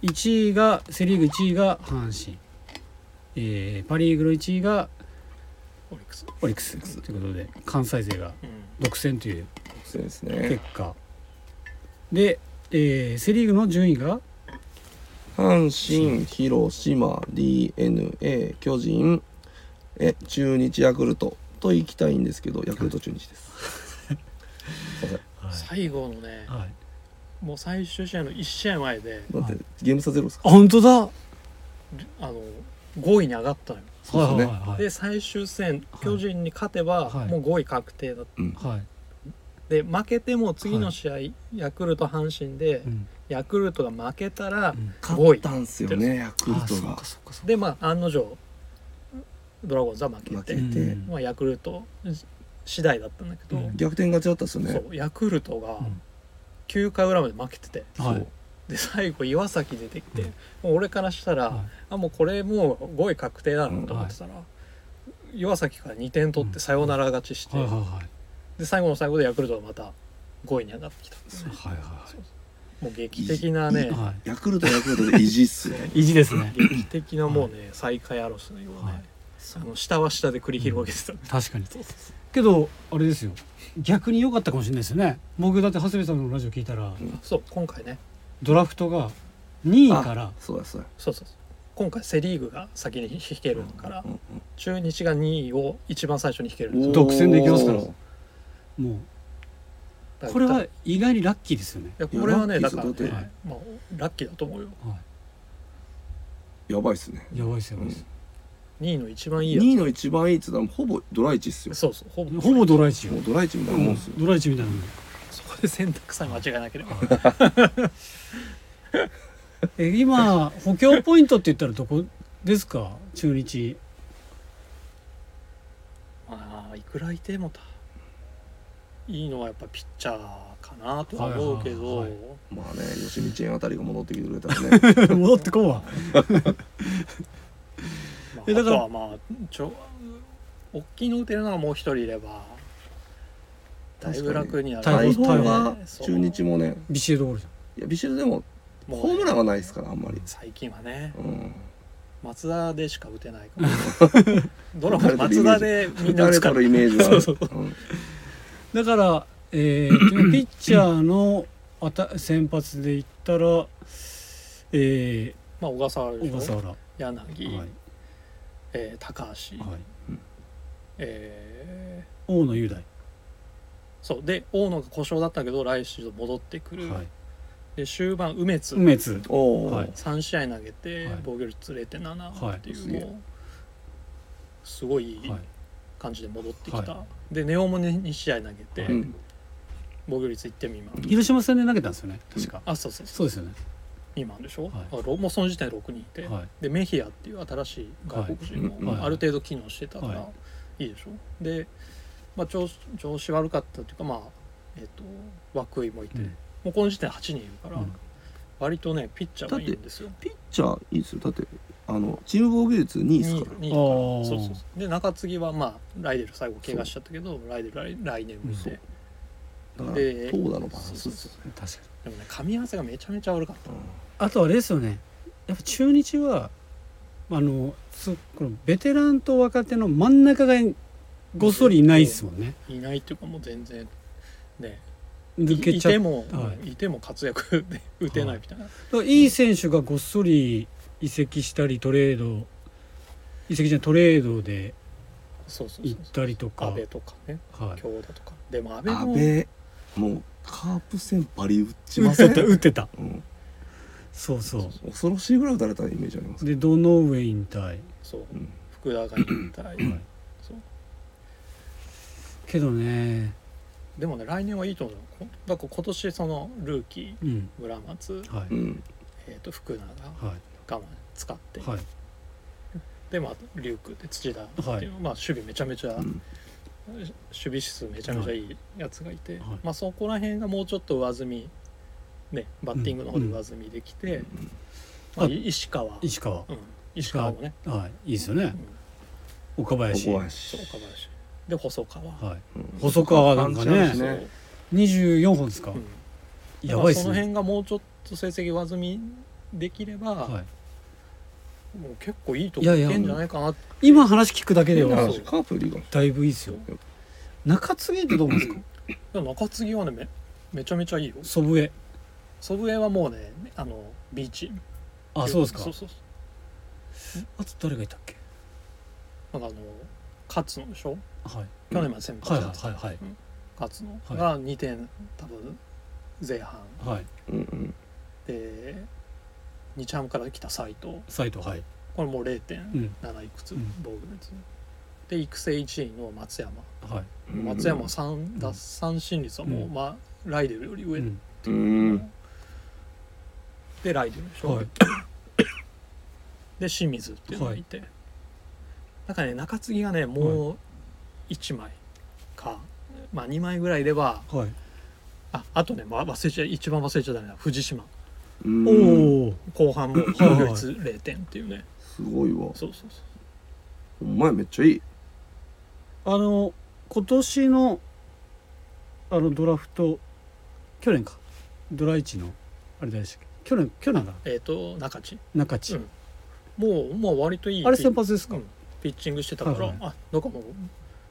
[SPEAKER 1] 1位がセ・リーグ1位が阪神、えーパ・リーグの1位が
[SPEAKER 3] オリックス、
[SPEAKER 1] オリックスということで関西勢が
[SPEAKER 3] うん
[SPEAKER 1] 独占という
[SPEAKER 2] そうですね
[SPEAKER 1] 結果で、えーセ・リーグの順位が
[SPEAKER 2] 阪神広島 d n a 巨人え中日ヤクルトと行きたいんですけどヤクルト中日です
[SPEAKER 1] はい、
[SPEAKER 3] 最後のね
[SPEAKER 1] はい、
[SPEAKER 3] もう最終試合の1試合前で
[SPEAKER 2] だってゲーム差ゼロですか
[SPEAKER 1] あ本当だは
[SPEAKER 3] あの5位に上がったのよ
[SPEAKER 1] いはい
[SPEAKER 2] そうで
[SPEAKER 1] は
[SPEAKER 2] すね
[SPEAKER 1] い
[SPEAKER 3] で最終戦
[SPEAKER 1] い
[SPEAKER 3] 巨人に勝てば
[SPEAKER 1] はい
[SPEAKER 3] もう5位確定だっ
[SPEAKER 1] はい、はい
[SPEAKER 3] て負けても次の試合ヤクルト阪神で
[SPEAKER 1] うん
[SPEAKER 3] ヤクルトが負けたら
[SPEAKER 1] うん
[SPEAKER 3] 5
[SPEAKER 2] 勝っ
[SPEAKER 3] 位
[SPEAKER 2] たんすよねヤクル
[SPEAKER 1] あ
[SPEAKER 2] ト
[SPEAKER 1] そう
[SPEAKER 2] が
[SPEAKER 1] かそうかそうか
[SPEAKER 3] でまあ案の定ドラゴンズは負け
[SPEAKER 2] 負け
[SPEAKER 3] て、
[SPEAKER 2] て、
[SPEAKER 1] うん
[SPEAKER 3] まあ、ヤクルト次第だったんだけど、
[SPEAKER 1] うん
[SPEAKER 2] 逆転勝ちだったっすよね
[SPEAKER 3] そうヤクルトが
[SPEAKER 1] うん
[SPEAKER 3] 9回裏まで負けてて、
[SPEAKER 1] はい
[SPEAKER 2] そう
[SPEAKER 3] で最後岩崎出てきて、
[SPEAKER 1] うん
[SPEAKER 3] もう俺からしたら、
[SPEAKER 1] はい
[SPEAKER 3] あもうこれもう5位確定だなと思ってたら、岩崎から2点取っ
[SPEAKER 1] うん
[SPEAKER 3] てサヨナラ勝ちして、
[SPEAKER 1] はいはいはい
[SPEAKER 3] で最後の最後でヤクルトがまた5位に上がってきた
[SPEAKER 1] はいは
[SPEAKER 3] もう劇的なね
[SPEAKER 1] は
[SPEAKER 2] ヤクルトはヤクルトで意地っすね
[SPEAKER 1] い。意地ですね。
[SPEAKER 3] 劇的なもうね最下位争いをね、
[SPEAKER 1] はい
[SPEAKER 3] あの下は下で繰り広げて た、
[SPEAKER 1] 確かに。けどあれですよ。逆に良かったかもしれないですよね。僕だって長谷部さんのラジオ聞いたら、
[SPEAKER 3] そう今回ね
[SPEAKER 1] ドラフトが2位から
[SPEAKER 2] そうやそうや
[SPEAKER 3] そうそうそう今回セ・リーグが先に引けるから、
[SPEAKER 2] うん
[SPEAKER 3] 中日が2位を一番最初に引けるん
[SPEAKER 2] う
[SPEAKER 3] です
[SPEAKER 2] ん
[SPEAKER 3] よ
[SPEAKER 1] 独占できますから
[SPEAKER 2] おー
[SPEAKER 1] もう
[SPEAKER 3] だから
[SPEAKER 1] これは意外にラッキーですよね。
[SPEAKER 3] いやこれはね
[SPEAKER 2] いや
[SPEAKER 3] だから
[SPEAKER 2] ラッキーです
[SPEAKER 1] だ
[SPEAKER 2] よ
[SPEAKER 1] っ
[SPEAKER 3] ね、まあ、ラッキーだと思うよ
[SPEAKER 1] は
[SPEAKER 2] やばいっすね
[SPEAKER 1] い。やばいですよ。
[SPEAKER 3] 2位の一番いいや
[SPEAKER 2] 2位の一番いいっつったらほぼドライチっすよ
[SPEAKER 3] つそうそうほぼ
[SPEAKER 1] ほぼドライチよ
[SPEAKER 2] もう。ドライチみたいなもんっすよ
[SPEAKER 1] ドライチみたいなもん。
[SPEAKER 3] そこで選択さえ間違えなければ
[SPEAKER 1] え今補強ポイントって言ったらどこですか？中日。
[SPEAKER 3] まあいくらいてもだいいのはやっぱピッチャーかなとは思うけど、
[SPEAKER 1] はいはい
[SPEAKER 2] まあね吉見チェーンあたりが戻ってきてくれたらね
[SPEAKER 1] 戻ってこんわ。
[SPEAKER 3] まあ、
[SPEAKER 1] えだ
[SPEAKER 3] あ
[SPEAKER 1] から
[SPEAKER 3] とはまあちょ大きいの打てるのはもう一人いればだいぶ楽になる
[SPEAKER 1] 確
[SPEAKER 2] 大
[SPEAKER 1] かに大
[SPEAKER 2] 砲
[SPEAKER 1] 砲
[SPEAKER 2] が
[SPEAKER 3] そう
[SPEAKER 2] 中日もね
[SPEAKER 1] ビシエドゴールじゃん。
[SPEAKER 2] いやビシエドでも
[SPEAKER 3] もう
[SPEAKER 2] ホームランがないですからあんまり
[SPEAKER 3] 最近はね
[SPEAKER 2] うん
[SPEAKER 3] 松田でしか打てない からドラゴン松田でみんな
[SPEAKER 2] 打
[SPEAKER 3] 打つ
[SPEAKER 2] た
[SPEAKER 3] か
[SPEAKER 2] れ
[SPEAKER 3] ら
[SPEAKER 2] るイメージがある
[SPEAKER 3] そうそ
[SPEAKER 2] うん
[SPEAKER 1] だから、えーピッチャーのあた先発で言ったら、え
[SPEAKER 3] まあ小笠原
[SPEAKER 1] ー、
[SPEAKER 3] で
[SPEAKER 1] 小笠
[SPEAKER 3] しょ
[SPEAKER 1] 原、は
[SPEAKER 3] 柳、
[SPEAKER 1] いはい
[SPEAKER 3] えー高橋、ええー
[SPEAKER 1] 大野雄大
[SPEAKER 3] そうで大野が故障だったけど来週戻ってくる、
[SPEAKER 1] はい、
[SPEAKER 3] で終盤梅津
[SPEAKER 1] 梅津
[SPEAKER 2] おお、
[SPEAKER 1] はい
[SPEAKER 3] 3試合投げて
[SPEAKER 1] はい
[SPEAKER 3] 防御率0.7っていう、
[SPEAKER 2] はい
[SPEAKER 3] もうすごい
[SPEAKER 1] はい
[SPEAKER 3] 感じで戻ってきた、
[SPEAKER 1] は
[SPEAKER 3] でネオも2試合投げて、
[SPEAKER 2] うん、
[SPEAKER 3] 防御率1点未満
[SPEAKER 1] 広島戦で投げたんですよね確か、
[SPEAKER 3] あそうそうそ
[SPEAKER 1] そううですよね
[SPEAKER 3] 未満でしょ、
[SPEAKER 1] はい
[SPEAKER 3] あろもうその時点で6人いて、
[SPEAKER 1] はい
[SPEAKER 3] でメヒアっていう新しい外国人も、
[SPEAKER 1] はい
[SPEAKER 3] ある程度機能してたから、、
[SPEAKER 1] はい
[SPEAKER 3] いでしょで、まあ、調子調子悪かったというかまあえっ、と涌井もいて、
[SPEAKER 1] うん
[SPEAKER 3] もうこの時点で8人いるから、
[SPEAKER 1] うん
[SPEAKER 3] 割とねピッチャーがいいんですよ。
[SPEAKER 2] ピッチャーいいですよだってあのチーム防御率2位です
[SPEAKER 3] 2
[SPEAKER 2] か
[SPEAKER 3] 位
[SPEAKER 2] ら
[SPEAKER 3] 2位
[SPEAKER 1] あー
[SPEAKER 3] そうそうそうで中継ぎはまあライデル最後怪我しちゃったけどライデル来来年もいて
[SPEAKER 2] そうだから
[SPEAKER 3] で
[SPEAKER 2] 投打のバランスですよね
[SPEAKER 1] 確かに
[SPEAKER 3] でもね噛み合わせがめちゃめちゃ悪かった
[SPEAKER 1] あとあれですよねやっぱ中日はあのそこのベテランと若手の真ん中がごっそりいないですもんね
[SPEAKER 3] いないっていうかもう全然ね
[SPEAKER 1] 抜け
[SPEAKER 3] い
[SPEAKER 1] ちゃっ
[SPEAKER 3] ても、
[SPEAKER 1] はい
[SPEAKER 3] い、ても活躍 で打てないみたいな、
[SPEAKER 1] だからいい選手がごっそり移籍したりトレード移籍じゃないトレードで
[SPEAKER 3] そうそうそう
[SPEAKER 1] 行ったりとか
[SPEAKER 3] 安倍とかね
[SPEAKER 1] はい
[SPEAKER 3] 京田とかでも安倍
[SPEAKER 2] 阿
[SPEAKER 3] も
[SPEAKER 2] 部もうカープ戦バリ打ち
[SPEAKER 1] 打
[SPEAKER 2] ま
[SPEAKER 1] っ
[SPEAKER 2] せ
[SPEAKER 1] てた
[SPEAKER 2] ん
[SPEAKER 1] 打ってた
[SPEAKER 2] うん、
[SPEAKER 1] そうそ
[SPEAKER 2] 恐ろしいぐらい打たれたイメージあります
[SPEAKER 1] うで堂上引退、
[SPEAKER 3] そう
[SPEAKER 2] うん
[SPEAKER 3] 福田が引 退、
[SPEAKER 1] はい
[SPEAKER 3] そう
[SPEAKER 1] けどね
[SPEAKER 3] でもね来年はいいと思うこだから今年そのルーキー
[SPEAKER 1] うん
[SPEAKER 3] 村松、
[SPEAKER 1] は
[SPEAKER 2] う
[SPEAKER 1] い
[SPEAKER 2] ん
[SPEAKER 3] えー、と福永
[SPEAKER 1] は
[SPEAKER 3] 我慢使って、
[SPEAKER 1] いはい
[SPEAKER 3] でまあリュウクで土田っていう、
[SPEAKER 1] はい
[SPEAKER 3] まあ守備めちゃめちゃ、
[SPEAKER 2] うん
[SPEAKER 3] 守備指数めちゃめちゃいいやつがい
[SPEAKER 1] は
[SPEAKER 3] て、
[SPEAKER 1] い
[SPEAKER 3] まあそこら辺がもうちょっと上積みねバッティングの方で上積みできて、まあ、
[SPEAKER 1] あ
[SPEAKER 3] い石川、うん、
[SPEAKER 1] 石川
[SPEAKER 3] 石川もね、
[SPEAKER 1] はいいいですよ
[SPEAKER 3] う
[SPEAKER 1] ね
[SPEAKER 3] ん、
[SPEAKER 1] 岡林
[SPEAKER 2] ここは
[SPEAKER 3] そう岡林で細川、
[SPEAKER 1] はい
[SPEAKER 2] うん
[SPEAKER 1] 細川なんかね
[SPEAKER 2] パンチあるし
[SPEAKER 3] そう、
[SPEAKER 2] ね
[SPEAKER 1] 24本ですか、
[SPEAKER 3] うん
[SPEAKER 1] やばいっ
[SPEAKER 3] だからそ
[SPEAKER 1] す
[SPEAKER 3] の
[SPEAKER 1] ね
[SPEAKER 3] 辺がもうちょっと成績上積みできれば、
[SPEAKER 1] は
[SPEAKER 3] もう結構いいとこいけんじゃないかなって
[SPEAKER 1] い、今話聞くだけで
[SPEAKER 2] 変な
[SPEAKER 1] は
[SPEAKER 2] 話カープよりいいかも
[SPEAKER 1] だいぶいいですよ中継ぎってどうなんですか
[SPEAKER 3] でも中継ぎはねめめちゃめちゃいいよ
[SPEAKER 1] 祖父江
[SPEAKER 3] 祖父江はもうねあの B チーム
[SPEAKER 1] あそうですか
[SPEAKER 3] そうそうそ
[SPEAKER 1] あと誰がいたっけ
[SPEAKER 3] うなんかあの勝野でしょ
[SPEAKER 1] はい
[SPEAKER 3] 去年まで先発
[SPEAKER 1] はい
[SPEAKER 3] じゃないですか
[SPEAKER 1] はいはい
[SPEAKER 3] 勝野
[SPEAKER 1] は
[SPEAKER 3] が2点多分前半
[SPEAKER 1] はいはい
[SPEAKER 2] うんうん
[SPEAKER 3] で日ハムから来た斎藤
[SPEAKER 1] 斎藤はい
[SPEAKER 3] これもう
[SPEAKER 1] うん
[SPEAKER 3] 0.7いくつ、
[SPEAKER 1] うん
[SPEAKER 3] 防御率で育成1位の松山
[SPEAKER 1] はい
[SPEAKER 2] うん
[SPEAKER 3] 松山三奪三振率はもう、
[SPEAKER 1] うん
[SPEAKER 3] まあ、ライデルより上、
[SPEAKER 1] うん
[SPEAKER 2] うん
[SPEAKER 3] でライデルでしょ、
[SPEAKER 1] はい
[SPEAKER 3] で清水っていうのがいて、だからね中継ぎがねもう1枚か、まあ2枚ぐらいでは
[SPEAKER 1] はい
[SPEAKER 3] ああとね、ま、忘れちゃ一番忘れちゃダメな藤島
[SPEAKER 2] うん
[SPEAKER 1] おお
[SPEAKER 3] 後半も防御率0点っていうね
[SPEAKER 2] すごいわ
[SPEAKER 3] そうそうそ
[SPEAKER 2] お
[SPEAKER 3] う
[SPEAKER 2] 前めっちゃいい
[SPEAKER 1] あの今年のあのドラフト去年かドラ1のあれ誰でしたっけ去年去年だ
[SPEAKER 3] えっ、と中地
[SPEAKER 1] 中地、
[SPEAKER 3] うんもうまあ割といい
[SPEAKER 1] あれ先発ですか、
[SPEAKER 3] うんピッチングしてたから、
[SPEAKER 1] はいはい
[SPEAKER 3] あなんかもう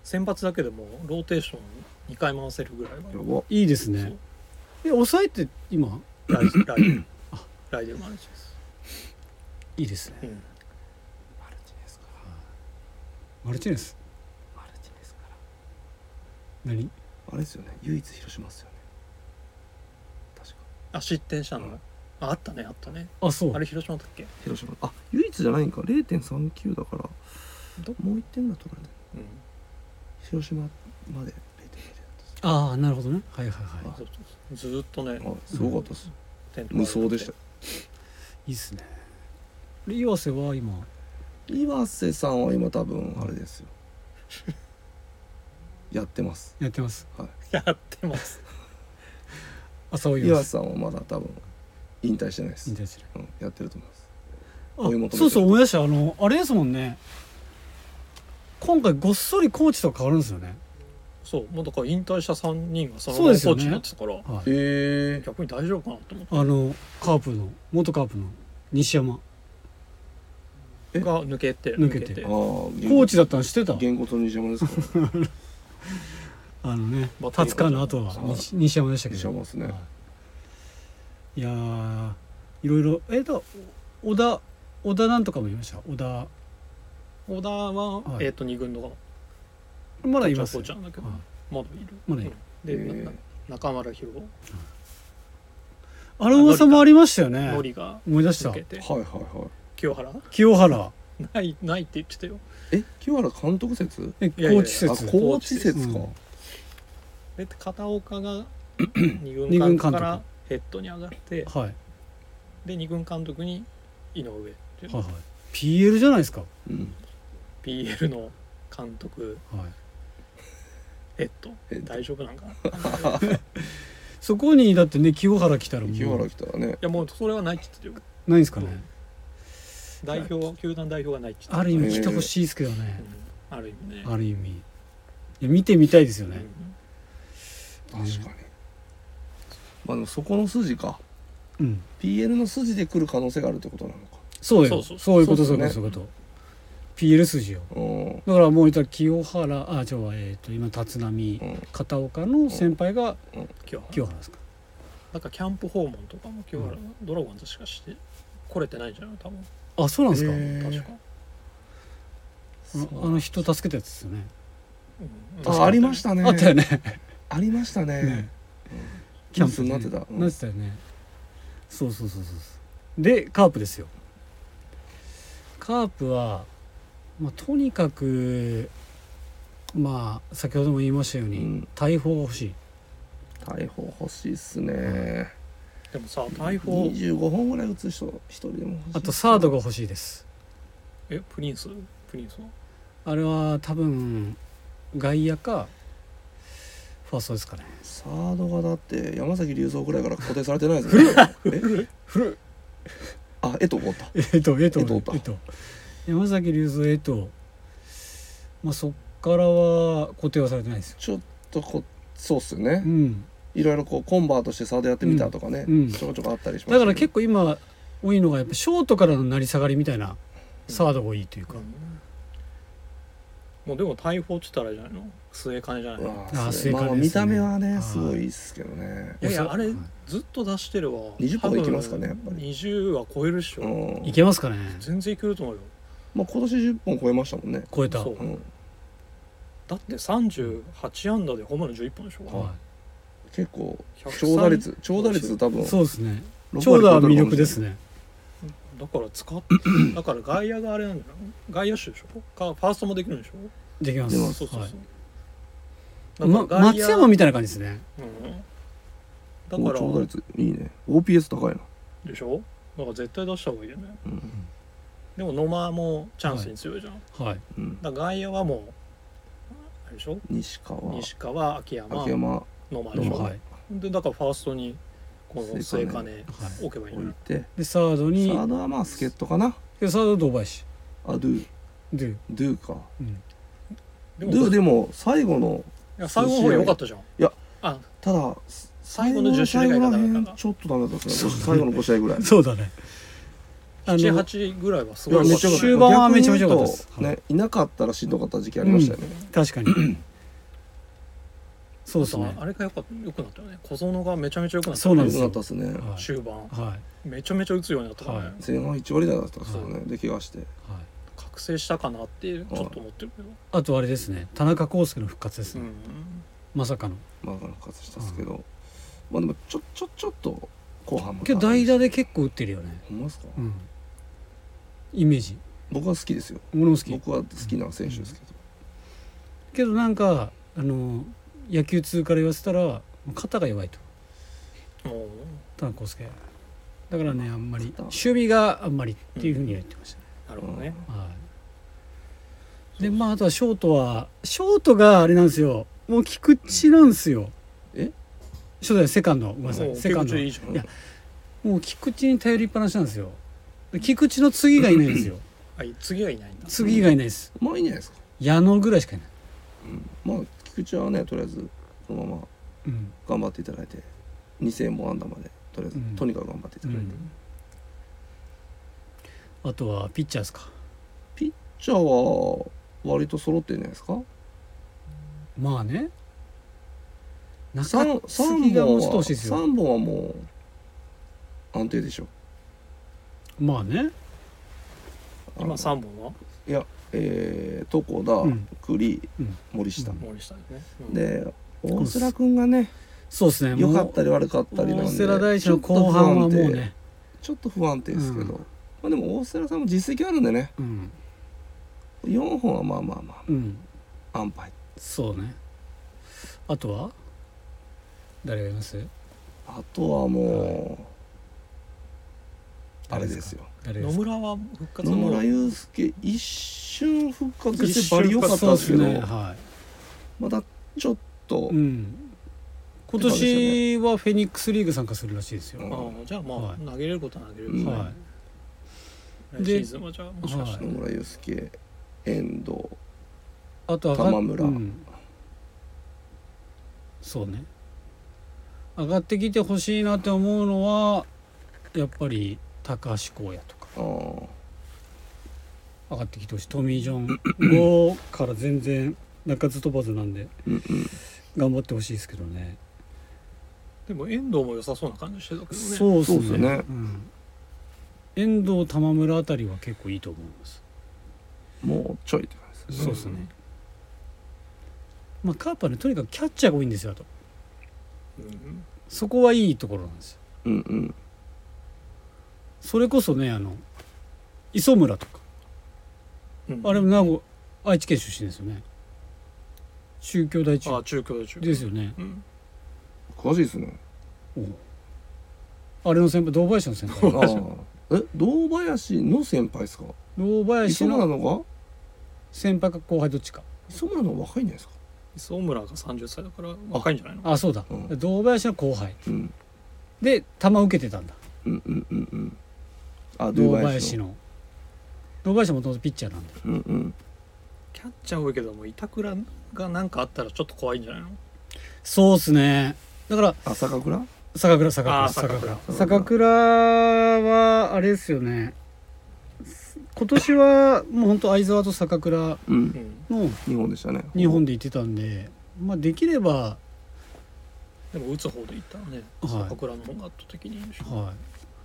[SPEAKER 3] 先発だけでもローテーション2回回せるぐらいは
[SPEAKER 2] やば
[SPEAKER 1] いいですねえ抑えて今
[SPEAKER 3] ライライデルライデルマルチです、
[SPEAKER 1] いいですね
[SPEAKER 3] うん、
[SPEAKER 1] マルチネス何
[SPEAKER 2] あれですよね唯一広島っすよね確か
[SPEAKER 3] あ失点したの、
[SPEAKER 2] うん
[SPEAKER 3] ああったねあったね
[SPEAKER 1] あそう
[SPEAKER 3] あれ広島だっけ、
[SPEAKER 2] 広島あ唯一じゃないんか0.39だから
[SPEAKER 3] ど
[SPEAKER 2] もう1点だったからね
[SPEAKER 3] うん、
[SPEAKER 2] 広島まで0.0だっ
[SPEAKER 1] ああなるほどねはいはいはい
[SPEAKER 3] そうそうそうずーっとね
[SPEAKER 2] たっすあすごかったっす
[SPEAKER 3] 点取ら
[SPEAKER 2] 無
[SPEAKER 3] れて
[SPEAKER 2] 双でしたよ
[SPEAKER 1] いいっすねで岩瀬は今
[SPEAKER 2] 岩瀬さんは今多分あれですよ やってます
[SPEAKER 1] やってます
[SPEAKER 2] はい
[SPEAKER 3] やってます
[SPEAKER 1] 浅尾
[SPEAKER 2] 岩
[SPEAKER 1] 岩
[SPEAKER 2] 瀬
[SPEAKER 1] 瀬
[SPEAKER 2] さんはまだ多分引退してないです
[SPEAKER 1] 引、退してる
[SPEAKER 2] うん、やってると思います追い求め
[SPEAKER 1] あ
[SPEAKER 2] て
[SPEAKER 1] そうそう思い出したあのあれですもんね今回ごっそりコーチと変わるんですよね
[SPEAKER 3] そうもうだから引退した3人がその
[SPEAKER 1] そうです
[SPEAKER 3] コ
[SPEAKER 1] よ
[SPEAKER 3] ー
[SPEAKER 1] ね
[SPEAKER 3] チになってたから、
[SPEAKER 1] はい
[SPEAKER 2] え
[SPEAKER 3] 逆に大丈夫かなと思って
[SPEAKER 1] あのカープの元カープの西山
[SPEAKER 2] え
[SPEAKER 3] が抜けて
[SPEAKER 1] 抜けて
[SPEAKER 2] えああ
[SPEAKER 1] コ
[SPEAKER 2] コ
[SPEAKER 1] ーチだったの知ってた
[SPEAKER 2] 言語と西山ですか、ね、
[SPEAKER 1] あのね
[SPEAKER 3] バッテリー
[SPEAKER 1] 達川の後は
[SPEAKER 2] そう
[SPEAKER 1] 西西山で したけど
[SPEAKER 2] 西山っすね
[SPEAKER 1] はいいやーいろいろえっと小田小田なんとかもいました小田
[SPEAKER 3] 小田は、
[SPEAKER 1] はい
[SPEAKER 3] えっ、と2軍の
[SPEAKER 1] まだい
[SPEAKER 3] コ
[SPEAKER 1] ま
[SPEAKER 3] ー
[SPEAKER 1] す
[SPEAKER 3] チなんだけど、
[SPEAKER 1] はい
[SPEAKER 3] まだいる
[SPEAKER 1] まだいる
[SPEAKER 3] うで、
[SPEAKER 2] へー
[SPEAKER 3] な中村博
[SPEAKER 1] あの噂もありましたよね
[SPEAKER 3] のりが
[SPEAKER 1] 思い出した
[SPEAKER 3] 抜けて
[SPEAKER 2] はいはいはい
[SPEAKER 3] 清原
[SPEAKER 1] 清原
[SPEAKER 3] ないないって言ってたよ
[SPEAKER 2] え清原監督説
[SPEAKER 1] え
[SPEAKER 3] いやいや
[SPEAKER 1] 高知
[SPEAKER 2] あ
[SPEAKER 1] 説
[SPEAKER 2] 高知説か、
[SPEAKER 1] うん
[SPEAKER 3] で片岡 が
[SPEAKER 1] 二
[SPEAKER 3] 二
[SPEAKER 1] 軍監
[SPEAKER 3] 軍監
[SPEAKER 1] 督
[SPEAKER 3] 督からヘッドに上がって
[SPEAKER 1] はい
[SPEAKER 3] で二軍監督に井上っていう
[SPEAKER 1] はいはい PL じゃないですか、
[SPEAKER 2] うん、
[SPEAKER 3] PL の監督
[SPEAKER 1] はい、
[SPEAKER 3] ヘッド
[SPEAKER 2] ヘッド
[SPEAKER 3] 大丈夫なんかない
[SPEAKER 1] そこにだってね清原来たらも
[SPEAKER 2] 清原
[SPEAKER 1] う
[SPEAKER 2] 来たらね
[SPEAKER 3] やもうそれはないって言ってたよ
[SPEAKER 1] ないんですかね
[SPEAKER 3] 代表球団代表がないって言ってた
[SPEAKER 1] ある意味来てほしいですけどね、
[SPEAKER 3] うんある意味ね
[SPEAKER 1] ある意味いや見てみたいですよ
[SPEAKER 3] う
[SPEAKER 1] ね、
[SPEAKER 3] ん
[SPEAKER 2] 確かに、まあでもそこの筋か
[SPEAKER 1] うん、
[SPEAKER 2] PL の筋で来る可能性があるってことなのか
[SPEAKER 1] そう
[SPEAKER 3] そ
[SPEAKER 1] よ
[SPEAKER 3] うそう
[SPEAKER 1] そういうことそ
[SPEAKER 2] そうう
[SPEAKER 1] いう
[SPEAKER 2] で
[SPEAKER 1] こと
[SPEAKER 2] す
[SPEAKER 1] そ
[SPEAKER 2] よ
[SPEAKER 1] ういうこと PL 筋よ
[SPEAKER 2] うん
[SPEAKER 1] だからもう言ったら清原あじゃあ、えー、と今立浪、
[SPEAKER 2] うん
[SPEAKER 1] 片岡の先輩が
[SPEAKER 3] 清原
[SPEAKER 1] 清原ですか
[SPEAKER 3] なんかキャンプ訪問とかも清原、ドラゴンズしかして来れてないんじゃない多分
[SPEAKER 1] あそうなんですか、
[SPEAKER 2] へー
[SPEAKER 3] 確か、
[SPEAKER 1] ああの人助けたやつですよね
[SPEAKER 3] うん
[SPEAKER 2] あありましたね
[SPEAKER 1] あったよね
[SPEAKER 2] ありましたね
[SPEAKER 1] ね
[SPEAKER 2] キャンプになって
[SPEAKER 1] ニュー
[SPEAKER 2] た、
[SPEAKER 1] ス
[SPEAKER 2] う
[SPEAKER 1] になってたよねそうそうそうそうそうでカープですよカープは、まあ、とにかくまあ先ほども言いましたように、
[SPEAKER 2] うん
[SPEAKER 1] 大砲が欲しい
[SPEAKER 2] 逮捕欲しいっすね
[SPEAKER 3] でもさ大砲
[SPEAKER 2] 25本ぐらい打つ人一人でも欲しい
[SPEAKER 1] あとサードが欲しいです
[SPEAKER 3] えプリンスプリンスの
[SPEAKER 1] あれは多分外野かファーストですかね
[SPEAKER 2] サードがだって山崎隆三ぐらいから固定されてないですねえ
[SPEAKER 1] 古い
[SPEAKER 2] あえと思った
[SPEAKER 1] えっとえっと
[SPEAKER 2] 江藤か
[SPEAKER 1] えっと山崎隆三えっとまあそっからは固定はされてないですよ
[SPEAKER 2] ちょっとこそうっすよ
[SPEAKER 1] う
[SPEAKER 2] ね
[SPEAKER 1] ん
[SPEAKER 2] いろいろこうコンバートしてサードやってみたとかね、
[SPEAKER 1] うんうん
[SPEAKER 2] ちょこちょこあったりしま
[SPEAKER 1] だ
[SPEAKER 2] す
[SPEAKER 1] から結構今多いのがやっぱショートからの成り下がりみたいなサードが多いというか、
[SPEAKER 3] もうでも大砲っつったらあれじゃないの末金じゃないの
[SPEAKER 2] あ
[SPEAKER 1] あー
[SPEAKER 2] そ
[SPEAKER 1] 正解
[SPEAKER 2] れまあまあ
[SPEAKER 1] で
[SPEAKER 2] 見
[SPEAKER 1] すね
[SPEAKER 2] た目は
[SPEAKER 1] は
[SPEAKER 2] ね
[SPEAKER 1] い
[SPEAKER 2] すごいいいっすけどね
[SPEAKER 3] いやいやあれ
[SPEAKER 1] はい
[SPEAKER 3] ずっと出してれば
[SPEAKER 2] 20本いきますかねやっぱり
[SPEAKER 3] 20は超えるっしょ、
[SPEAKER 2] うん
[SPEAKER 1] いけますかね
[SPEAKER 3] 全然いけると思うよ
[SPEAKER 2] まあ今年10本超えましたもんね
[SPEAKER 1] 超えた、
[SPEAKER 3] そ
[SPEAKER 1] は
[SPEAKER 3] う
[SPEAKER 2] うん
[SPEAKER 3] だって38安打でホームラン11本でしょ、
[SPEAKER 2] 結構
[SPEAKER 3] 103
[SPEAKER 2] 長打率長打率多分
[SPEAKER 1] い、そうですね
[SPEAKER 2] 六割
[SPEAKER 1] 長打は魅力ですね
[SPEAKER 3] だから使っ だから外野があれなんだよ外野手でしょかファーストもできるんでしょ
[SPEAKER 1] できま
[SPEAKER 2] でも
[SPEAKER 1] す
[SPEAKER 3] そうそう
[SPEAKER 1] は
[SPEAKER 3] そう、
[SPEAKER 1] い、ま
[SPEAKER 3] だから外
[SPEAKER 1] 松
[SPEAKER 3] 野
[SPEAKER 1] 山みたいな感じですね
[SPEAKER 3] うん、だ
[SPEAKER 2] お
[SPEAKER 3] から
[SPEAKER 2] 長打率いいね OPS 高いな、
[SPEAKER 3] でしょだから絶対出した方がいいよね
[SPEAKER 2] うん
[SPEAKER 3] でも野間もチャンスに強いじゃん、
[SPEAKER 1] はい
[SPEAKER 2] うん、
[SPEAKER 3] だから外野はもうあれでしょ
[SPEAKER 2] 西川
[SPEAKER 3] 西川秋山
[SPEAKER 2] 秋山
[SPEAKER 3] 野間で
[SPEAKER 1] はい
[SPEAKER 3] し
[SPEAKER 2] 野
[SPEAKER 3] ょ、
[SPEAKER 2] 間
[SPEAKER 1] はい
[SPEAKER 3] でだからファーストにこの
[SPEAKER 2] 末
[SPEAKER 3] 末
[SPEAKER 2] 金
[SPEAKER 3] 金置けばい
[SPEAKER 2] 置
[SPEAKER 3] いの
[SPEAKER 2] い
[SPEAKER 3] よ
[SPEAKER 2] て
[SPEAKER 1] でサード
[SPEAKER 2] サ
[SPEAKER 1] に
[SPEAKER 2] ードはまあ助っ人かな
[SPEAKER 1] でサード堂林
[SPEAKER 2] あドゥ
[SPEAKER 1] で、
[SPEAKER 2] ドゥか
[SPEAKER 1] うん、
[SPEAKER 3] で
[SPEAKER 2] ド
[SPEAKER 3] も
[SPEAKER 2] ゥでも最後の
[SPEAKER 3] いや最後の方良かったじゃんい
[SPEAKER 2] や
[SPEAKER 3] あ
[SPEAKER 2] ただ
[SPEAKER 3] 最後の10試合
[SPEAKER 2] 最後
[SPEAKER 3] が
[SPEAKER 2] ら
[SPEAKER 3] ダメだ
[SPEAKER 2] 辺
[SPEAKER 3] った
[SPEAKER 2] ちょっとダメだったですね最後の5試合ぐらい
[SPEAKER 1] そうだねあの
[SPEAKER 3] 78ぐらいはす
[SPEAKER 2] いや
[SPEAKER 3] ごい
[SPEAKER 2] めっちゃ良かった
[SPEAKER 1] 終盤はめっちゃ良かったです
[SPEAKER 2] 逆に言うとねいなかったらしんどかった時期ありましたよね
[SPEAKER 1] 確か にそうです
[SPEAKER 3] あ
[SPEAKER 1] ね
[SPEAKER 3] とあれがよかった良くなったよね小園がめちゃめちゃ良くなった
[SPEAKER 1] そうなん
[SPEAKER 2] 良
[SPEAKER 1] です
[SPEAKER 2] く
[SPEAKER 1] よ
[SPEAKER 2] なったですね
[SPEAKER 1] はい
[SPEAKER 3] 終盤
[SPEAKER 1] はいはい
[SPEAKER 3] めちゃめちゃ打つようになったからね、
[SPEAKER 1] はい
[SPEAKER 2] 前半1割台だったからねで怪我して
[SPEAKER 3] 覚醒したかなってちょっと思ってるけど、
[SPEAKER 1] あとあれですね田中康介の復活です
[SPEAKER 3] う
[SPEAKER 1] ね、
[SPEAKER 3] ん、
[SPEAKER 1] まさかの
[SPEAKER 2] まあ復活したんですけどまあでもちょちょちょっと後半も
[SPEAKER 1] けど代打で結構打ってるよね、
[SPEAKER 2] ほんまですか
[SPEAKER 1] うん、イメージ
[SPEAKER 2] 僕は好きですよ
[SPEAKER 1] 俺も好き
[SPEAKER 2] 僕は好きな選手ですけど
[SPEAKER 1] けどなんかあの野球通から言わせたら肩が弱いと
[SPEAKER 3] もう
[SPEAKER 1] 田中康介だからねあんまり
[SPEAKER 2] 肩
[SPEAKER 1] 守備があんまりっていうふうには言ってましたね、
[SPEAKER 3] なるほどね、
[SPEAKER 1] はい、でまああとはショートはショートがあれなんですよもう菊池なんですよ、
[SPEAKER 2] え
[SPEAKER 1] ショートじゃないセカンドごめんなさ
[SPEAKER 3] もう
[SPEAKER 1] いセカンド
[SPEAKER 3] 菊池いいじゃん
[SPEAKER 1] いやもう菊池に頼りっぱなしなんですよで菊池の次がいないんですよ
[SPEAKER 3] あ次はいないんだ
[SPEAKER 1] 次がいないです
[SPEAKER 2] まあいいんじゃないですか
[SPEAKER 1] 矢野ぐらいしかいない、
[SPEAKER 2] まあ菊池はねとりあえずこのまま
[SPEAKER 1] うん、
[SPEAKER 2] 頑張っていただいて2000本安打までとりあえず、
[SPEAKER 1] うん
[SPEAKER 2] とにかく頑張っていただい
[SPEAKER 1] う
[SPEAKER 2] て、
[SPEAKER 1] んあとはピッチャーですか
[SPEAKER 2] ピッチャーは割と揃ってるんじゃないですか
[SPEAKER 1] まあね中杉
[SPEAKER 2] 三三
[SPEAKER 1] がもう
[SPEAKER 2] 本
[SPEAKER 1] ちょっと
[SPEAKER 2] は
[SPEAKER 1] 欲しいですよ
[SPEAKER 2] 三本はもう安定でしょ
[SPEAKER 1] まあね
[SPEAKER 2] あの
[SPEAKER 3] 今3本はい
[SPEAKER 2] やえー、床田、
[SPEAKER 1] うん
[SPEAKER 2] 栗、
[SPEAKER 1] うん
[SPEAKER 2] 森下、
[SPEAKER 1] うん
[SPEAKER 3] 森下ね、うん、
[SPEAKER 2] で大瀬良君がね
[SPEAKER 1] そうですね
[SPEAKER 2] 良か
[SPEAKER 1] も
[SPEAKER 2] ったり悪かったりなん
[SPEAKER 1] う
[SPEAKER 2] で
[SPEAKER 1] 大瀬良大地の後半はもうね、
[SPEAKER 2] ちょっと不安定ですけど、
[SPEAKER 1] うん
[SPEAKER 2] まあ、でも大瀬良さんも実績あるんでね
[SPEAKER 1] うん
[SPEAKER 2] 4本はまあまあま
[SPEAKER 1] うん、
[SPEAKER 2] あ安牌
[SPEAKER 1] そうねあとは誰がいます
[SPEAKER 2] あとはもう、あれですよ
[SPEAKER 1] 誰で
[SPEAKER 3] 野
[SPEAKER 1] すか
[SPEAKER 3] 村は復活
[SPEAKER 2] 野
[SPEAKER 3] の
[SPEAKER 2] 村祐介一瞬復活してバリ良かったんですけ
[SPEAKER 1] 一
[SPEAKER 2] ど
[SPEAKER 1] 瞬そうっすねはい
[SPEAKER 2] またちょっと、
[SPEAKER 1] うん、今年はフェニックスリーグ参加するらしいですよ。
[SPEAKER 2] うん
[SPEAKER 1] は
[SPEAKER 3] ああじゃあまあ、
[SPEAKER 1] はい
[SPEAKER 3] 投げれることは投げれる、
[SPEAKER 2] う
[SPEAKER 1] い、
[SPEAKER 2] ん
[SPEAKER 3] 来シーズンはじゃあもしかしたら、
[SPEAKER 2] 野村祐介遠藤
[SPEAKER 1] あと上
[SPEAKER 2] 玉村
[SPEAKER 1] うんそうね上がってきてほしいなって思うのはやっぱり高橋光也とか
[SPEAKER 2] あー
[SPEAKER 1] 上がってきてほしいトミー・ジョン5から全然中津飛ばずなんで
[SPEAKER 2] うんうん
[SPEAKER 1] 頑張ってほしいですけどね。
[SPEAKER 3] でも遠藤も良さそうな感じしてたけどね
[SPEAKER 1] そうっす
[SPEAKER 2] そうっす
[SPEAKER 1] ね
[SPEAKER 2] よね
[SPEAKER 1] うん遠藤玉村あたりは結構いいと思います。
[SPEAKER 2] もうちょいって感じです
[SPEAKER 1] そうですね。まあカーパーねとにかくキャッチャーが多いんですよあと
[SPEAKER 3] うん
[SPEAKER 1] そこはいいところなんですよ
[SPEAKER 2] うんうん
[SPEAKER 1] それこそねあの磯村とか
[SPEAKER 3] うん
[SPEAKER 1] あれも名護愛知県出身ですよね宗教大
[SPEAKER 3] あ
[SPEAKER 1] 中
[SPEAKER 3] あ中京だ中京
[SPEAKER 1] ですよね
[SPEAKER 3] うん
[SPEAKER 2] 詳しいですね
[SPEAKER 1] あれの先輩堂林の先
[SPEAKER 2] あ
[SPEAKER 1] 輩
[SPEAKER 2] ーえ堂林の先輩ですか
[SPEAKER 1] 堂林
[SPEAKER 2] 磯村
[SPEAKER 1] の
[SPEAKER 2] の方が
[SPEAKER 1] 先輩か後輩どっちか
[SPEAKER 2] 磯村の方が若いんじゃないですか
[SPEAKER 3] 磯村が30歳だから若いんじゃないの
[SPEAKER 1] あそうだ、
[SPEAKER 2] うん
[SPEAKER 1] 堂林の後輩
[SPEAKER 2] うん
[SPEAKER 1] で球受けてたんだ
[SPEAKER 2] うんうんうんうんあ
[SPEAKER 1] 堂
[SPEAKER 2] 堂
[SPEAKER 1] 林
[SPEAKER 2] 林の
[SPEAKER 1] の堂林はもともとピッチャーなんで
[SPEAKER 2] うんうん
[SPEAKER 3] キャッチャー多いけども板倉が何かあったらちょっと怖いんじゃないの
[SPEAKER 1] そうっすねだから
[SPEAKER 2] 朝霞倉
[SPEAKER 1] 坂倉坂
[SPEAKER 3] あ
[SPEAKER 1] 倉坂
[SPEAKER 3] ー坂
[SPEAKER 1] 倉
[SPEAKER 3] 倉
[SPEAKER 1] 坂倉はあれですよね今年はもう本当相沢と坂倉
[SPEAKER 2] う
[SPEAKER 3] うんん
[SPEAKER 1] の
[SPEAKER 2] 日本でしたね
[SPEAKER 1] 2本で行ってたんで、まあ、できれば、
[SPEAKER 3] でも打つ方でいったらね
[SPEAKER 1] は
[SPEAKER 3] 僕らの方が圧倒的にいいでし
[SPEAKER 1] い
[SPEAKER 3] ょ
[SPEAKER 1] は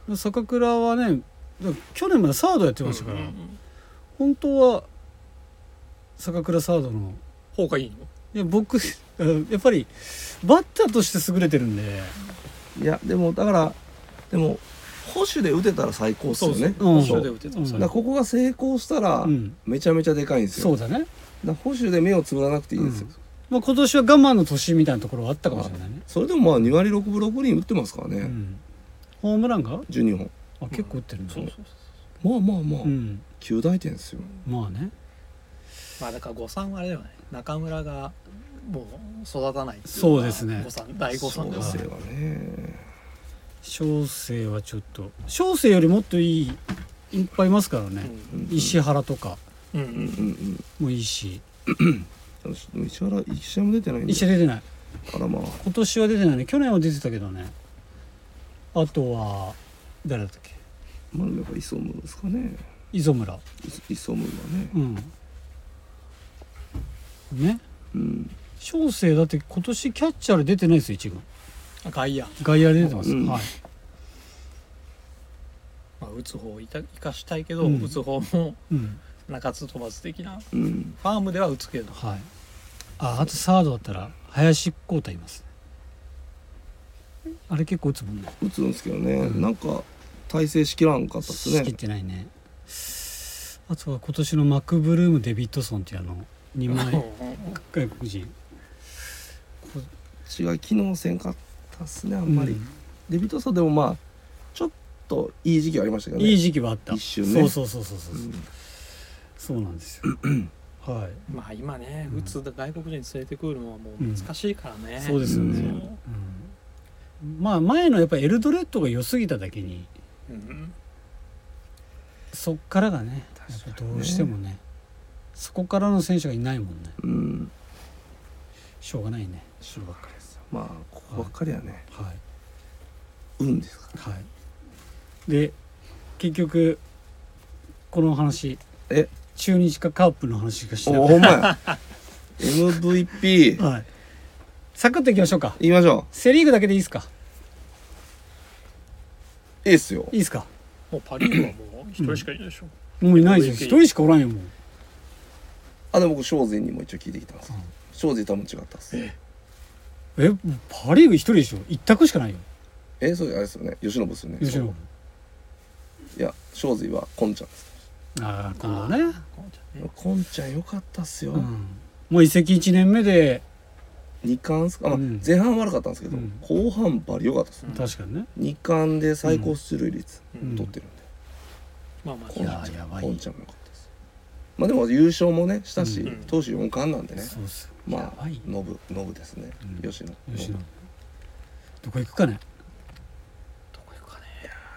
[SPEAKER 1] い、坂倉はねだから去年までサードやってましたから、
[SPEAKER 3] うんうんうん
[SPEAKER 1] 本当は坂倉サードの
[SPEAKER 3] 方がいいの
[SPEAKER 1] いや僕 やっぱりバッターとして優れてるんで、
[SPEAKER 2] いやでもだからでも保守で打てたら最高っすよね
[SPEAKER 1] そう
[SPEAKER 3] 後
[SPEAKER 1] そう
[SPEAKER 3] ろ
[SPEAKER 1] ん
[SPEAKER 3] で
[SPEAKER 2] だ
[SPEAKER 3] 打てたら
[SPEAKER 1] う
[SPEAKER 3] さ
[SPEAKER 1] ん
[SPEAKER 2] からここが成功したら
[SPEAKER 1] うん、
[SPEAKER 2] めちゃめちゃでかいんです
[SPEAKER 1] そ
[SPEAKER 2] よ
[SPEAKER 1] うだね、
[SPEAKER 2] だから保守で目をつぶらなくていいんですよ
[SPEAKER 1] まあ、今年は我慢の年みたいなところはあったかもしれないね、
[SPEAKER 2] それでもまあ2割6分6厘打ってますから
[SPEAKER 1] う
[SPEAKER 2] ね
[SPEAKER 1] ん、ホームランが
[SPEAKER 2] 12本
[SPEAKER 1] あ結構打ってるんだ、
[SPEAKER 3] そうそうそう
[SPEAKER 2] まあまあまあ
[SPEAKER 1] うん
[SPEAKER 2] 9大点ですよ
[SPEAKER 1] まあね
[SPEAKER 3] まあだから誤算はあれだよね中村がもう育たないっていのが
[SPEAKER 1] そうですね
[SPEAKER 3] 誤算大誤
[SPEAKER 2] そ
[SPEAKER 3] 算
[SPEAKER 2] う
[SPEAKER 3] だよ
[SPEAKER 2] で
[SPEAKER 3] ね
[SPEAKER 2] すよね
[SPEAKER 1] 小生はちょっと小生よりもっといいいっぱいいますからね、
[SPEAKER 2] うん
[SPEAKER 1] 石原とか
[SPEAKER 3] うんう
[SPEAKER 2] うん
[SPEAKER 3] ん
[SPEAKER 2] うん
[SPEAKER 1] もいいし
[SPEAKER 2] うんでも石原一試合も出てないんだ
[SPEAKER 1] 一社出てない
[SPEAKER 2] からまあ
[SPEAKER 1] 今年は出てないね去年は出てたけどねあとは誰だったっけ
[SPEAKER 2] まあやっぱ磯村ですかね
[SPEAKER 1] 磯村
[SPEAKER 2] 磯磯村はね
[SPEAKER 1] うんね
[SPEAKER 2] うん
[SPEAKER 1] 小生だって今年キャッチャーで出てないですよ一軍
[SPEAKER 3] あ外野、
[SPEAKER 1] 外野で出てます、
[SPEAKER 2] うん
[SPEAKER 1] はい
[SPEAKER 3] まあ、打つ方をいた生かしたいけど、
[SPEAKER 1] うん
[SPEAKER 3] 打つ方も
[SPEAKER 1] うん
[SPEAKER 3] 中津飛ばず的なフ
[SPEAKER 2] うん
[SPEAKER 3] ァームでは打つけど
[SPEAKER 1] はいああとサードだったら林浩太いますねあれ結構打つもんね
[SPEAKER 2] 打つんですけどね、
[SPEAKER 1] うん
[SPEAKER 2] なんか体勢しきらんかったっす
[SPEAKER 1] 仕切っ
[SPEAKER 2] ね
[SPEAKER 1] てないねあとは今年のマクブルームデビッドソンっていうあの2枚外国人
[SPEAKER 2] 違い機能せんかったっすねあんまり、
[SPEAKER 1] うん
[SPEAKER 2] デビットソンでもまあちょっといい時期はありましたけどね
[SPEAKER 1] いい時期はあった
[SPEAKER 2] 一瞬ね
[SPEAKER 1] そうそうそうそうそう、そうなんですよはい
[SPEAKER 3] まあ今ね
[SPEAKER 1] うん
[SPEAKER 3] 打つ外国人連れてくるのはもう難しいからね、
[SPEAKER 1] そうですよね、
[SPEAKER 2] う
[SPEAKER 1] うんまあ前のやっぱエルドレッドが良すぎただけに
[SPEAKER 3] そううん
[SPEAKER 1] そっからがねやっぱどうしてもねそこからの選手がいないもんね
[SPEAKER 2] うん、うん、
[SPEAKER 1] しょうがないね
[SPEAKER 2] 一緒ばっかりですよまあここばっかりはね、
[SPEAKER 1] はい
[SPEAKER 2] 運ですか
[SPEAKER 1] はい、で結局この話
[SPEAKER 2] らえ
[SPEAKER 1] 中日かカープの話がして
[SPEAKER 2] おほんまや MVP 行
[SPEAKER 1] はい、サクッといきましょうか
[SPEAKER 2] きましょ
[SPEAKER 1] セ・リーグだけでいいですか
[SPEAKER 2] ういいっすよ
[SPEAKER 1] いいですか
[SPEAKER 3] もうパ・リーグはもう一人しかいないでしょ、
[SPEAKER 1] もういないですよ
[SPEAKER 3] もう
[SPEAKER 1] 一人しかおらんよもう
[SPEAKER 2] あでも僕庄司にも一応聞いてきたんですよ庄司とはもう違ったっす
[SPEAKER 1] えパ・リーグ一人でしょ一択しかないよ
[SPEAKER 2] えそうあれですよね吉信ですよね
[SPEAKER 1] 吉野
[SPEAKER 2] いや庄司はこんちゃんです
[SPEAKER 1] ああ今度ね、
[SPEAKER 2] こんちゃんよかったっすよ、
[SPEAKER 1] うん、もう移籍1年目で
[SPEAKER 2] 二冠っすか、まあ
[SPEAKER 1] うん
[SPEAKER 2] 前半悪かったんですけど、
[SPEAKER 1] うん
[SPEAKER 2] 後半バリ良かったっす、
[SPEAKER 3] うん
[SPEAKER 1] 確かにね
[SPEAKER 2] 二冠で最高出塁率
[SPEAKER 3] うん
[SPEAKER 2] 取ってるんで、
[SPEAKER 3] まあまあ
[SPEAKER 2] こんちゃ
[SPEAKER 1] いややばい
[SPEAKER 2] んこんちゃんも良かったですまあでも優勝もねしたし、
[SPEAKER 3] うん
[SPEAKER 2] 投手四冠なんでね、
[SPEAKER 1] そうっす
[SPEAKER 2] ま
[SPEAKER 1] や
[SPEAKER 2] あ
[SPEAKER 1] ばいよ
[SPEAKER 2] ノブノブですね、
[SPEAKER 1] うん
[SPEAKER 2] 吉野
[SPEAKER 1] 吉野
[SPEAKER 2] ノブ
[SPEAKER 1] どこ行くかね
[SPEAKER 3] どこ行くかね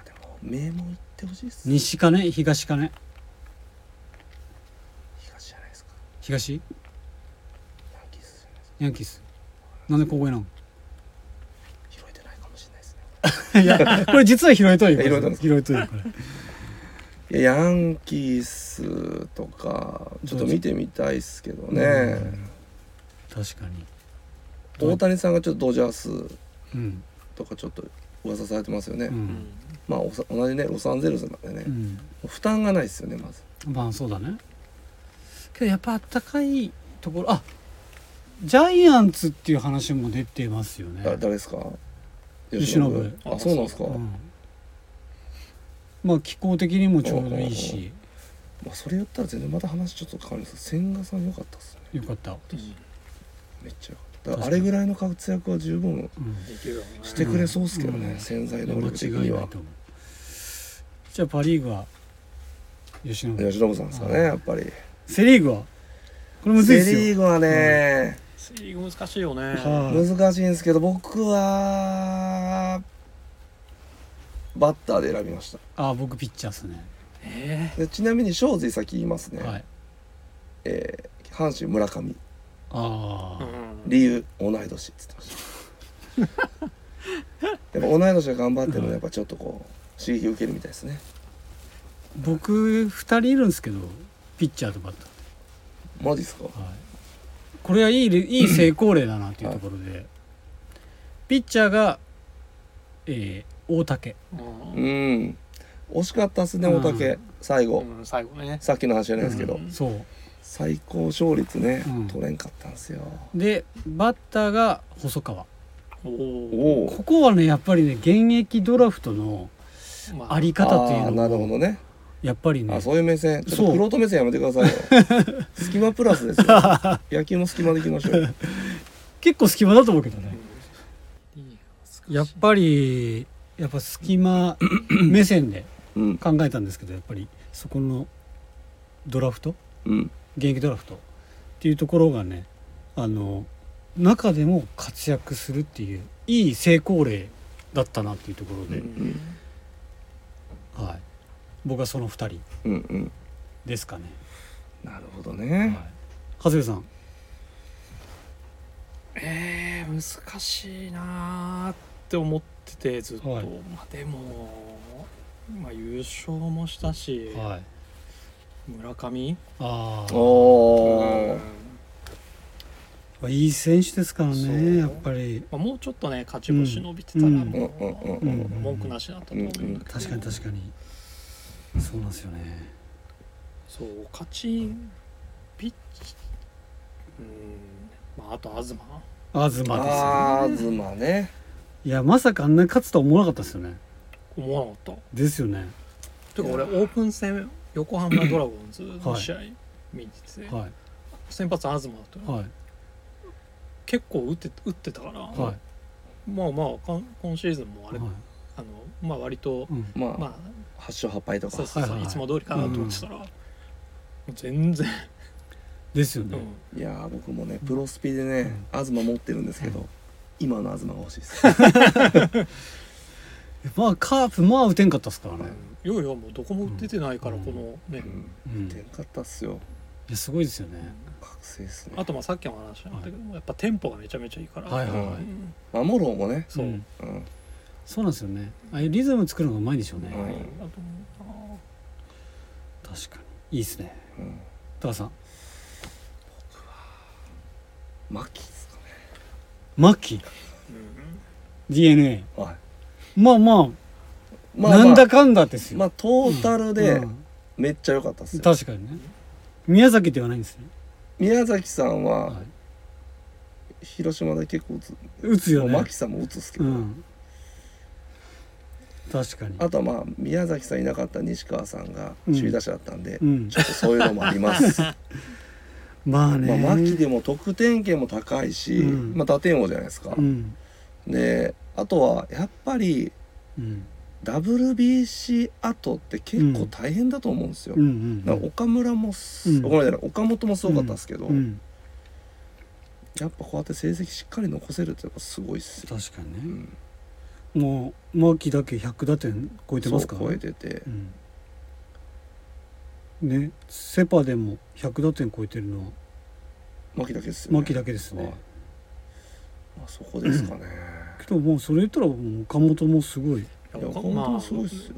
[SPEAKER 2] あでも名門行ってほしいっす
[SPEAKER 1] 西かね東かね
[SPEAKER 2] 東じゃないですか
[SPEAKER 1] 東
[SPEAKER 2] ヤンキースじゃないですか
[SPEAKER 1] ヤンキースなんでここへな の
[SPEAKER 2] 拾えてないかもしれないですね
[SPEAKER 1] いやこれ実は拾えとるよ
[SPEAKER 2] え拾えたんですか
[SPEAKER 1] 拾えとるよこれ
[SPEAKER 2] いやヤンキースとかちょっと見てみたいっすけどね、
[SPEAKER 1] 確かに
[SPEAKER 2] 大谷さんがちょっとドジャース
[SPEAKER 1] うん
[SPEAKER 2] とかちょっと噂されてますよね、
[SPEAKER 1] う
[SPEAKER 3] うんん
[SPEAKER 2] まあおさ同じねロサンゼルスなんでね、
[SPEAKER 1] うん
[SPEAKER 2] 負担がないですよねまず
[SPEAKER 1] まあそうだねけどやっぱあったかいところあジャイアンツっていう話も出てますよね
[SPEAKER 2] だ誰ですか
[SPEAKER 1] 由
[SPEAKER 2] 由伸
[SPEAKER 1] 伸
[SPEAKER 2] あそうなんですか、
[SPEAKER 1] う
[SPEAKER 2] ま
[SPEAKER 1] ん、まあ気候的にもちょうどいいし
[SPEAKER 2] あ、それ言ったら全然また話ちょっと変わるんですけど千賀さん良かったっすね
[SPEAKER 1] よかった、
[SPEAKER 2] めっちゃ良かっただから
[SPEAKER 1] 確か
[SPEAKER 2] あれ
[SPEAKER 1] に
[SPEAKER 2] ぐらいの活躍は十分
[SPEAKER 1] うん、
[SPEAKER 3] できるよね
[SPEAKER 2] してくれそうっすけどね、
[SPEAKER 1] うん
[SPEAKER 2] 潜在能
[SPEAKER 1] 間
[SPEAKER 2] 力的に
[SPEAKER 1] 違いな
[SPEAKER 2] はい
[SPEAKER 1] と思うじゃあパ・リーグは吉野
[SPEAKER 2] 由伸さんですかねやっぱり
[SPEAKER 1] セ・リーグはこれむずい
[SPEAKER 2] セ・
[SPEAKER 1] ですよ
[SPEAKER 2] リーグはね、
[SPEAKER 3] セリーグ難しいよね
[SPEAKER 1] はい
[SPEAKER 2] 難しいんですけど僕はバッターで選びました
[SPEAKER 1] ああ僕ピッチャーっすね
[SPEAKER 3] え
[SPEAKER 2] でちなみに庄司先言いますね、
[SPEAKER 1] はい
[SPEAKER 2] えー阪神村上
[SPEAKER 1] ああ、
[SPEAKER 3] えうん
[SPEAKER 2] 理由同い年っつってま したやっぱ同い年が頑張ってるのはやっぱちょっとこう刺激を受けるみたいですね
[SPEAKER 1] 僕二人いるんですけどピッチャーとバッター
[SPEAKER 2] マジっすか
[SPEAKER 1] はい、これはいいれいい成功例だなっていうところで、ピッチャーが、えー大竹
[SPEAKER 3] うん
[SPEAKER 2] うん惜しかったっすね
[SPEAKER 1] うん
[SPEAKER 2] 大竹最後
[SPEAKER 3] うん最後ね
[SPEAKER 2] さっきの話じゃないですけど
[SPEAKER 3] うん
[SPEAKER 1] そ
[SPEAKER 2] 最高勝率ね
[SPEAKER 1] うん
[SPEAKER 2] 取れんかったんすよ
[SPEAKER 1] うでバッターが細川
[SPEAKER 2] お
[SPEAKER 3] おお
[SPEAKER 2] お
[SPEAKER 1] ここはねやっぱりね現役ドラフトの
[SPEAKER 3] ま
[SPEAKER 1] あり方っていう
[SPEAKER 2] なる
[SPEAKER 1] の
[SPEAKER 2] ほ
[SPEAKER 1] も
[SPEAKER 2] どね
[SPEAKER 1] やっぱりね
[SPEAKER 2] あそういう目線ちょっ
[SPEAKER 1] そ
[SPEAKER 2] と
[SPEAKER 1] う
[SPEAKER 2] クロート目線やめてくださいよ 隙間プラスですよ野球も隙間でいきましょうよ
[SPEAKER 1] 結構隙間だと思うけどね
[SPEAKER 3] うんいいよ
[SPEAKER 1] やっぱりやっぱ隙 間目線で
[SPEAKER 2] うん
[SPEAKER 1] 考えたんですけどやっぱりそこのドラフト
[SPEAKER 2] うん
[SPEAKER 1] 現役ドラフトっていうところがねあの中でも活躍するっていういい成功例だったなっていうところ
[SPEAKER 2] う
[SPEAKER 1] で、
[SPEAKER 2] ん
[SPEAKER 1] はい、僕はその2人
[SPEAKER 2] うんうん
[SPEAKER 1] ですかね。
[SPEAKER 2] なるほど
[SPEAKER 1] はい
[SPEAKER 2] ね、
[SPEAKER 1] 長谷部さん、
[SPEAKER 3] えー、難しいなーって思っててずっと、
[SPEAKER 1] はい
[SPEAKER 3] まあ、でも、まあ、優勝もしたし、
[SPEAKER 1] はい、
[SPEAKER 3] 村上
[SPEAKER 1] あ
[SPEAKER 2] お
[SPEAKER 3] うん
[SPEAKER 2] お
[SPEAKER 1] あいい選手ですから
[SPEAKER 3] そう
[SPEAKER 1] ねやっぱり
[SPEAKER 3] まあ、もうちょっとね勝ち星伸びてたら
[SPEAKER 1] うん
[SPEAKER 3] もう、
[SPEAKER 2] うん
[SPEAKER 1] うんうんうん
[SPEAKER 3] 文句なしだったと思うんだけど、
[SPEAKER 2] うんうん
[SPEAKER 1] 確かに確かにそうなんですよね。
[SPEAKER 3] そう勝ちピッチうんまああと東
[SPEAKER 1] 東ですよね
[SPEAKER 2] あー東ね
[SPEAKER 1] いやまさかあんな勝つとは思わなかったですよね。
[SPEAKER 3] 思わなかっ
[SPEAKER 1] ですよね。
[SPEAKER 3] たてか俺オープン戦横浜ドラゴンズの試合見に行ってて、
[SPEAKER 1] は
[SPEAKER 3] 先発東だった
[SPEAKER 1] い
[SPEAKER 3] の
[SPEAKER 1] はい
[SPEAKER 3] 結構打って打ってたから、
[SPEAKER 1] はい
[SPEAKER 3] まあまあかん今シーズンもあれ、
[SPEAKER 1] はい
[SPEAKER 3] あのまあ割と、
[SPEAKER 1] うん
[SPEAKER 2] まあ、
[SPEAKER 3] まあ
[SPEAKER 2] 8勝8敗とか
[SPEAKER 3] そうそうそう、
[SPEAKER 1] はいはい
[SPEAKER 3] い
[SPEAKER 1] はい
[SPEAKER 3] つも通りかなと思ってたら、もう全然、
[SPEAKER 1] ですよ
[SPEAKER 3] う
[SPEAKER 1] ね。
[SPEAKER 3] ん
[SPEAKER 2] いやー僕もねプロスピでね、東持ってるんですけど、今の東が欲しいです
[SPEAKER 1] まあカープまあ打てんかったですからね。
[SPEAKER 3] いやいやもうどこも打ててないから
[SPEAKER 1] うん
[SPEAKER 3] このね、
[SPEAKER 2] うん
[SPEAKER 1] うん、
[SPEAKER 2] 出んかったっすよ
[SPEAKER 1] いやすごいですよね。
[SPEAKER 2] 覚醒っすね
[SPEAKER 3] あとまあさっきも話したんだけど、やっぱテンポがめちゃめちゃいいから、
[SPEAKER 1] はいはい
[SPEAKER 2] は
[SPEAKER 3] う
[SPEAKER 2] い
[SPEAKER 3] ん
[SPEAKER 2] 守る方もね、
[SPEAKER 3] そう、
[SPEAKER 1] ん
[SPEAKER 2] うん、
[SPEAKER 1] そうなんですよね。ああいうリズム作るのがうまいんでしょうね。
[SPEAKER 2] はい
[SPEAKER 3] だと思
[SPEAKER 1] 確かにいいですね。
[SPEAKER 2] うん、
[SPEAKER 1] 高田さん、
[SPEAKER 2] 牧っすかね
[SPEAKER 1] マッキー、
[SPEAKER 3] うな
[SPEAKER 1] DNA、
[SPEAKER 2] はい
[SPEAKER 1] まあまあ、
[SPEAKER 2] まあ、まあ、
[SPEAKER 1] なんだかんだですよ。
[SPEAKER 2] まあトータルで
[SPEAKER 1] うん
[SPEAKER 2] めっちゃ良かったっすよ、
[SPEAKER 1] 確かにね。宮崎ではないんですね。
[SPEAKER 2] 宮崎さん
[SPEAKER 1] は
[SPEAKER 2] はい広島で結構打つ
[SPEAKER 1] 打つよ
[SPEAKER 2] もう
[SPEAKER 1] ね
[SPEAKER 2] 牧さんも打つっすけ
[SPEAKER 1] う
[SPEAKER 2] ど、
[SPEAKER 1] ん確かに
[SPEAKER 2] あとはまあ宮崎さんいなかった西川さんが
[SPEAKER 1] うん
[SPEAKER 2] 首位打者だったんで、
[SPEAKER 1] うん
[SPEAKER 2] ちょっとそういうのもあり ます。
[SPEAKER 1] まあね
[SPEAKER 2] まあ牧でも得点圏も高いし、
[SPEAKER 1] うん
[SPEAKER 2] まあ打点王じゃないですか。
[SPEAKER 1] うん
[SPEAKER 2] であとはやっぱり
[SPEAKER 1] うん、
[SPEAKER 2] WBC 後って結構大変だと思うんですよ。
[SPEAKER 1] うんうん
[SPEAKER 2] なんか岡村もす、
[SPEAKER 1] うん
[SPEAKER 2] ごめんなさい岡本もすごかったんですけど、
[SPEAKER 1] うん、
[SPEAKER 2] やっぱこうやって成績しっかり残せるってやっぱすごいっすよ。
[SPEAKER 1] 確か
[SPEAKER 2] う
[SPEAKER 1] にね、
[SPEAKER 2] ん、
[SPEAKER 1] もうマーキーだけ100打点超えてますから
[SPEAKER 2] そう超えてて
[SPEAKER 1] うん、ねセ・パでも100打点超えてるのは
[SPEAKER 2] 牧だけですよね。
[SPEAKER 1] 牧だけですね、
[SPEAKER 2] はいまあ、そこですかね。
[SPEAKER 1] けどもうそれ言ったらもう岡本もすごい
[SPEAKER 2] いや
[SPEAKER 3] 岡
[SPEAKER 2] 岡
[SPEAKER 3] 本
[SPEAKER 2] 本
[SPEAKER 3] まあ
[SPEAKER 2] もすごいっすよ。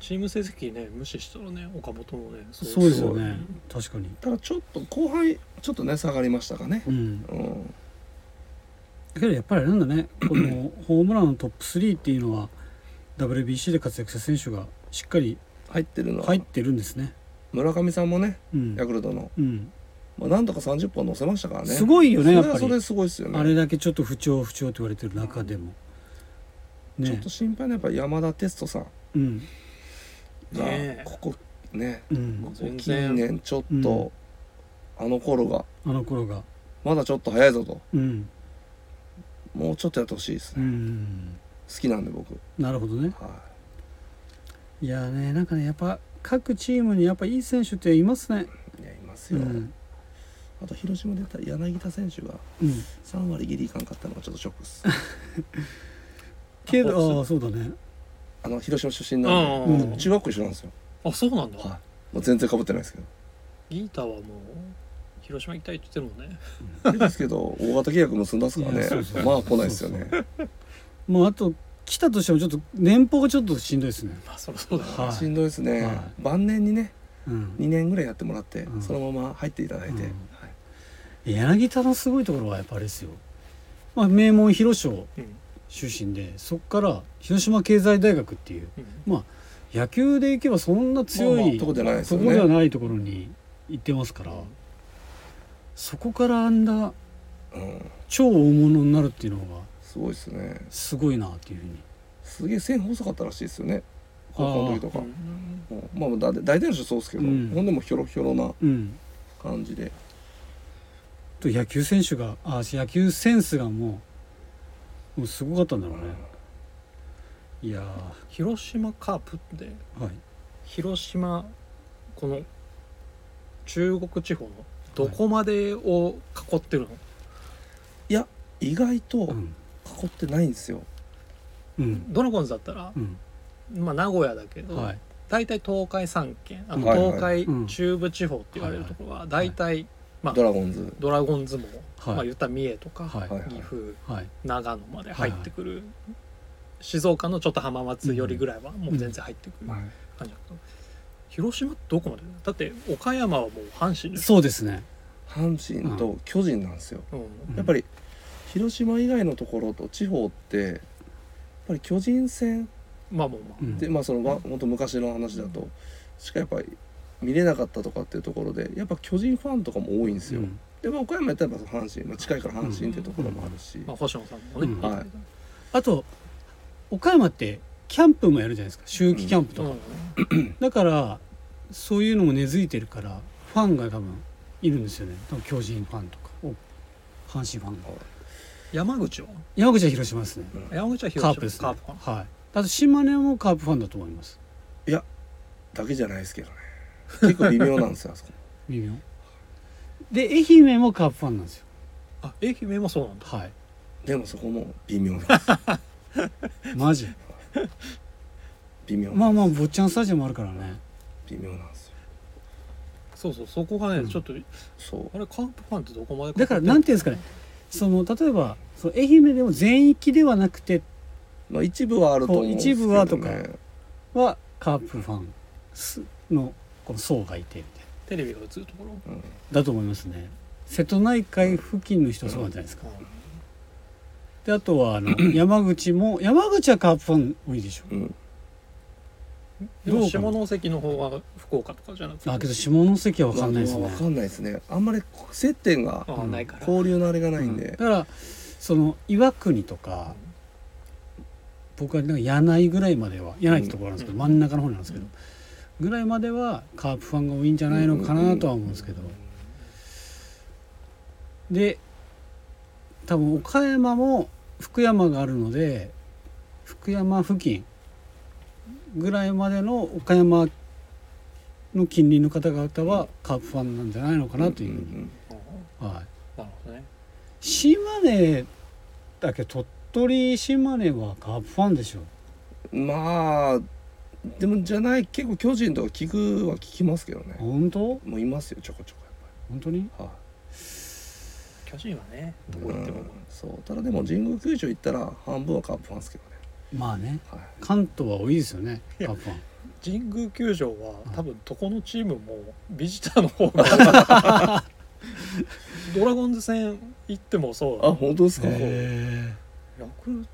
[SPEAKER 3] チーム成績ね無視したらね岡本もねすごい
[SPEAKER 1] そうですよね確かに
[SPEAKER 2] ただちょっと後半ちょっとね下がりましたかね。
[SPEAKER 1] うん
[SPEAKER 2] うん。
[SPEAKER 1] だけどやっぱりなんだねこのホームランのトップ3っていうのは WBC で活躍した選手がしっかり
[SPEAKER 2] 入ってるのは、
[SPEAKER 1] 入ってるんですね
[SPEAKER 2] 村上さんもね
[SPEAKER 1] うん
[SPEAKER 2] ヤ、クルトの、
[SPEAKER 1] うん、
[SPEAKER 2] まあ、なんとか30本乗せましたからね。
[SPEAKER 1] すごいよねやっぱ
[SPEAKER 2] それはそ
[SPEAKER 1] り
[SPEAKER 2] れすごいですよね。
[SPEAKER 1] あれだけちょっと不調不調って言われてる中でも
[SPEAKER 2] ちょ
[SPEAKER 1] ね
[SPEAKER 2] っと心配なやっぱ山田哲人さん
[SPEAKER 1] うん
[SPEAKER 2] が
[SPEAKER 3] ねえ
[SPEAKER 2] ここね
[SPEAKER 1] う
[SPEAKER 3] もうん全
[SPEAKER 2] 近
[SPEAKER 3] 然
[SPEAKER 2] 年ちょっと、あの頃が
[SPEAKER 1] あの頃が
[SPEAKER 2] まだちょっと早いぞと
[SPEAKER 1] うん
[SPEAKER 2] もうちょっとやってほしいです
[SPEAKER 1] う
[SPEAKER 2] ね、
[SPEAKER 1] ん
[SPEAKER 2] 好きなんで僕、
[SPEAKER 1] なるほどね
[SPEAKER 2] はい
[SPEAKER 1] やーねなんかねやっぱ各チームにやっぱいい選手っていますね
[SPEAKER 2] い、いやいます
[SPEAKER 1] う
[SPEAKER 2] よ、
[SPEAKER 1] ん、
[SPEAKER 2] あと広島でた柳田選手が
[SPEAKER 1] うん、
[SPEAKER 2] 3割ギリいかんかったのがちょっとショック っす
[SPEAKER 1] けどあ
[SPEAKER 3] あ
[SPEAKER 1] あそうだね
[SPEAKER 2] あの広島出身
[SPEAKER 3] う
[SPEAKER 2] なん
[SPEAKER 3] ん、
[SPEAKER 1] う
[SPEAKER 2] で
[SPEAKER 1] ん
[SPEAKER 2] 中学校一緒なんですよ、
[SPEAKER 3] あそうなんだ、
[SPEAKER 2] はいまあ、全然かぶってないですけ
[SPEAKER 3] ギータはもう広島行きたいって言ってるもんね
[SPEAKER 2] どですけど大型契約結んだっすから
[SPEAKER 1] い
[SPEAKER 2] ね
[SPEAKER 1] やそうそう
[SPEAKER 2] まあ来ないですよね
[SPEAKER 1] もうあと来たとしてもちょっと年俸がちょっとしんどいですね
[SPEAKER 3] まあそりゃそうだよ、
[SPEAKER 1] はい
[SPEAKER 2] しんどいですね、
[SPEAKER 1] は
[SPEAKER 2] 晩年にね
[SPEAKER 1] うん
[SPEAKER 2] 2年ぐらいやってもらって、
[SPEAKER 1] うん
[SPEAKER 2] そのまま入っていただいて、
[SPEAKER 1] うん
[SPEAKER 2] はい
[SPEAKER 1] 柳田のすごいところはやっぱあれですよ、まあ、名門広商
[SPEAKER 3] うん
[SPEAKER 1] 出身でそこから広島経済大学っていう
[SPEAKER 3] うん
[SPEAKER 1] 野球でいけばそんな強
[SPEAKER 3] まあま
[SPEAKER 1] い
[SPEAKER 3] あ
[SPEAKER 2] とこじゃないです
[SPEAKER 1] と
[SPEAKER 2] よ
[SPEAKER 1] こでは
[SPEAKER 2] ね
[SPEAKER 1] ないところに行ってますからそこからあんな
[SPEAKER 2] うん
[SPEAKER 1] 超大物になるっていうのが
[SPEAKER 2] すごいですね
[SPEAKER 1] すごいなっていうふうに
[SPEAKER 2] すげえ線細かったらしいですよね高校の時とか
[SPEAKER 3] う、ん
[SPEAKER 2] うんまあだ大体の人そうですけど、
[SPEAKER 1] うん
[SPEAKER 2] ほんでもひょろひょろな
[SPEAKER 1] うん
[SPEAKER 2] 感じで
[SPEAKER 1] と野球選手があ野球センスがもうもうすごかったんだろうねいや
[SPEAKER 3] 広島カープって
[SPEAKER 1] ーはい
[SPEAKER 3] 広島この中国地方のどこまでを囲ってるの、
[SPEAKER 2] 意外と
[SPEAKER 1] うん
[SPEAKER 2] 囲ってないんですよ、
[SPEAKER 1] うん
[SPEAKER 3] ドラゴンズだったら
[SPEAKER 1] う、ん
[SPEAKER 3] まあ、名古屋だけど、
[SPEAKER 1] はい
[SPEAKER 3] 大体東海3県あと
[SPEAKER 2] はいはい
[SPEAKER 3] 東
[SPEAKER 1] うん
[SPEAKER 3] 海中部地方って言われるところは大体まあ
[SPEAKER 2] ドラゴンズ
[SPEAKER 3] ドラゴンズも、
[SPEAKER 1] はい
[SPEAKER 3] まあ言ったら三重とか、
[SPEAKER 1] はい
[SPEAKER 2] はいはい
[SPEAKER 3] 岐阜
[SPEAKER 1] はい
[SPEAKER 3] 長野まで入ってくる、静岡のちょっと浜松よりぐらいはもう全然入ってくる感じだけど、広島ってどこまでだって岡山はもう阪神です
[SPEAKER 1] そうですね
[SPEAKER 2] 阪神と巨人なんですよ、
[SPEAKER 3] うん
[SPEAKER 1] ん
[SPEAKER 2] やっぱり広島以外のところと地方ってやっぱり巨人戦
[SPEAKER 3] まあもうまあ、
[SPEAKER 1] うん
[SPEAKER 2] でまあそのわもっと昔の話だとしかやっぱり見れなかったとかっていうところでやっぱ巨人ファンとかも多いんですよ、
[SPEAKER 1] うん
[SPEAKER 2] でまあ岡山やったらやっぱ阪神、まあ、近いから阪神っていうところもあるし、
[SPEAKER 3] まあ、星野さんもね、
[SPEAKER 1] うん
[SPEAKER 2] はい
[SPEAKER 1] あと岡山ってキャンプもやるじゃないですか秋季キャンプと
[SPEAKER 3] う
[SPEAKER 1] か、
[SPEAKER 3] ん
[SPEAKER 1] だからそういうのも根付いてるからファンが多分いるんですよね多分巨人ファンとかお阪神ファンが
[SPEAKER 3] 山口は
[SPEAKER 1] 山口は広島ですね
[SPEAKER 3] 山口は広島
[SPEAKER 1] カープですね
[SPEAKER 3] カープかな
[SPEAKER 1] はいあと島根もカープファンだと思います
[SPEAKER 2] だけじゃないですけどね結構微妙なんですよあそこ
[SPEAKER 1] 微妙で愛媛もカープファンなんですよ
[SPEAKER 3] あ愛媛もそうなんだ
[SPEAKER 1] はい
[SPEAKER 2] でもそこも微妙なんです
[SPEAKER 1] マ ジ
[SPEAKER 2] 微妙
[SPEAKER 1] ま
[SPEAKER 2] な
[SPEAKER 1] あ
[SPEAKER 2] んです
[SPEAKER 1] まあ坊ちゃんスタジアムあるからね
[SPEAKER 2] 微妙なんですよ
[SPEAKER 3] そうそうそこがね、
[SPEAKER 1] うん
[SPEAKER 3] ちょっと
[SPEAKER 2] そう
[SPEAKER 3] あれカープファンってどこまで
[SPEAKER 1] だからなん
[SPEAKER 3] て
[SPEAKER 1] ていうんですかねその例えばその愛媛でも全域ではなくて
[SPEAKER 2] まあ一部はあると思うんですけど、ね、
[SPEAKER 1] 一部はとかはカープファンすのこの層がいてみたいな
[SPEAKER 3] テレビが映るところ、
[SPEAKER 2] うん
[SPEAKER 1] だと思いますね瀬戸内海付近の人はそうなんじゃないですか、 であとはあの山口も山口はカープファン多いでしょ
[SPEAKER 2] うん
[SPEAKER 3] でも下関の方は福岡とかじゃなくて
[SPEAKER 1] あけど下関は分かんないです
[SPEAKER 2] わ
[SPEAKER 1] ね
[SPEAKER 2] かんないですね。あんまり接点が
[SPEAKER 3] あないから、
[SPEAKER 2] 交流のあれがないん
[SPEAKER 1] だ
[SPEAKER 2] で
[SPEAKER 1] か。らその岩国とか僕はなんか柳井ぐらいまでは柳井ってところなんですけど、
[SPEAKER 3] うん
[SPEAKER 1] 真ん中の方なんですけど、ぐらいまではカープファンが多いんじゃないのかなとは思うんですけど、で多分岡山も福山があるので福山付近ぐらいまでの岡山の近隣の方々はカープファンなんじゃないのかなというふうに、
[SPEAKER 2] ん
[SPEAKER 3] あ
[SPEAKER 1] はい、
[SPEAKER 3] あなるほどね
[SPEAKER 1] 島根だけど鳥取島根はカープファンでしょ
[SPEAKER 2] うんまあでもじゃない結構巨人とか聞くは聞きますけどね。
[SPEAKER 1] 本当
[SPEAKER 2] もういますよちょこちょこやっぱり。
[SPEAKER 1] 本当に
[SPEAKER 2] はい、
[SPEAKER 3] 巨人はねどこ
[SPEAKER 2] う
[SPEAKER 3] 行っても、
[SPEAKER 2] ん、そうただでも神宮球場行ったら半分はカープファンですけどね、
[SPEAKER 1] まあね
[SPEAKER 2] はい、
[SPEAKER 1] 関東は多いですよねカープファン
[SPEAKER 3] 神宮球場は多分どこのチームもビジターの方が ドラゴンズ戦行ってもそうだ
[SPEAKER 2] あ本当ですか、
[SPEAKER 1] へ
[SPEAKER 3] ヤクル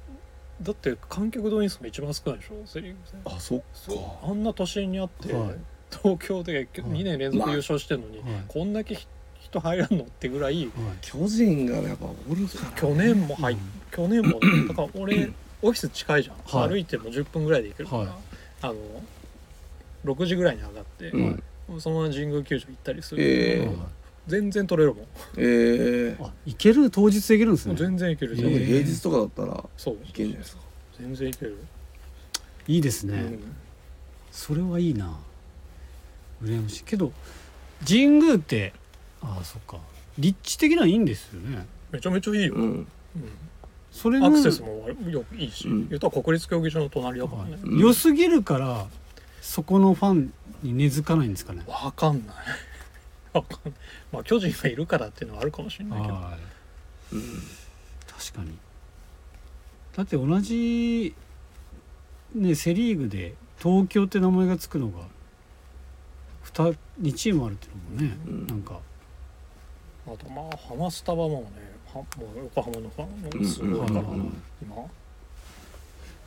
[SPEAKER 3] だって観客動員数が一番少ないでしょセ・リーグ戦
[SPEAKER 2] あそっか
[SPEAKER 3] あんな都心にあって、
[SPEAKER 1] はい
[SPEAKER 3] 東京で2年連続優勝してるのに、
[SPEAKER 1] はい
[SPEAKER 3] こんだけ人入らんのってぐらい
[SPEAKER 1] え、はい、
[SPEAKER 2] 巨人がやっぱおるから
[SPEAKER 3] 去年も入っ、去 年もねだから俺オフィス近いじゃん、
[SPEAKER 1] はい
[SPEAKER 3] 歩いても10分ぐらいで行けるから、
[SPEAKER 1] はい
[SPEAKER 3] あの6時ぐらいに上がって、
[SPEAKER 2] うん、
[SPEAKER 3] そのまま神宮球場行ったりする、
[SPEAKER 2] えー
[SPEAKER 3] 全然取れるもん、
[SPEAKER 2] えー、
[SPEAKER 1] あ行ける当日行けるんです
[SPEAKER 3] もう
[SPEAKER 1] ね
[SPEAKER 3] 全然行ける
[SPEAKER 1] え
[SPEAKER 3] じ
[SPEAKER 1] ー
[SPEAKER 3] ゃん、
[SPEAKER 2] 特に平日とかだったら
[SPEAKER 3] そう
[SPEAKER 2] いけんじゃないですか
[SPEAKER 3] 全然行ける、
[SPEAKER 1] いいですね、
[SPEAKER 3] うん
[SPEAKER 1] それはいいな羨ましいけど神宮ってああそっか立地的にはいいんですよね
[SPEAKER 3] めちゃめちゃいいよ、
[SPEAKER 2] うん
[SPEAKER 3] うん
[SPEAKER 1] それの
[SPEAKER 3] アクセスもよくいいし、
[SPEAKER 2] うん
[SPEAKER 3] 言ったら国立競技場の隣だからね、
[SPEAKER 2] うん
[SPEAKER 1] 良すぎるからそこのファンに根付かないんですかね
[SPEAKER 3] わかんない わかんないまあ巨人がいるからっていうのはあるかもしれないけど
[SPEAKER 1] はい
[SPEAKER 2] うん
[SPEAKER 1] 確かにだって同じねセ・リーグで東京って名前が付くのが 2, 2チームあるっていうのもね、
[SPEAKER 2] うん
[SPEAKER 1] なんか
[SPEAKER 3] あとまあ浜スタバもねはもう横浜のファンもすごいから、
[SPEAKER 1] うんうんうん
[SPEAKER 3] 今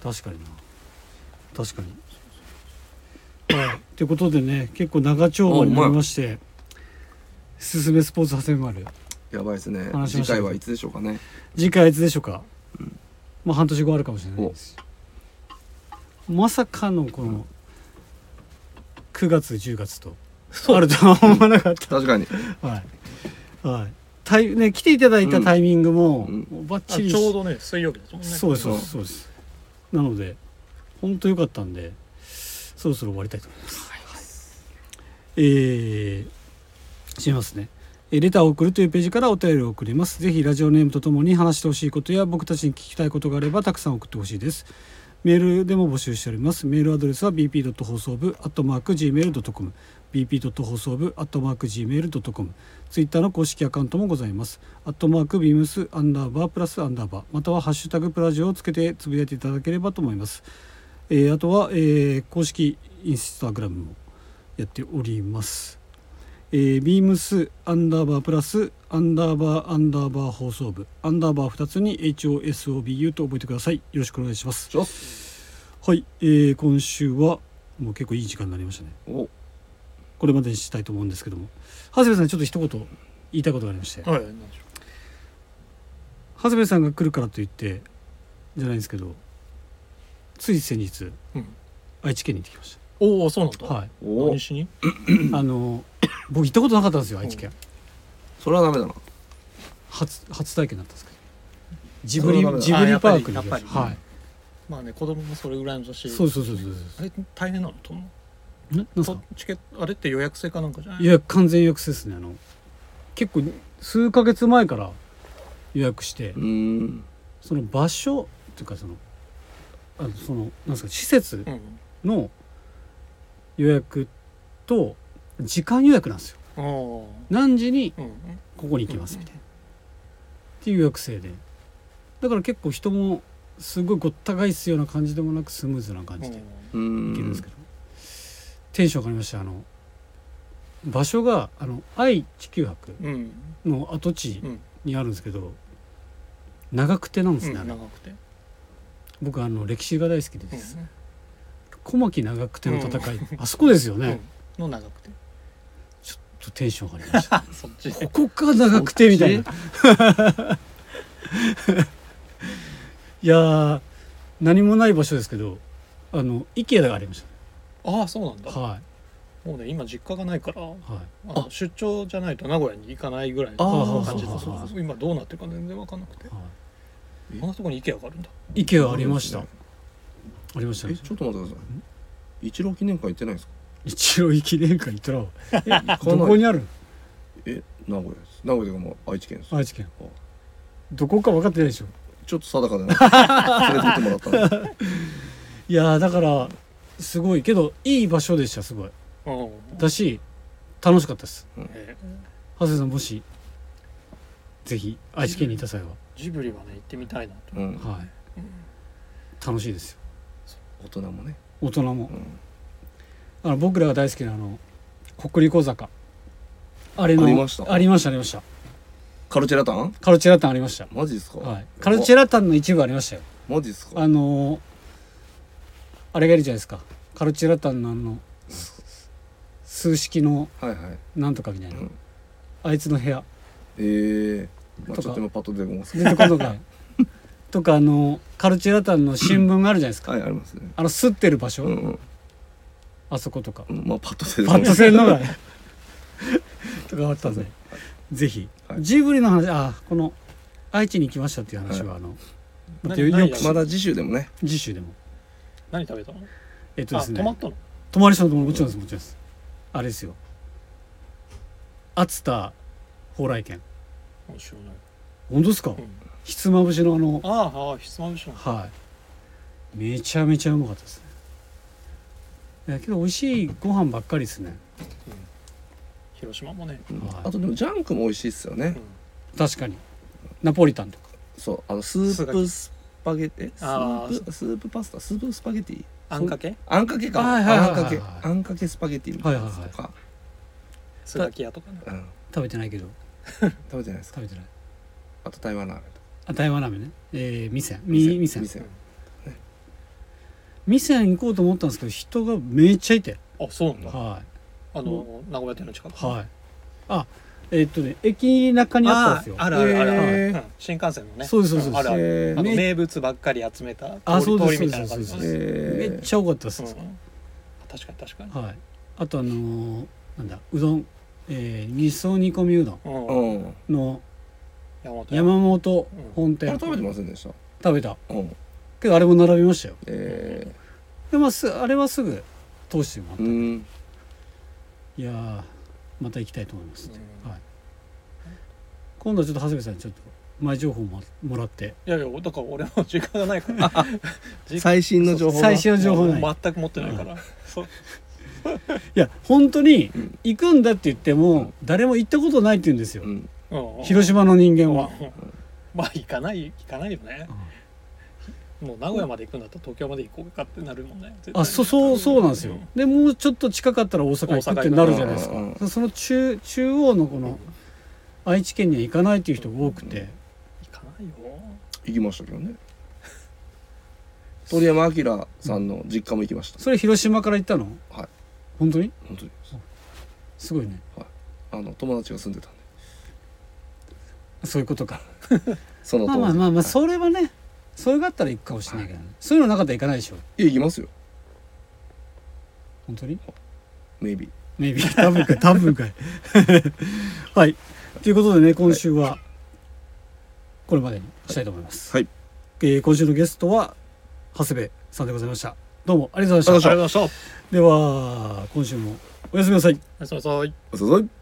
[SPEAKER 1] 確かにな確かにはいということでね結構長丁場になりまして「すすめスポーツ長谷丸
[SPEAKER 2] やばいですね
[SPEAKER 1] 話しま
[SPEAKER 2] 次
[SPEAKER 1] した
[SPEAKER 2] 回はいつでしょうかね」
[SPEAKER 1] 次回いつでしょうか、まあ半年後あるかもしれないですまさかのこの9月10月とあるとは思わなかっ
[SPEAKER 2] 確かに
[SPEAKER 1] たはい、はいタイね、来ていただいたタイミングも
[SPEAKER 2] うん
[SPEAKER 1] バッ
[SPEAKER 3] あ
[SPEAKER 1] チリ
[SPEAKER 3] ちょうどね水曜日ですもんね
[SPEAKER 1] そうですそううんですそうですなので本当良かったんでそろそろ終わりたいと思います、えー、しますねえーレターを送るというページからお便りを送りますぜひラジオネームとともに話してほしいことや僕たちに聞きたいことがあればたくさん送ってほしいですメールでも募集しておりますメールアドレスは bp. 放送部 .gmail.com bp. 放送部 .gmail.com ツイッターの公式アカウントもございますアットマークビームスアンダーバープラスアンダーバーまたはハッシュタグプラジオをつけてつぶやいていただければと思います、えーあとは、えー公式インスタグラムもやっておりますえー、ビームスアンダーバープラスアンダーバーアンダーバー放送部アンダーバー2つに HOSOBU と覚えてくださいよろしくお願いします
[SPEAKER 2] ちょっ
[SPEAKER 1] はい、えー今週はもう結構いい時間になりましたね
[SPEAKER 2] お
[SPEAKER 1] これまでにしたいと思うんですけども長谷部さんちょっと一言言いたいことがありまして
[SPEAKER 3] はいなんでしょ
[SPEAKER 1] 長谷部さんが来るからといってじゃないんですけどつい先日、
[SPEAKER 3] うん
[SPEAKER 1] 愛知県に行ってきまし
[SPEAKER 3] うおおそうなんだ、
[SPEAKER 1] たはい
[SPEAKER 2] お
[SPEAKER 3] 何しに
[SPEAKER 1] あ の僕行ったことなかったんですよ愛知県、
[SPEAKER 2] それはダメだな
[SPEAKER 1] 初初体験だったんですけどジブリ
[SPEAKER 2] それはダメだ
[SPEAKER 1] ジブリパークに
[SPEAKER 3] あやっぱり
[SPEAKER 1] 行きましたは
[SPEAKER 3] やっまあね子供もそれぐらいの年
[SPEAKER 1] いそうそうそうそうそ
[SPEAKER 3] あれ大変なのと思う
[SPEAKER 1] うななんす
[SPEAKER 3] と
[SPEAKER 1] か
[SPEAKER 3] チケットあれって予約制かなんかじゃない
[SPEAKER 1] いや完全予約制ですねあの結構数ヶ月前から予約して
[SPEAKER 2] うーん
[SPEAKER 1] その場所っていうかそのあのそのなんですか施設
[SPEAKER 3] うん
[SPEAKER 1] の予約と時間予約なんですよ
[SPEAKER 3] ああ
[SPEAKER 1] 何時に
[SPEAKER 3] うん
[SPEAKER 1] ここに行きますみたいなっていう予約制でだから結構人もすごいごった返すような感じでもなくスムーズな感
[SPEAKER 3] う
[SPEAKER 1] じ
[SPEAKER 3] ん
[SPEAKER 1] でいう
[SPEAKER 2] ーん
[SPEAKER 1] けるんですけど、テンション上がりましたあの場所があの愛・地球博
[SPEAKER 3] うんうん
[SPEAKER 1] の跡地
[SPEAKER 3] うん
[SPEAKER 1] にあるんですけど長久手なんですね、あれ
[SPEAKER 3] 長くて
[SPEAKER 1] 僕あの歴史が大好きでです、
[SPEAKER 3] うん
[SPEAKER 1] 小牧長久手の戦い、あそこですよね、
[SPEAKER 3] うんの長くて
[SPEAKER 1] ちょっとテンション上がりました
[SPEAKER 3] そっ ち
[SPEAKER 1] ここか長久手みたいな いやー何もない場所ですけどあの IKEA がありまし
[SPEAKER 3] ああそうなん
[SPEAKER 1] た
[SPEAKER 3] だ
[SPEAKER 1] は
[SPEAKER 3] もうね今実家がないから
[SPEAKER 1] いはい
[SPEAKER 3] あの出張じゃないと名古屋に行かないぐらい
[SPEAKER 1] あ
[SPEAKER 3] の
[SPEAKER 1] ー
[SPEAKER 3] 感じで
[SPEAKER 1] そう
[SPEAKER 3] そ
[SPEAKER 1] そうう
[SPEAKER 3] そ
[SPEAKER 1] そうう
[SPEAKER 3] そう今どうなってるか全然分かんなくて
[SPEAKER 1] は
[SPEAKER 3] こんなとこに IKEA があるんだ
[SPEAKER 1] い IKEA ありましたありました
[SPEAKER 2] え
[SPEAKER 1] ね
[SPEAKER 2] ちょっと待ってください一郎記念館行ってないんですか
[SPEAKER 1] 一応記念館行ったら
[SPEAKER 2] 行かない
[SPEAKER 1] どこにあるの
[SPEAKER 2] え名古屋です名古屋というかもう愛知県です
[SPEAKER 1] 愛知県
[SPEAKER 2] あ
[SPEAKER 1] どこか分かってないでしょ
[SPEAKER 2] ちょっと定か でない連れてってもらったんで
[SPEAKER 1] いやーだからすごいけどいい場所でしたすごい
[SPEAKER 3] うん
[SPEAKER 1] だし楽しかったです
[SPEAKER 3] えー
[SPEAKER 1] 長谷さんもしぜひ愛知県にいた際は、
[SPEAKER 3] ジブリはね行ってみたいなと
[SPEAKER 2] うん
[SPEAKER 1] はい楽しいですよ
[SPEAKER 2] 大人もね
[SPEAKER 1] 大人も
[SPEAKER 2] うん
[SPEAKER 1] あの僕らが大好きなあの国立小坂あれの
[SPEAKER 2] ありました
[SPEAKER 1] ありましたありました
[SPEAKER 2] カルチェラタン
[SPEAKER 1] カルチェラタンありました、
[SPEAKER 2] マジですか
[SPEAKER 1] はい、カルチェ
[SPEAKER 2] ラ
[SPEAKER 1] ラタンの一部ありましたよ
[SPEAKER 2] マジですか
[SPEAKER 1] あのーあれがいるじゃないですかカルチェラタンのあの数式の
[SPEAKER 2] はいはい
[SPEAKER 1] なんとかみたいな、
[SPEAKER 2] うん
[SPEAKER 1] あいつの部屋
[SPEAKER 2] ええまあ
[SPEAKER 1] とか
[SPEAKER 2] ちょっと今パッと出てこます
[SPEAKER 1] 出てこんの かいとかあのカルチェラタンの新聞あるじゃないですか、
[SPEAKER 2] はいありますね
[SPEAKER 1] あの吸ってる場所、
[SPEAKER 2] うんうん
[SPEAKER 1] あそことか
[SPEAKER 2] うんまあパッと出てこ
[SPEAKER 1] パ
[SPEAKER 2] ない
[SPEAKER 1] ッとせんのが とかあったんで、ぜひ、
[SPEAKER 2] はい
[SPEAKER 1] ジブリの話あこの愛知に行きましたっていう話は、あのまたよ
[SPEAKER 3] な
[SPEAKER 1] よ
[SPEAKER 3] ない
[SPEAKER 1] く
[SPEAKER 3] や
[SPEAKER 2] まだ次週でもね
[SPEAKER 1] 次週でも
[SPEAKER 3] 何食べたの
[SPEAKER 1] えっと
[SPEAKER 3] あ
[SPEAKER 1] ですね
[SPEAKER 3] 泊まったの
[SPEAKER 1] 泊まりしたのももちろんですもちろんですあれですよ熱田蓬莱軒
[SPEAKER 3] うん知らない
[SPEAKER 1] 本当ですか、
[SPEAKER 3] うん
[SPEAKER 1] ひつまぶしのあの
[SPEAKER 3] あーあーひつまぶしの
[SPEAKER 1] はいめちゃめちゃうまかったですねいやけど美味しいご飯ばっかりですね
[SPEAKER 3] 広島もね
[SPEAKER 2] うん
[SPEAKER 1] はい
[SPEAKER 2] あとでもジャンクも美味しいっすよね
[SPEAKER 1] 確かにナポリタンとか
[SPEAKER 2] そうあのスープスパゲテえス
[SPEAKER 3] あー
[SPEAKER 2] ープスープパスタスープスパゲティ
[SPEAKER 3] あんかけ
[SPEAKER 2] あんかけか
[SPEAKER 1] はいはいはい
[SPEAKER 2] あん
[SPEAKER 1] はい
[SPEAKER 2] かけあんかけスパゲティみたいなやつとか
[SPEAKER 3] すがき屋とかね
[SPEAKER 2] うん
[SPEAKER 1] 食べてないけど
[SPEAKER 2] 食べてないですか
[SPEAKER 1] 食べてない
[SPEAKER 2] あと台湾ラーメンとか
[SPEAKER 1] あ台湾ラーメンねえー、店
[SPEAKER 2] 店
[SPEAKER 1] み店
[SPEAKER 2] 店
[SPEAKER 1] 店行こうと思ったんですけど人がめっちゃいて
[SPEAKER 3] あそうなんだ
[SPEAKER 1] はい
[SPEAKER 3] あの名古屋店の近く
[SPEAKER 1] はいあえっとね駅中にあったんですよ
[SPEAKER 3] あるあるあるある、
[SPEAKER 2] へー
[SPEAKER 3] うん新幹線のね
[SPEAKER 1] そうですそうです
[SPEAKER 3] んあるある
[SPEAKER 2] え
[SPEAKER 3] あ
[SPEAKER 2] ー
[SPEAKER 3] の名物ばっかり集めた
[SPEAKER 1] あ
[SPEAKER 3] 通り
[SPEAKER 1] そうで
[SPEAKER 3] 通り
[SPEAKER 1] す
[SPEAKER 3] みたいな感じ
[SPEAKER 1] そう
[SPEAKER 3] で
[SPEAKER 1] です
[SPEAKER 3] す
[SPEAKER 1] め
[SPEAKER 2] え
[SPEAKER 1] っ
[SPEAKER 2] ー
[SPEAKER 1] ちゃ多かったです、
[SPEAKER 3] うん確かに確かに、
[SPEAKER 1] はいあとあのーなんだうどんえー、味噌煮込みうどん
[SPEAKER 3] う
[SPEAKER 2] う
[SPEAKER 3] ん
[SPEAKER 2] んあ
[SPEAKER 1] の
[SPEAKER 3] 山本屋
[SPEAKER 1] 山本本
[SPEAKER 2] れ
[SPEAKER 1] 店、
[SPEAKER 2] 食べてませんでした
[SPEAKER 1] 食べた
[SPEAKER 2] うん
[SPEAKER 1] けどあれも並びましたよ
[SPEAKER 2] え
[SPEAKER 1] でまあすあれはすぐ通してもらっ
[SPEAKER 2] ー
[SPEAKER 1] た、
[SPEAKER 2] うん
[SPEAKER 1] いやーまた行きたいと思います、
[SPEAKER 3] うん
[SPEAKER 1] はい今度はちょっと長谷部さんにちょっと前情報ももらって
[SPEAKER 3] いやいやだから俺も時間がないから時間
[SPEAKER 2] 最新の情報が
[SPEAKER 1] 最新の情報ないい
[SPEAKER 3] 全く持ってないから、そう
[SPEAKER 1] や本当に
[SPEAKER 2] うん
[SPEAKER 1] 行くんだって言っても誰も行ったことないって言うんですよ、
[SPEAKER 2] うん
[SPEAKER 3] うん
[SPEAKER 1] 広島の人間は、
[SPEAKER 3] うんまあ行かない行かないよねもう名古屋まで行くんだったら東京まで行こうかってなるもんね絶対
[SPEAKER 1] あそそうそうなんですよ、でもうちょっと近かったら大阪行くってなるじゃないですか、
[SPEAKER 2] うん
[SPEAKER 1] その中中央のこの愛知県には行かないっていう人が多くて、
[SPEAKER 3] 行かないよ
[SPEAKER 2] 行きましたけどね鳥山明さんの実家も行きました
[SPEAKER 1] それ広島から行ったの
[SPEAKER 2] はい
[SPEAKER 1] 本当に
[SPEAKER 2] 本当に
[SPEAKER 1] すごいね
[SPEAKER 2] あの友達が住んでたんで
[SPEAKER 1] そういうことか
[SPEAKER 2] その
[SPEAKER 1] まあまあまあまあそれはねそれがあったら行くかもしれないけどね、そういうのなかったら行かないでしょ
[SPEAKER 2] いや行きますよ
[SPEAKER 1] 本当に
[SPEAKER 2] maybe
[SPEAKER 1] maybe 多分かい多分かい はいということでね今週はこれまでにしたいと思います
[SPEAKER 2] はい
[SPEAKER 1] えー今週のゲストは長谷部さんでございましたどうもありがとうございま
[SPEAKER 2] ありがとうございま
[SPEAKER 1] し
[SPEAKER 2] したた
[SPEAKER 3] ありがとうございま
[SPEAKER 1] で
[SPEAKER 3] した
[SPEAKER 1] は今週もおやすみなさい
[SPEAKER 3] おやすみなさい
[SPEAKER 2] お疲れ様です